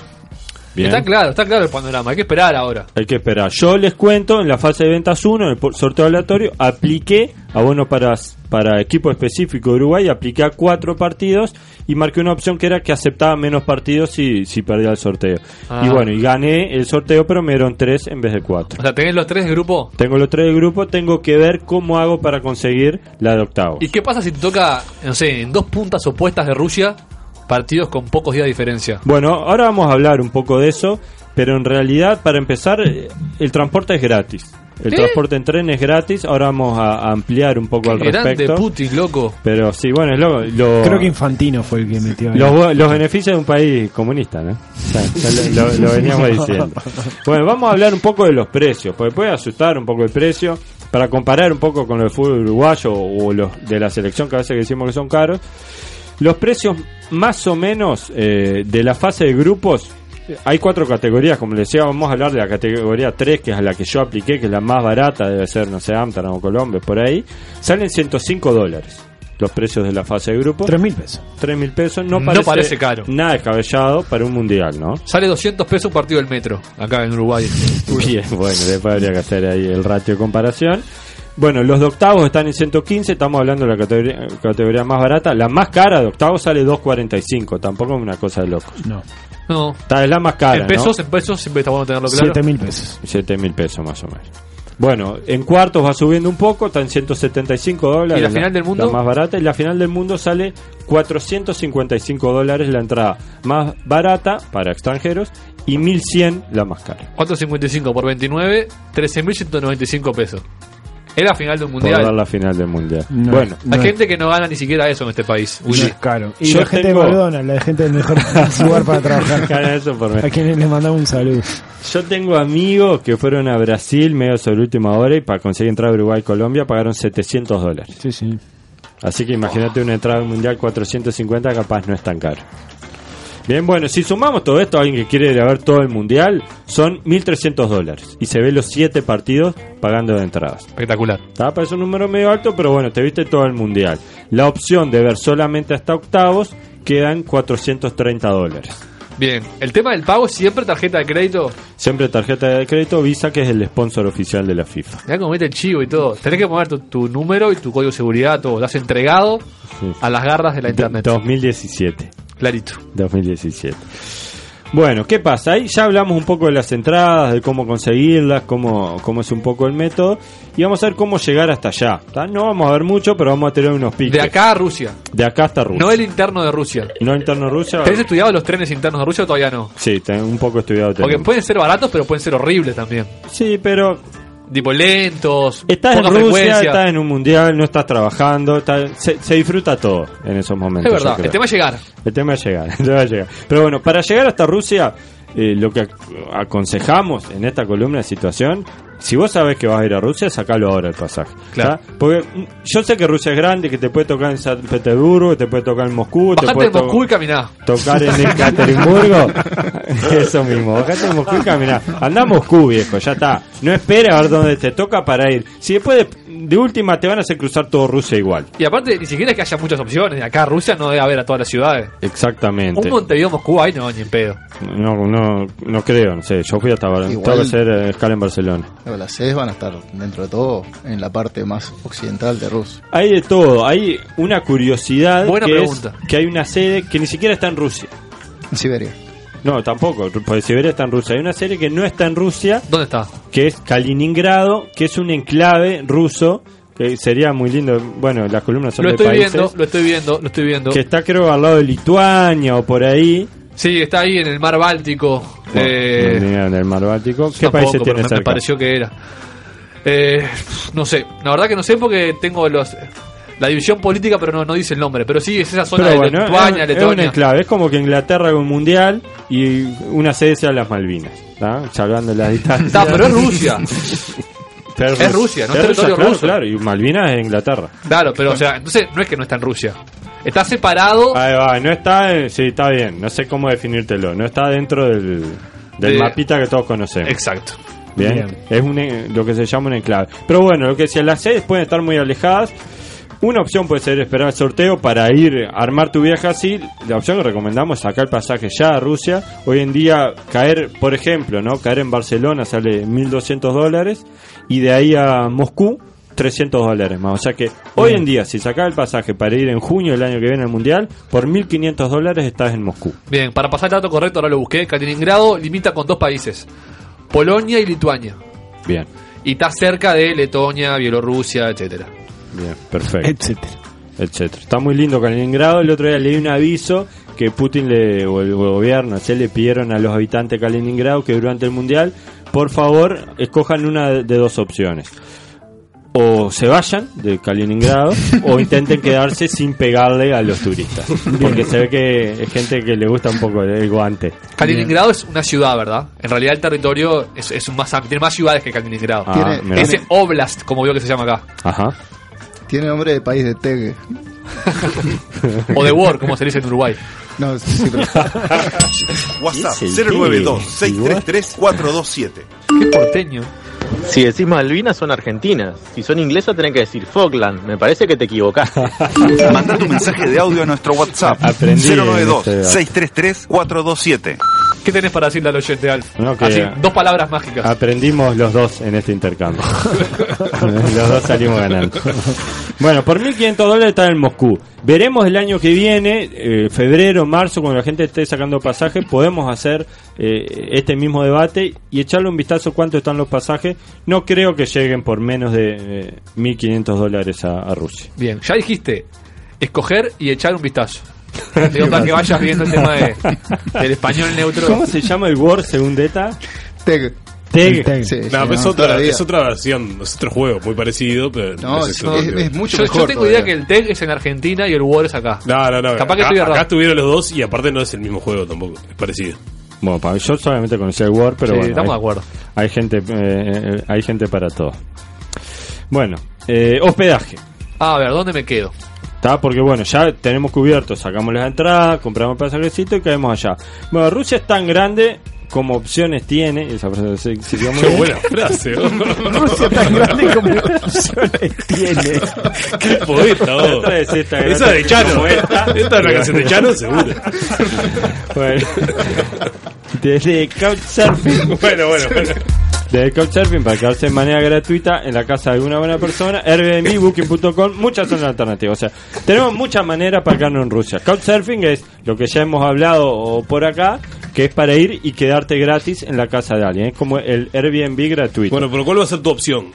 D: Bien.
K: Está claro, está claro el panorama. Hay que esperar ahora.
D: Hay que esperar. Yo les cuento, en la fase de ventas 1, en el por- sorteo aleatorio, apliqué abono para, para equipo específico de Uruguay, apliqué a cuatro partidos y marqué una opción que era que aceptaba menos partidos si, si perdía el sorteo.
K: Ah.
D: Y bueno, y gané el sorteo, pero me dieron tres en vez de cuatro.
K: O sea, tenés los tres de grupo.
D: Tengo los tres de grupo, tengo que ver cómo hago para conseguir la de octavo.
K: ¿Y qué pasa si te toca, no sé, en dos puntas opuestas de Rusia, partidos con pocos días de diferencia?
D: Bueno, ahora vamos a hablar un poco de eso, pero en realidad, para empezar, eh, el transporte es gratis. El
K: ¿Sí?
D: transporte en tren es gratis, ahora vamos a a ampliar un poco al
K: Grande
D: respecto.
K: Putin, loco.
D: Pero sí, bueno, es lo, lo-
J: Creo que Infantino fue el que metió. ahí.
D: los, bu- los beneficios de un país comunista, ¿no? Ya- ya lo, lo- lo veníamos diciendo. Bueno, vamos a hablar un poco de los precios, porque puede asustar un poco el precio, para comparar un poco con el fútbol uruguayo o los de la selección que a veces decimos que son caros. Los precios más o menos eh, de la fase de grupos, eh, hay cuatro categorías, como les decía, vamos a hablar de la categoría 3, que es a la que yo apliqué, que es la más barata, debe ser, no sé, Amsterdam o Colombia, por ahí, salen 105 dólares los precios de la fase de grupos. 3
J: mil pesos.
D: 3 mil pesos, no
K: No
D: parece,
K: parece caro.
D: Nada descabellado para un mundial, ¿no?
K: Sale 200 pesos un partido del metro, acá en Uruguay.
D: Bien, bueno, después habría que hacer ahí el ratio de comparación. Bueno, los de octavos están en 115, estamos hablando de la categoría, categoría más barata. La más cara de octavos sale 2.45, tampoco es una cosa de locos.
J: No.
K: No.
D: Esta es la más cara.
K: en pesos, en pesos siempre está bueno tenerlo claro.
D: 7 mil pesos. 7 mil pesos más o menos. Bueno, en cuartos va subiendo un poco, está en 175 dólares.
K: ¿Y la final del mundo?
D: La más barata. Y la final del mundo sale 455 dólares la entrada más barata para extranjeros y 1100 la más cara.
K: 4.55 por 29, 13.195 pesos. Es la final de un
D: Por dar
K: mundial.
D: la final del mundial.
J: No,
D: bueno,
K: Hay gente que no gana ni siquiera eso en este país. Uy,
J: No es caro. Y
K: Yo
J: la gente
K: tengo-
J: de McDonald's, la gente del mejor lugar para
D: Cara,
J: trabajar.
D: eso por mí.
J: a quienes les mandamos un saludo.
D: Yo tengo amigos que fueron a Brasil medio sobre última hora y para conseguir entrar a Uruguay Colombia pagaron 700 dólares.
J: Sí, sí.
D: Así que imagínate una entrada al mundial 450 capaz no es tan caro. Bien, bueno, si sumamos todo esto, alguien que quiere ir a ver todo el mundial, son 1.300 dólares. Y se ve los 7 partidos pagando de entradas.
K: Espectacular.
D: Está, parece un número medio alto, pero bueno, te viste todo el mundial. La opción de ver solamente hasta octavos quedan 430 dólares.
K: Bien, el tema del pago siempre tarjeta de crédito.
D: Siempre tarjeta de crédito Visa, que es el sponsor oficial de la FIFA.
K: Mirá cómo mete el chivo y todo. Tenés que poner tu, tu número y tu código de seguridad, todo. Lo has entregado
D: Sí.
K: a las garras de la internet.
D: 2017.
K: Clarito.
D: 2017. Bueno, ¿qué pasa? Ahí ya hablamos un poco de las entradas, de cómo conseguirlas, cómo, cómo es un poco el método. Y vamos a ver cómo llegar hasta allá. ¿tá? No vamos a ver mucho, pero vamos a tener unos piques.
K: De acá a Rusia.
D: De acá hasta Rusia.
K: No el interno de Rusia.
D: No interno Rusia.
K: ¿Tenés estudiado los trenes internos de Rusia o todavía no?
D: Sí, tengo un poco estudiado.
K: Porque
D: tenemos.
K: pueden ser baratos, pero pueden ser horribles también.
D: Sí, pero.
K: Tipo lentos,
D: Estás en
K: poca
D: Rusia,
K: frecuencia.
D: estás en un mundial, no estás trabajando, estás- se, se disfruta todo en esos momentos.
K: Es
D: yo
K: verdad,
D: creo.
K: el tema es llegar.
D: El tema es llegar, el tema es llegar. Pero bueno, para llegar hasta Rusia, eh, lo que ac- aconsejamos en esta columna de situación, si vos sabés que vas a ir a Rusia, sacalo ahora el pasaje.
K: Claro.
D: ¿tá? Porque mm, yo sé que Rusia es grande, que te puede tocar en San Petersburgo, que te puede tocar en Moscú, te
K: Bajate
D: puede
K: de
D: to-
K: Moscú y caminá.
D: tocar en Ekaterimburgo. Eso mismo, bajate en Moscú y caminá. Andá a Moscú, viejo, ya está. No espera a ver dónde te toca para ir. Si después de, de última te van a hacer cruzar todo Rusia igual.
K: Y aparte, ni siquiera es que haya muchas opciones. De acá a Rusia no debe haber a todas las ciudades.
D: Exactamente.
K: Un Montevideo-Moscú, ahí no, ni en pedo.
D: No, no, no creo, no sé. Yo fui hasta Bar-
T: Igual-
D: tengo que hacer eh, escala en Barcelona.
T: Pero las sedes van a estar dentro de todo en la parte más occidental de Rusia.
D: Hay de todo. Hay una curiosidad
T: Buena
D: que es
T: pregunta.
D: que hay una sede que ni siquiera está en Rusia.
T: En Siberia.
D: No, tampoco, porque Siberia está en Rusia. Hay una sede que no está en Rusia.
K: ¿Dónde está?
D: Que es Kaliningrado, que es un enclave ruso. Que sería muy lindo. Bueno, las columnas son
K: Lo
D: de
K: estoy
D: países.
K: viendo, lo estoy viendo, lo estoy viendo.
D: Que está, creo, al lado de Lituania o por ahí.
K: Sí, está ahí en el mar Báltico. eh,
D: No, ni en el mar Báltico. ¿Qué
K: Tampoco,
D: países
K: pero
D: tiene
K: me- Me
D: cerca?
K: pareció que era. Eh, no sé, la verdad que no sé porque tengo los la división política, pero no, no dice el nombre. Pero sí, es esa zona
D: Pero
K: de
D: bueno,
K: Lituania,
D: es, un- es un
K: Letonia.
D: enclave. Es como que Inglaterra haga un mundial y una sede sea las Malvinas. ¿tá? Salvando las distancias.
K: Está, pero es Rusia.
D: Pero
K: Es Rusia, no es territorio
D: claro,
K: ruso.
D: Claro, y Malvinas es Inglaterra.
K: Claro, pero o sea, entonces no es que no está en Rusia. Está separado.
D: Ahí va, no está. en- Sí, está bien. No sé cómo definírtelo. No está dentro del, del
K: De-
D: mapita que todos conocemos.
K: Exacto.
D: Bien.
K: Bien.
D: Es un, en- lo que se llama un enclave. Pero bueno, lo que decía, las sedes pueden estar muy alejadas. Una opción puede ser esperar el sorteo para ir a armar tu viaje así. La opción que recomendamos es sacar el pasaje ya a Rusia. Hoy en día, caer, por ejemplo, ¿no? Caer en Barcelona sale 1.200 dólares y de ahí a Moscú 300 dólares más. O sea que hoy en día, si sacas el pasaje para ir en junio del año que viene al Mundial, por 1.500 dólares estás en Moscú.
K: Bien, para pasar el dato correcto, ahora lo busqué. Kaliningrado limita con dos países: Polonia y Lituania.
D: Bien,
K: Y está cerca de Letonia, Bielorrusia, etcétera.
D: bien, perfecto. Etcétera. Etcétera. Está muy lindo Kaliningrado. El otro día leí un aviso que Putin le, o el gobierno se le pidieron a los habitantes de Kaliningrado que durante el Mundial, por favor, escojan una de dos opciones. O se vayan de Kaliningrado o intenten quedarse sin pegarle a los turistas. Porque se ve que es gente que le gusta un poco el guante.
K: Kaliningrado es una ciudad, ¿verdad? En realidad el territorio es, es un más amplio, tiene más ciudades que Kaliningrado.
D: Ah, Tiene- mira.
K: Ese Oblast, como veo que se llama acá.
D: Ajá.
T: Tiene nombre de país de Tegue.
K: O de War, como se dice en Uruguay.
T: No, sí, sí, pero-
A: WhatsApp
T: Es el
A: 092-633-427.
K: Qué porteño.
B: Si decís Malvinas son argentinas, si son inglesas tenés que decir Falkland, me parece que te equivocaste.
A: Manda tu mensaje de audio a nuestro WhatsApp
B: Aprendí en
A: 092-633-427.
K: ¿Qué tenés para decirle al oyente, Alf?
D: No, que- Ah.
K: Así, dos palabras mágicas.
D: Aprendimos los dos en este intercambio. los dos salimos ganando. Bueno, por 1.500 dólares está en Moscú. Veremos el año que viene, eh, febrero, marzo, cuando la gente esté sacando pasajes, podemos hacer eh, este mismo debate y echarle un vistazo cuánto están los pasajes. No creo que lleguen por menos de eh, 1.500 dólares a, a Rusia.
K: Bien, ya dijiste, escoger y echar un vistazo. Digo, para que vayas viendo el tema de, del español neutro.
D: ¿Cómo se llama el Word según Deta?
T: Teg.
D: Teg.
E: No, pero es otra, es otra versión, es otro juego muy parecido, pero eso.
K: yo, Yo tengo idea que el TEC es en Argentina y el War es acá.
E: No, no, no.
K: Capaz que
E: acá,
K: estoy errado.
E: acá estuvieron los dos y aparte no es el mismo juego tampoco, es parecido.
D: Bueno, pa- yo solamente conocía el Word, pero
E: Sí,
D: bueno.
E: estamos
D: hay,
E: de acuerdo.
D: Hay gente, eh, eh, hay gente para todo. Bueno, eh, hospedaje.
K: Ah, a ver, ¿dónde me quedo?
D: Está porque bueno, ya tenemos cubierto, sacamos las entradas, compramos el pasajecito y caemos allá. Bueno, Rusia es tan grande como opciones tiene. Esa frase se- se quedó muy
E: Qué
D: bien.
E: buena frase.
D: Rusia es tan grande como opciones tiene.
E: Qué poeta, vos.
D: Otra vez esta
E: Esa de Chano.
D: como
E: Esta es una canción de Chano, seguro.
D: Bueno. Desde Couchsurfing.
E: Bueno, bueno, bueno.
D: Desde Couchsurfing para quedarse de manera gratuita en la casa de una buena persona. Airbnb, Booking.com, muchas son las alternativas. O sea, tenemos muchas maneras para quedarnos en Rusia. Couchsurfing es lo que ya hemos hablado o por acá, que es para ir y quedarte gratis en la casa de alguien. Es como el Airbnb gratuito.
E: Bueno, pero ¿cuál va a ser tu opción?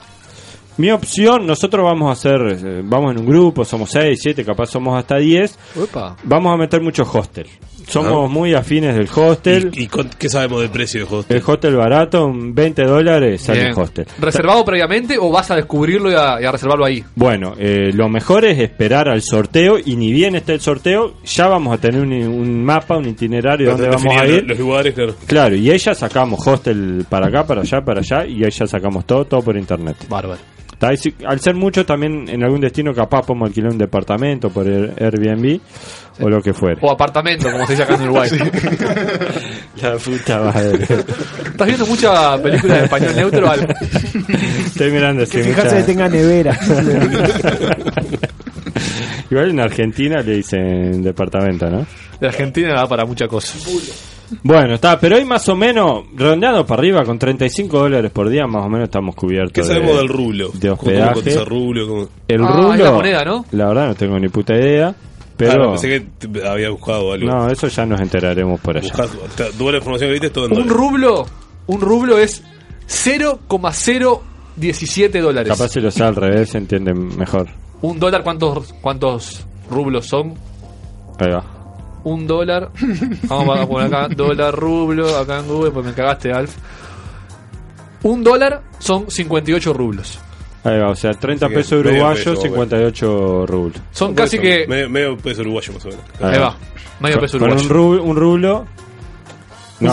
D: Mi opción, nosotros vamos a hacer, eh, vamos en un grupo, somos 6, 7, capaz somos hasta 10.
K: Opa.
D: Vamos a meter muchos hostel. Somos muy afines del hostel.
E: Ah. ¿Y con- qué sabemos del precio de hostel?
D: El hostel barato, un 20 dólares sale
K: Bien.
D: el hostel.
K: ¿Reservado previamente o vas a descubrirlo y a, y a reservarlo ahí?
D: Bueno, eh, lo mejor es esperar al sorteo y ni bien esté el sorteo, ya vamos a tener un, un mapa, un itinerario de dónde vamos a
E: Definir
D: ir.
E: Los lugares, claro.
D: Claro, y ahí ya sacamos hostel para acá, para allá, para allá, y ahí ya sacamos todo, todo por internet.
K: Bárbaro.
D: Está, y si- Al ser mucho también en algún destino capaz podemos alquilar un departamento por Air- Airbnb o lo que fuere.
K: O apartamento, como se dice acá en Uruguay.
D: La puta madre.
K: ¿Estás viendo mucha película de español neutro? Al...
D: Estoy mirando así.
J: Fijarse que
D: mucha-
J: tenga nevera.
D: Igual en Argentina le dicen departamento, ¿no?
K: De Argentina da para mucha cosa.
D: Bueno, está, pero hoy más o menos, redondeado para arriba, con 35 dólares por día, más o menos estamos cubiertos.
E: ¿Qué
D: de-
E: sabemos del rublo?
D: De
E: ¿Cómo
D: hospedaje.
E: cotiza el rublo? ¿Cómo?
D: El
E: Ah,
D: rublo.
E: es la moneda, ¿no?
D: La verdad no tengo ni puta idea, pero.
E: Claro, Ah, pensé que te- había buscado algo.
D: No, eso ya nos enteraremos por allá.
E: Buscás- está- toda la información que viste es todo en
K: Un
E: dólares.
K: rublo, un rublo es 0,017 dólares.
D: Capaz si lo sea al revés se entiende mejor.
K: ¿Un dólar cuántos, cuántos rublos son?
D: Ahí va.
K: Un dólar. Vamos a poner acá dólar rublo, acá en Google, pues me cagaste, Alf. Un dólar son 58 rublos.
D: Ahí va, o sea, 30
E: Así que
D: pesos
E: medio
D: uruguayos,
E: peso,
D: 58 rublos.
K: Son
E: Un
K: casi
E: peso,
K: que-
E: Medio, medio peso uruguayo, más o menos.
D: Ahí va. Con- con un rublo. Un rublo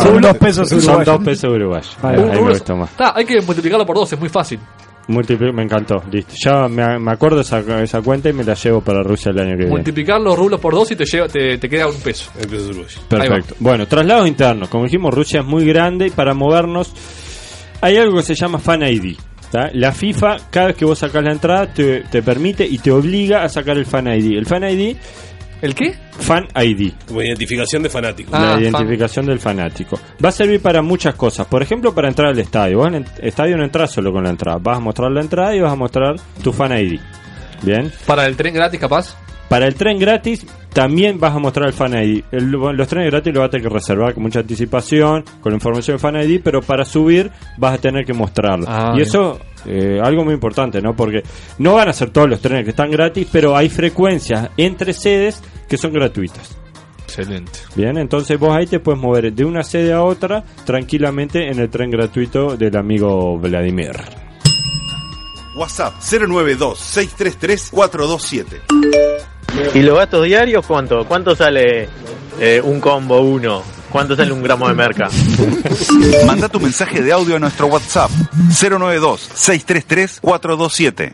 K: Son dos pesos
D: Son
K: uruguayos.
D: dos pesos uruguayos. Ahí,
K: Un
D: va, ahí lo
K: rublo-
D: he visto más.
K: Está, hay que multiplicarlo por dos, es muy fácil.
D: Multipli- me encantó, listo. Ya me, me acuerdo esa, esa cuenta y me la llevo para Rusia el año que viene.
K: Multiplicar los rublos por dos y te, lleva, te, te queda un peso. Ahí va.
D: Perfecto. Bueno, traslados internos. Como dijimos, Rusia es muy grande y para movernos hay algo que se llama Fan ID. ¿tá? La FIFA, cada vez que vos sacás la entrada, te, te permite y te obliga a sacar el Fan ID. ¿El Fan ID?
K: ¿El qué?
D: Fan ID.
E: Como identificación de fanáticos.
K: Ah,
D: la identificación del fanático. Va a servir para muchas cosas. Por ejemplo, para entrar al estadio. Vos en el estadio no entras solo con la entrada. Vas a mostrar la entrada y vas a mostrar tu Fan ID. Bien.
K: Para el tren gratis, capaz.
D: Para el tren gratis también vas a mostrar el Fan ID. El- los trenes gratis los vas a tener que reservar con mucha anticipación, con la información de Fan ID, pero para subir vas a tener que mostrarlo.
A: Ah,
D: y
A: bien.
D: eso eh, algo muy importante, ¿no? Porque no van a ser todos los trenes que están gratis, pero hay frecuencias entre sedes que son gratuitas.
K: Excelente.
D: Bien, entonces vos ahí te puedes mover de una sede a otra tranquilamente en el tren gratuito del amigo Vladimir.
A: WhatsApp 092-633-427.
B: ¿Y los gastos diarios cuánto? ¿Cuánto sale eh, un combo uno? ¿Cuánto sale un gramo de merca?
A: Manda tu mensaje de audio a nuestro WhatsApp 092-633-427.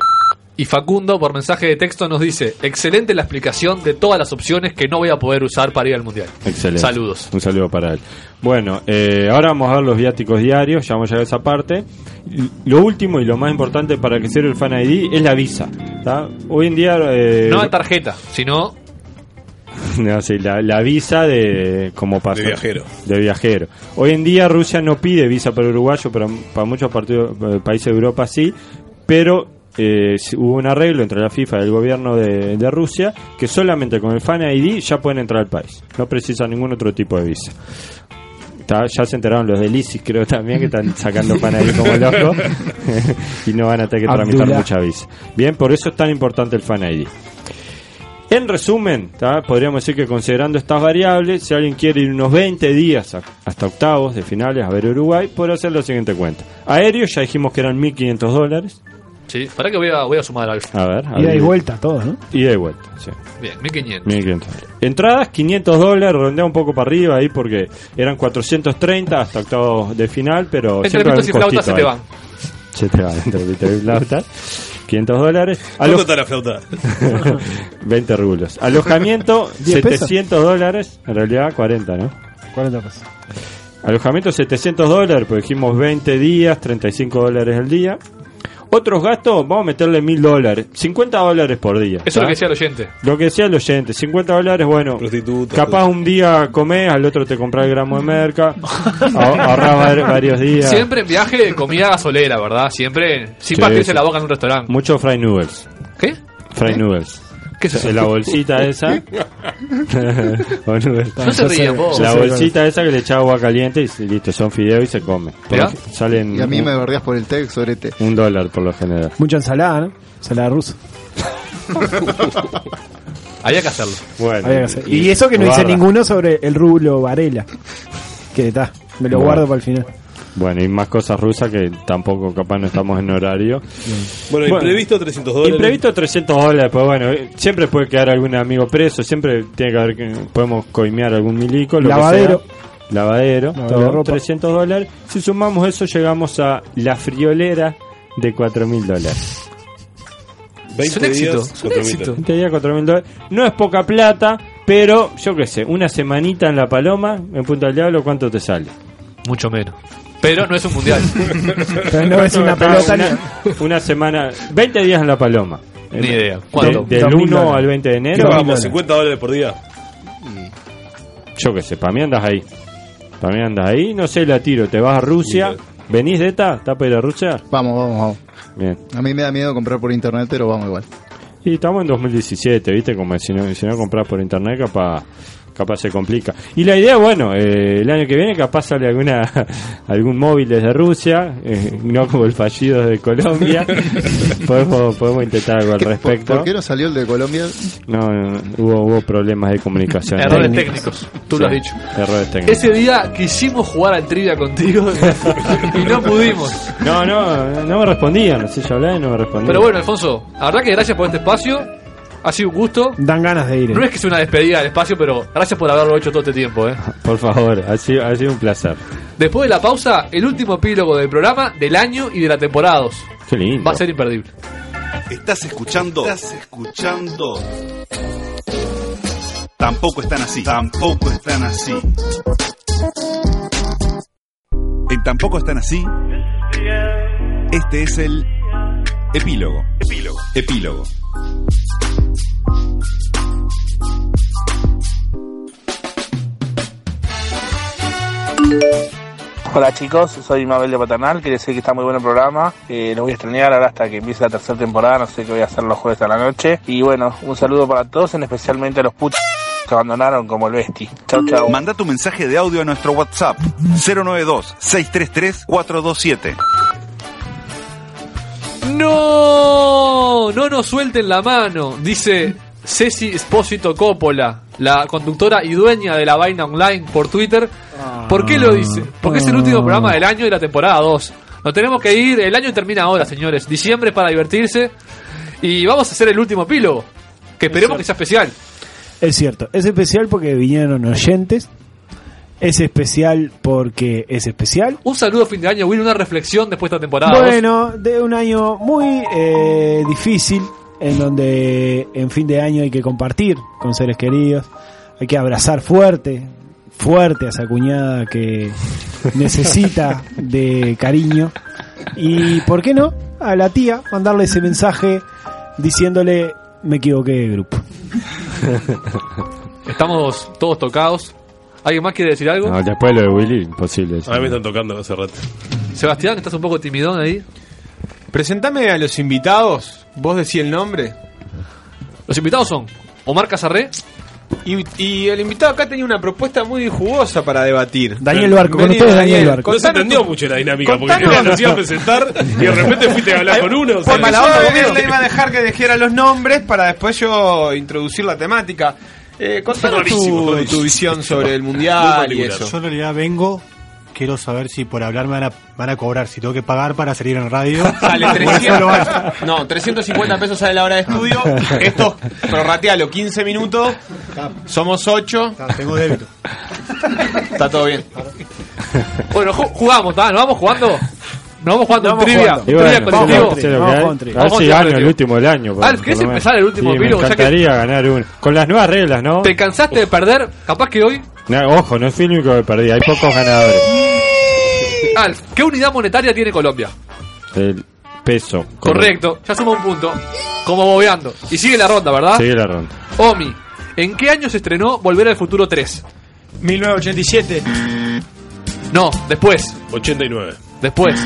K: Y Facundo, por mensaje de texto, nos dice: Excelente la explicación de todas las opciones que no voy a poder usar para ir al mundial.
D: Excelente.
K: Saludos.
D: Un saludo para él. Bueno, eh, ahora vamos a ver los viáticos diarios, ya vamos a llegar a esa parte. L- Lo último y lo más importante para que sirva el Fan ID es la visa. ¿tá? Hoy en día... eh,
K: No a tarjeta, sino
D: no, sí, la, la visa de... Como pasa-
E: De viajero.
D: De viajero. Hoy en día Rusia no pide visa para uruguayo, pero para muchos partidos, eh, países de Europa sí, pero... eh, si- hubo un arreglo entre la FIFA y el gobierno de, de Rusia que solamente con el Fan ID ya pueden entrar al país. No precisa ningún otro tipo de visa. Está- ya se enteraron los del ISIS, creo también, que están sacando pan ahí como locos. y no van a tener que tramitar
A: Abdullah.
D: mucha visa. Bien, por eso es tan importante el fan ID. En resumen, ¿tá? podríamos decir que considerando estas variables, si alguien quiere ir unos 20 días a- hasta octavos de finales a ver Uruguay, puede hacer la siguiente cuenta. Aéreo, ya dijimos que eran 1.500 dólares.
K: Sí, para que voy a, voy a sumar algo.
D: A ver, a
K: Ida y
D: ver.
J: vuelta, todos, ¿no?
D: Ida y vuelta, sí.
K: Bien, 1500.
D: 1500. Entradas 500 dólares, redondea un poco para arriba ahí porque eran 430 hasta octavos de final, pero
K: Entre
D: siempre
K: pitos y
D: hay un
K: flautas se te
D: costito
K: van.
D: ahí. Se te van entre pitos y flautas. 500 dólares.
E: ¿Cuánto
D: Alo-
E: está la flauta?
D: 20 rublos. Alojamiento
E: 10 pesos.
D: 700 dólares, en realidad 40, ¿no?
J: 40 pesos.
D: Alojamiento 700 dólares, porque dijimos 20 días, 35 dólares al día. Otros gastos, vamos a meterle 1000 dólares, 50 dólares por día. ¿Ah?
K: Eso es lo
D: ¿tá?
K: que decía el oyente.
D: Lo que decía el oyente, 50 dólares, bueno, capaz un día comés, al otro te compras el gramo de merca, ahor- ahorrás var- varios días.
K: Siempre en viaje comida gasolera, ¿verdad? Siempre
D: Sí,
K: sin partirse
D: sí.
K: la boca en un restaurante.
D: Mucho fry noodles.
K: ¿Qué? ¿Eh?
D: Fry noodles.
K: ¿Qué es eso?
D: La bolsita esa. O noodles.
K: No se rían, vos.
D: La
K: Ya sé,
D: bolsita esa que le echa agua caliente y se- listo, son fideos y se come. Por
T: ¿Ya?
D: lo que- Salen
T: Y a mí
D: un-
T: me bardeas por el text, sorete.
D: un dólar por lo general.
J: Mucha ensalada, ¿no? Ensalada rusa.
K: Había que hacerlo.
D: Bueno.
J: Había que hacer. Y eso que no hice
D: Guarda.
J: ninguno sobre el rublo Varela. Que está, me lo
D: Guarda.
J: guardo para el final.
D: Bueno, y más cosas rusas que tampoco capaz no estamos en horario.
E: Bueno, imprevisto 300 dólares.
D: Imprevisto 300 dólares, pues bueno, eh, siempre puede quedar algún amigo preso, siempre tiene que haber, que- podemos coimear algún milico, lo que
J: Lavadero.
D: sea. Lavadero,
J: Lavar
D: todo,
J: la ropa.
D: 300 dólares. Si sumamos eso, llegamos a la friolera de 4 mil dólares.
E: 20 Es un éxito, días, es un 4.000 éxito. dólares.
D: 20 días, 4 mil dólares. No es poca plata, pero yo qué sé, una semanita en La Paloma, en Punta del Diablo, ¿cuánto te sale?
K: Mucho menos. Pero no es un mundial.
J: Pero no es una
D: Está
J: pelota
D: una, una semana, 20 días en La Paloma.
K: Ni idea.
D: De-
K: ¿Cuánto?
D: del
K: 2.000
D: 1
K: dólares.
D: al 20 de enero.
E: ¿Qué pagamos? 50 dólares por día.
D: Yo qué sé, para mí andas ahí. Para mí andas ahí, no sé, la tiro. Te vas a Rusia. ¿Venís de esta? ¿Estás para ir a Rusia?
T: Vamos, vamos, vamos.
D: Bien.
T: A mí me da miedo comprar por internet, pero vamos igual.
D: Y estamos en 2017, ¿viste? Como si no, si no compras por internet, capaz, capaz se complica. Y la idea, bueno, eh, el año que viene capaz sale alguna, algún móvil desde Rusia, eh, no como el fallido de Colombia. podemos, podemos intentar algo al
T: ¿Por,
D: respecto.
T: por qué no salió el de Colombia?
D: No, no, no, hubo, hubo problemas de comunicación.
K: Errores técnicos. Tú lo has dicho.
D: Errores técnicos.
K: Ese día quisimos jugar al trivia contigo y no pudimos.
D: No, no, no me respondían. No sé, yo hablaba y no me respondían.
K: Pero bueno, Alfonso, la verdad que gracias por este espacio. Ha sido un gusto.
J: Dan ganas de ir. eh.
K: No es que sea una despedida del espacio, pero gracias por haberlo hecho todo este tiempo. ¿eh?
D: Por favor, ha sido, ha sido un placer.
K: Después de la pausa, el último epílogo del programa, del año y de la temporada 2.
D: Qué lindo.
K: Va a ser imperdible.
A: Estás escuchando. Estás escuchando. Tampoco están así. Tampoco están así. En Tampoco están así. Este es el epílogo. Epílogo. Epílogo.
S: Hola chicos, soy Mabel de Patanal, quería decir que está muy bueno el programa, eh, los voy a extrañar ahora hasta que empiece la tercera temporada, no sé qué voy a hacer los jueves a la noche. Y bueno, un saludo para todos, en especialmente a los putos que abandonaron como el Besti. Chau chau.
A: Manda tu mensaje de audio a nuestro WhatsApp 092 633 427.
K: ¡No! No nos suelten la mano, dice Ceci Espósito Coppola, la conductora y dueña de la vaina online por Twitter. ¿Por qué lo dice? Porque es el último programa del año y la temporada 2. Nos tenemos que ir, el año termina ahora, señores. Diciembre es para divertirse. Y vamos a hacer el último epílogo, que esperemos que sea especial.
J: Es cierto, es especial porque vinieron oyentes. Es especial porque es especial.
K: Un saludo fin de año, Will, una reflexión después de esta temporada. dos.
J: Bueno, de un año muy eh, difícil, en donde en fin de año hay que compartir con seres queridos, hay que abrazar fuerte, fuerte a esa cuñada que necesita de cariño. Y, ¿por qué no? A la tía mandarle ese mensaje diciéndole, me equivoqué de grupo.
K: Estamos todos tocados. ¿Alguien más quiere decir algo?
D: No, después lo de Willy, imposible.
E: A mí me están tocando hace rato.
K: Sebastián, estás un poco timidón ahí.
C: Presentame a los invitados. Vos decís el nombre.
K: Los invitados son Omar Casarré.
C: Y, y el invitado acá tenía una propuesta muy jugosa para debatir.
J: Daniel Barco, con ustedes Daniel Barco.
E: No se entendió mucho la dinámica, porque
C: Contanos.
E: querían nos iba a presentar y de repente fuiste a hablar con uno. o sea,
C: Porque yo a él le iba a dejar que dijera los nombres para después yo introducir la temática. Eh, contanos
E: Rarísimo,
C: tu, tu visión sobre el mundial y eso.
G: Yo en realidad vengo, quiero saber si por hablar me van a, van a cobrar, si tengo que pagar para salir en radio.
C: Sale
G: Por eso
C: 300,
G: lo van-
C: no, 350 pesos sale la hora de estudio. Esto, prorratealo, 15 minutos. Somos 8.
G: Tengo débito.
C: Está todo bien.
K: Bueno, ju- jugamos, ¿tá? ¿Nos vamos jugando? ¿Nos vamos jugando
C: Vamos
K: un trivia?
C: jugando.
D: Y bueno,
K: ¿Trivia colectivo?
D: vamos, che, lo que hay. a ver
K: Vamos
D: si
K: trivia
D: gano el
K: colectivo.
D: último del año. por-
K: Alf, ¿querés
D: por lo menos.
K: empezar el último
D: Sí, me
K: epílogo? Ya que-
D: encantaría ganar uno. Con las nuevas reglas, ¿no?
K: ¿Te cansaste de perder? Capaz que hoy.
D: No, Ojo, no es el único que perdí. Hay pocos ganadores.
K: Alf, ¿qué unidad monetaria tiene Colombia?
D: El peso.
K: Correcto, ya suma un punto. Como bobeando. Y sigue la ronda, ¿verdad?
D: Sigue la ronda.
K: Omi, ¿en qué año se estrenó Volver al Futuro 3?
G: 1987.
K: No, después.
E: 89.
K: Después.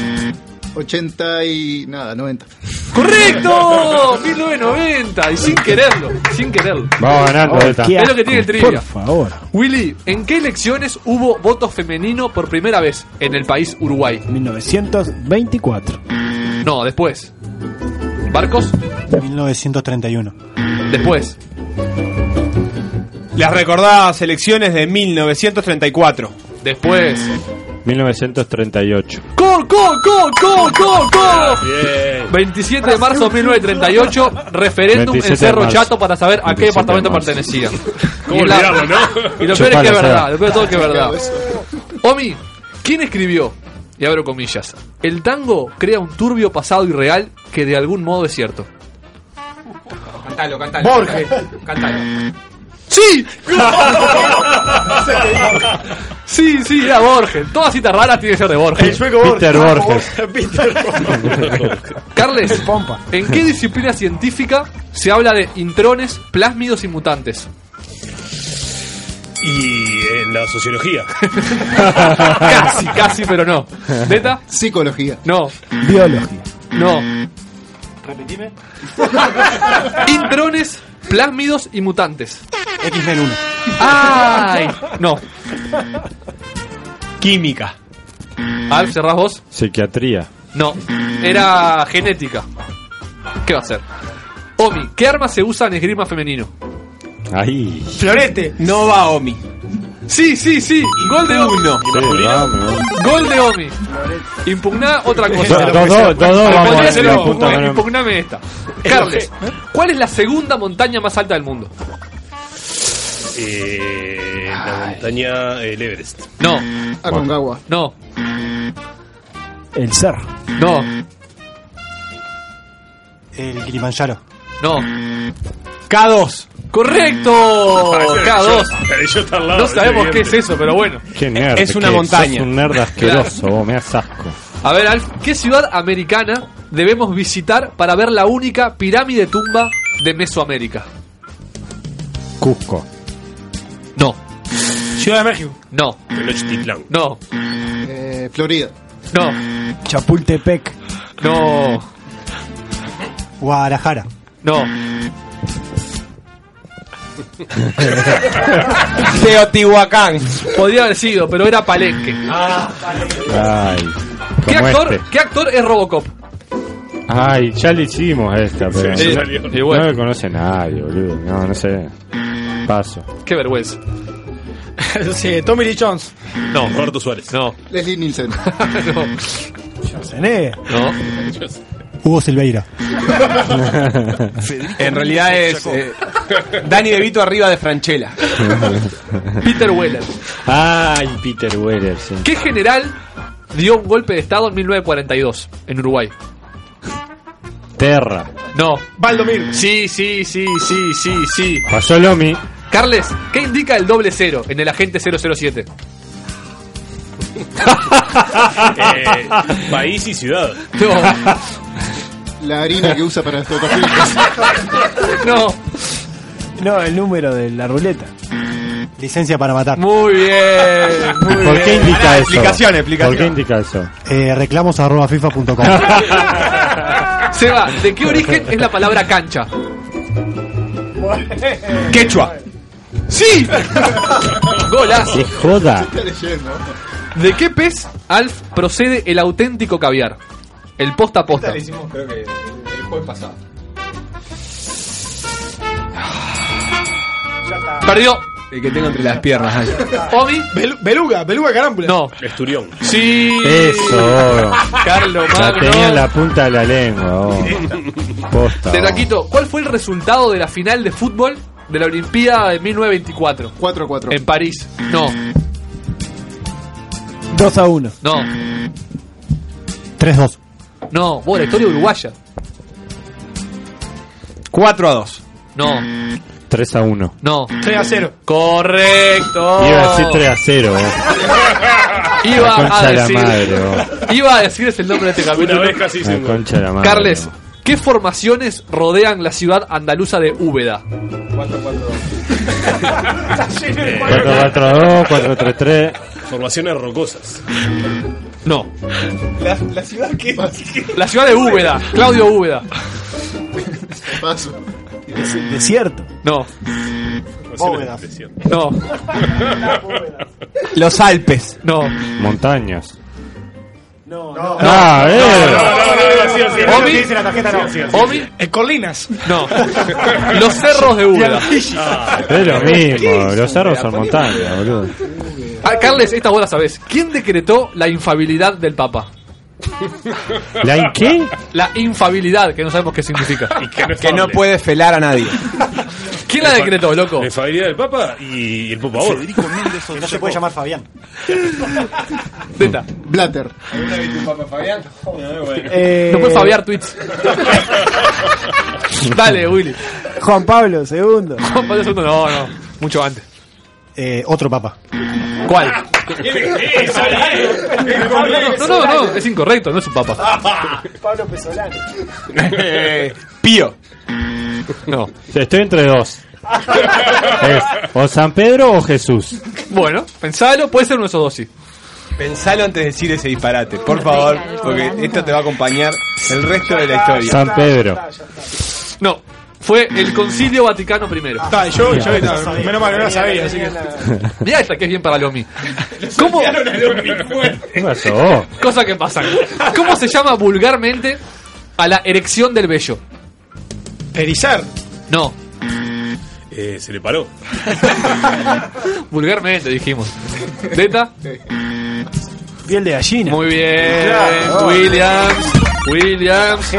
T: 80 y nada, 90.
K: ¡Correcto! 1990. Y sin quererlo, sin quererlo.
D: Vamos ganando,
T: Ay,
D: Delta.
T: qué
K: Es lo que tiene el trivia.
J: favor.
K: Willy, ¿en qué elecciones hubo voto femenino por primera vez en el país Uruguay?
J: 1924.
K: No, después. ¿Barcos?
G: 1931.
K: Después.
C: Las recordadas elecciones de 1934.
K: Después.
D: 1938.
K: ¡Cor, cor, cor, cor, cor, cor! 27 de marzo de 1938, referéndum en
D: 27 de
K: Cerro
D: marzo.
K: Chato para saber a qué
D: 27 de
K: departamento
D: marzo.
K: pertenecía.
D: ¿Cómo
K: Y la-
D: olvidarlo, no?
K: Y lo peor es
D: Chupala,
K: que es
D: Seba.
K: verdad, lo peor de todo es que es verdad. Omi, ¿quién escribió? Y abro comillas. El tango crea un turbio pasado irreal que de algún modo es cierto.
C: Cantalo, cantalo.
K: Borges.
C: Cantalo.
K: ¡Sí! Sí, sí, era Borges. Todas citas raras tiene que ser de Borges.
D: El sueco Borges. Peter Borges.
K: Carles, ¿en qué disciplina científica se habla de intrones, plásmidos y mutantes?
E: Y en la sociología.
K: casi, casi, pero no. ¿Beta?
T: Psicología.
K: No.
J: Biología.
K: No. Repetime. Intrones, plásmidos y mutantes.
G: X-Men 1.
K: ¡Ay! No.
C: Química.
K: Alf, cerrás vos.
D: Psiquiatría.
K: No. Era genética. ¿Qué va a ser? Omi, ¿qué arma se usa en esgrima femenino?
D: Ahí.
C: Florete. No va Omi.
K: Sí, sí, sí. Gol de Omi. Gol de Omi. Impugná otra cosa.
D: Dos, dos, dos, dos,
K: Al
D: vamos,
K: contrario,
D: eh,
K: no,
D: la punta,
K: impugname-
D: no.
K: Impugname esta. Carles, ¿cuál es la segunda montaña más alta del mundo?
E: Eh, la montaña, el Everest. Ah,
K: No.
E: Aconcagua.
K: No.
J: El cerro.
K: No.
G: El Kilimanjaro.
K: No.
G: K2.
K: ¡Correcto! K2. No sabemos qué es eso, pero bueno.
D: Qué nerd.
K: Es una
D: que
K: montaña.
D: Sos un nerd asqueroso, vos, me das asco.
K: A ver, Alf, ¿qué ciudad americana debemos visitar para ver la única pirámide tumba de Mesoamérica?
D: Cusco.
K: No.
D: Ciudad de México.
K: No. No.
T: Eh, Florida.
K: No.
J: Chapultepec.
K: No.
G: Guadalajara.
K: No.
C: Teotihuacán.
K: Podría haber sido, pero era Palenque.
D: Ah, Ay.
K: ¿Qué
D: como
K: actor,
D: este.
K: ¿Qué actor es Robocop?
D: Ay, ya le hicimos esta, pero.
K: Sí,
D: no,
K: y bueno.
D: no me conoce nadie, boludo. No, no sé. Paso.
K: Qué vergüenza.
H: sí, Tommy Lee Jones.
E: No, Roberto Suárez.
K: No.
H: Leslie Nielsen.
K: No.
G: Hugo Silveira.
C: En realidad es eh, Dani DeVito arriba de Franchella.
K: Peter Weller.
D: Ay, Peter Weller, sí.
K: ¿Qué general dio un golpe de estado en 1942 en Uruguay?
D: Terra.
K: No. Valdomir. Sí, sí, sí, sí, sí, sí.
D: Pasó Lomi.
K: Carles, ¿qué indica el doble cero en el agente 007?
E: Eh, país y ciudad.
T: La harina que usa para las fotografías.
K: No.
J: No, el número de la ruleta.
G: Licencia para matar.
K: Muy bien.
D: ¿Y ¿Por qué indica eso?
G: Explicaciones, explicaciones.
D: ¿Por qué indica eso?
G: Eh, reclamos arroba fifa.com.
K: Seba, ¿de qué origen es la palabra cancha?
C: Quechua.
K: ¡Sí! Golazo.
D: ¡Qué joda!
K: ¿De qué pez, Alf, procede el auténtico caviar? El posta a posta.
C: hicimos creo que el jueves pasado.
K: Perdió.
C: El que tengo entre las piernas. ay.
K: Obi.
H: beluga, beluga carámbula.
K: No.
E: Esturión.
K: Sí.
D: Eso.
K: Carlos
D: La
K: Magno.
D: tenía en la punta de la lengua. oh. Posta.
K: Te
D: oh.
K: taquito, ¿cuál fue el resultado de la final de fútbol de la Olimpiada de 1924?
H: 4-4.
K: En París. No,
J: 2 a 1.
K: no,
G: 3-2.
K: no. Bueno, la historia uruguaya.
C: 4 a 2.
K: No,
D: 3 a 1.
K: no.
H: 3 a 0.
K: Correcto.
D: Iba a decir 3 a eh. 0.
K: Iba
D: La concha
K: a
D: de la
K: decir.
D: madre, vos.
K: Iba a decir es el nombre de este capítulo.
D: La concha de la madre.
K: Carles, ¿qué formaciones rodean la ciudad andaluza de Úbeda?
D: 4-4-2, 4-3-3.
E: Formaciones rocosas.
K: No.
H: La, la ciudad que
K: La ciudad de Úbeda, Claudio Úbeda.
H: Paso.
J: Desierto.
K: No,
E: Bóvedas.
K: no,
C: Los Alpes.
K: no.
D: Montañas.
H: No.
D: Ah, a ver.
K: Omi. Omi.
H: Eh, Colinas.
K: No. Los cerros de Úbeda.
D: Es lo mismo. Los cerros son montañas, boludo.
K: Ah, Carles, esta vos la sabés. ¿Quién decretó la infabilidad del Papa?
D: ¿La in- qué?
K: La infabilidad, que no sabemos qué significa.
C: Que no puede felar a nadie.
K: ¿Quién la decretó, loco?
E: La infabilidad del Papa y el Papa Oro.
G: Que no se puede llamar Fabián.
K: Zeta.
T: Blatter.
K: No puedes fabiar tweets. Dale, Willy.
J: Juan Pablo II.
K: Juan Pablo II, No, no. Mucho antes.
G: Eh, otro papa.
K: ¿Cuál? No, no, no. Es incorrecto, no es un papa.
H: Pablo Pesolano.
K: Eh,
C: Pío.
K: No.
D: Estoy entre dos. Es o San Pedro o Jesús.
K: Bueno, pensalo. Puede ser uno de esos dos, sí.
C: Pensalo antes de decir ese disparate, por favor, porque esto te va a acompañar el resto de la historia.
D: San Pedro.
K: No. Fue el Concilio Vaticano I.
H: Está, Ah, yo, yo, está, menos mal que no la sabía, así que.
K: Mirá esta que es bien para Lomi. ¿Cómo?
D: ¿Qué pasó?
K: Cosa que pasa. ¿Cómo se llama vulgarmente a la erección del vello?
H: Erizar.
K: No.
E: eh, se le paró.
K: Vulgarmente dijimos. ¿Teta?
J: Piel de gallina.
K: Muy bien,
J: Claro.
K: Williams. Williams.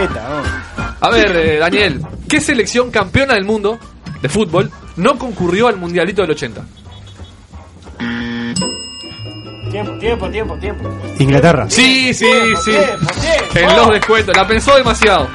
K: A ver, eh, Daniel, ¿qué selección campeona del mundo de fútbol no concurrió al Mundialito del 80?
H: Tiempo, tiempo, tiempo, tiempo.
G: Inglaterra.
K: Sí, sí, sí. En los descuentos, la pensó demasiado.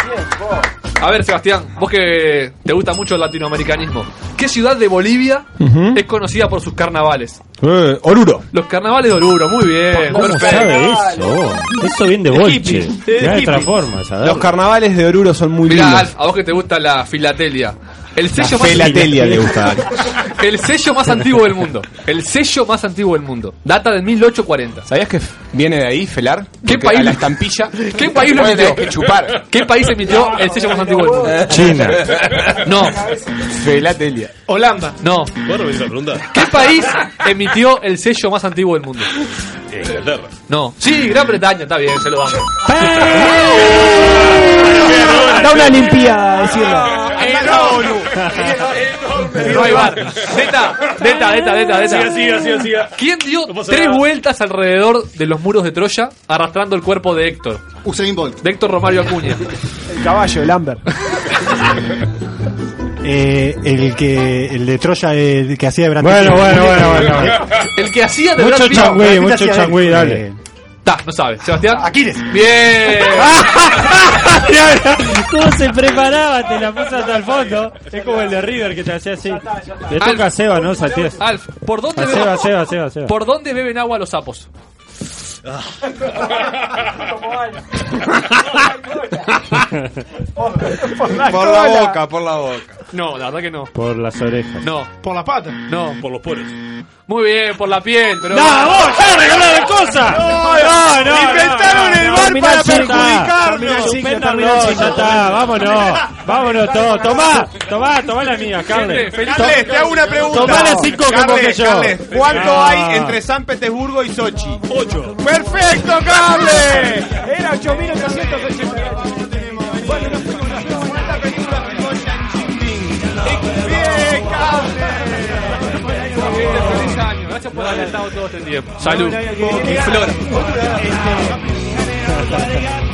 K: A ver, Sebastián, vos que te gusta mucho el latinoamericanismo, ¿qué ciudad de Bolivia
C: Ujú.
K: es conocida por sus carnavales?
C: Eh, Oruro.
K: Los carnavales de Oruro, muy bien.
D: ¿Cómo
K: perfecto.
D: sabe eso? Eso bien de
K: Es
D: bolche.
K: hippie,
D: De
K: es
D: otra
K: hippie.
D: forma, ¿sabes?
C: Los carnavales de Oruro son muy
K: Mirá,
C: lindos.
K: Alf, a vos que te gusta la filatelia. El sello más
C: Pelatelia le gusta.
K: El sello más antiguo del mundo. El sello más antiguo del mundo. Data de 1840.
I: ¿Sabías que viene de ahí, Felar? ¿Qué
K: país?
I: A la estampilla.
K: ¿Qué país lo
I: Vos tenés
K: emitió?
I: que chupar.
K: ¿Qué país emitió el sello más antiguo del mundo?
I: China.
K: No.
I: Felatelia.
K: Holanda. No.
E: ¿Puedo repetir la pregunta?
K: ¿Qué país emitió el sello más antiguo del mundo?
E: Inglaterra.
K: No. Sí, Gran Bretaña, está bien, se lo vamos.
Q: Da una limpiada, decirlo.
K: No hay bar. Deta, deta, deta, deta, deta.
E: Siga, siga, siga, siga.
K: ¿Quién dio
E: pasa
K: tres
E: nada.
K: vueltas alrededor de los muros de Troya arrastrando el cuerpo de Héctor?
T: Usain Bolt.
K: De Héctor Romario Acuña.
J: El caballo, el Amber.
G: Eh, el que el de Troya el que hacía de Brad
J: Bueno,
G: Pitt.
J: bueno, bueno,
K: bueno. El que hacía de
G: Mucho
K: Brad Pitt.
G: changüey,
K: Brad Pitt
G: mucho
K: hacía de-
G: changüey, dale.
K: Ta, no sabe. Sebastián. Aquiles. Bien.
G: Ah.
D: ¿Cómo se preparaba? Te la pasas al fondo. Es como el de River que te hacía así. Le toca a Seba, ¿no, Satías?
K: Alf, ¿por dónde,
D: A
K: beben-
D: Seba, Seba, Seba, Seba.
K: ¿por dónde beben agua los sapos?
H: Por la
I: Por la boca, por la boca.
K: No, la verdad que no.
D: Por las orejas.
K: No.
H: Por las patas.
K: No. Por los poros. Muy bien, por la piel, pero.
D: ¡No, vos! ¡Ya regalaron cosas! ¡No, no, no!
Q: Inventaron el bar
D: Termina
Q: para
D: el ciclo,
Q: perjudicarnos.
D: termina el ciclo,
Q: Suspendan
D: termina el
Q: todo,
D: ciclo.
Q: ya está,
D: vámonos. Vámonos todos. Tomá, tomá, tomá la mía, Carles.
C: Carles, te hago una pregunta.
D: Tomá la cinco que
C: Carles,
D: vos que yo.
C: Carles, ¿cuánto
D: Ah.
C: hay entre San Petersburgo y Sochi? 8. ¡Perfecto, Carles!
H: Era 8.888.
K: Feliz año. Gracias por haber estado todo este tiempo. Salud. Y flor.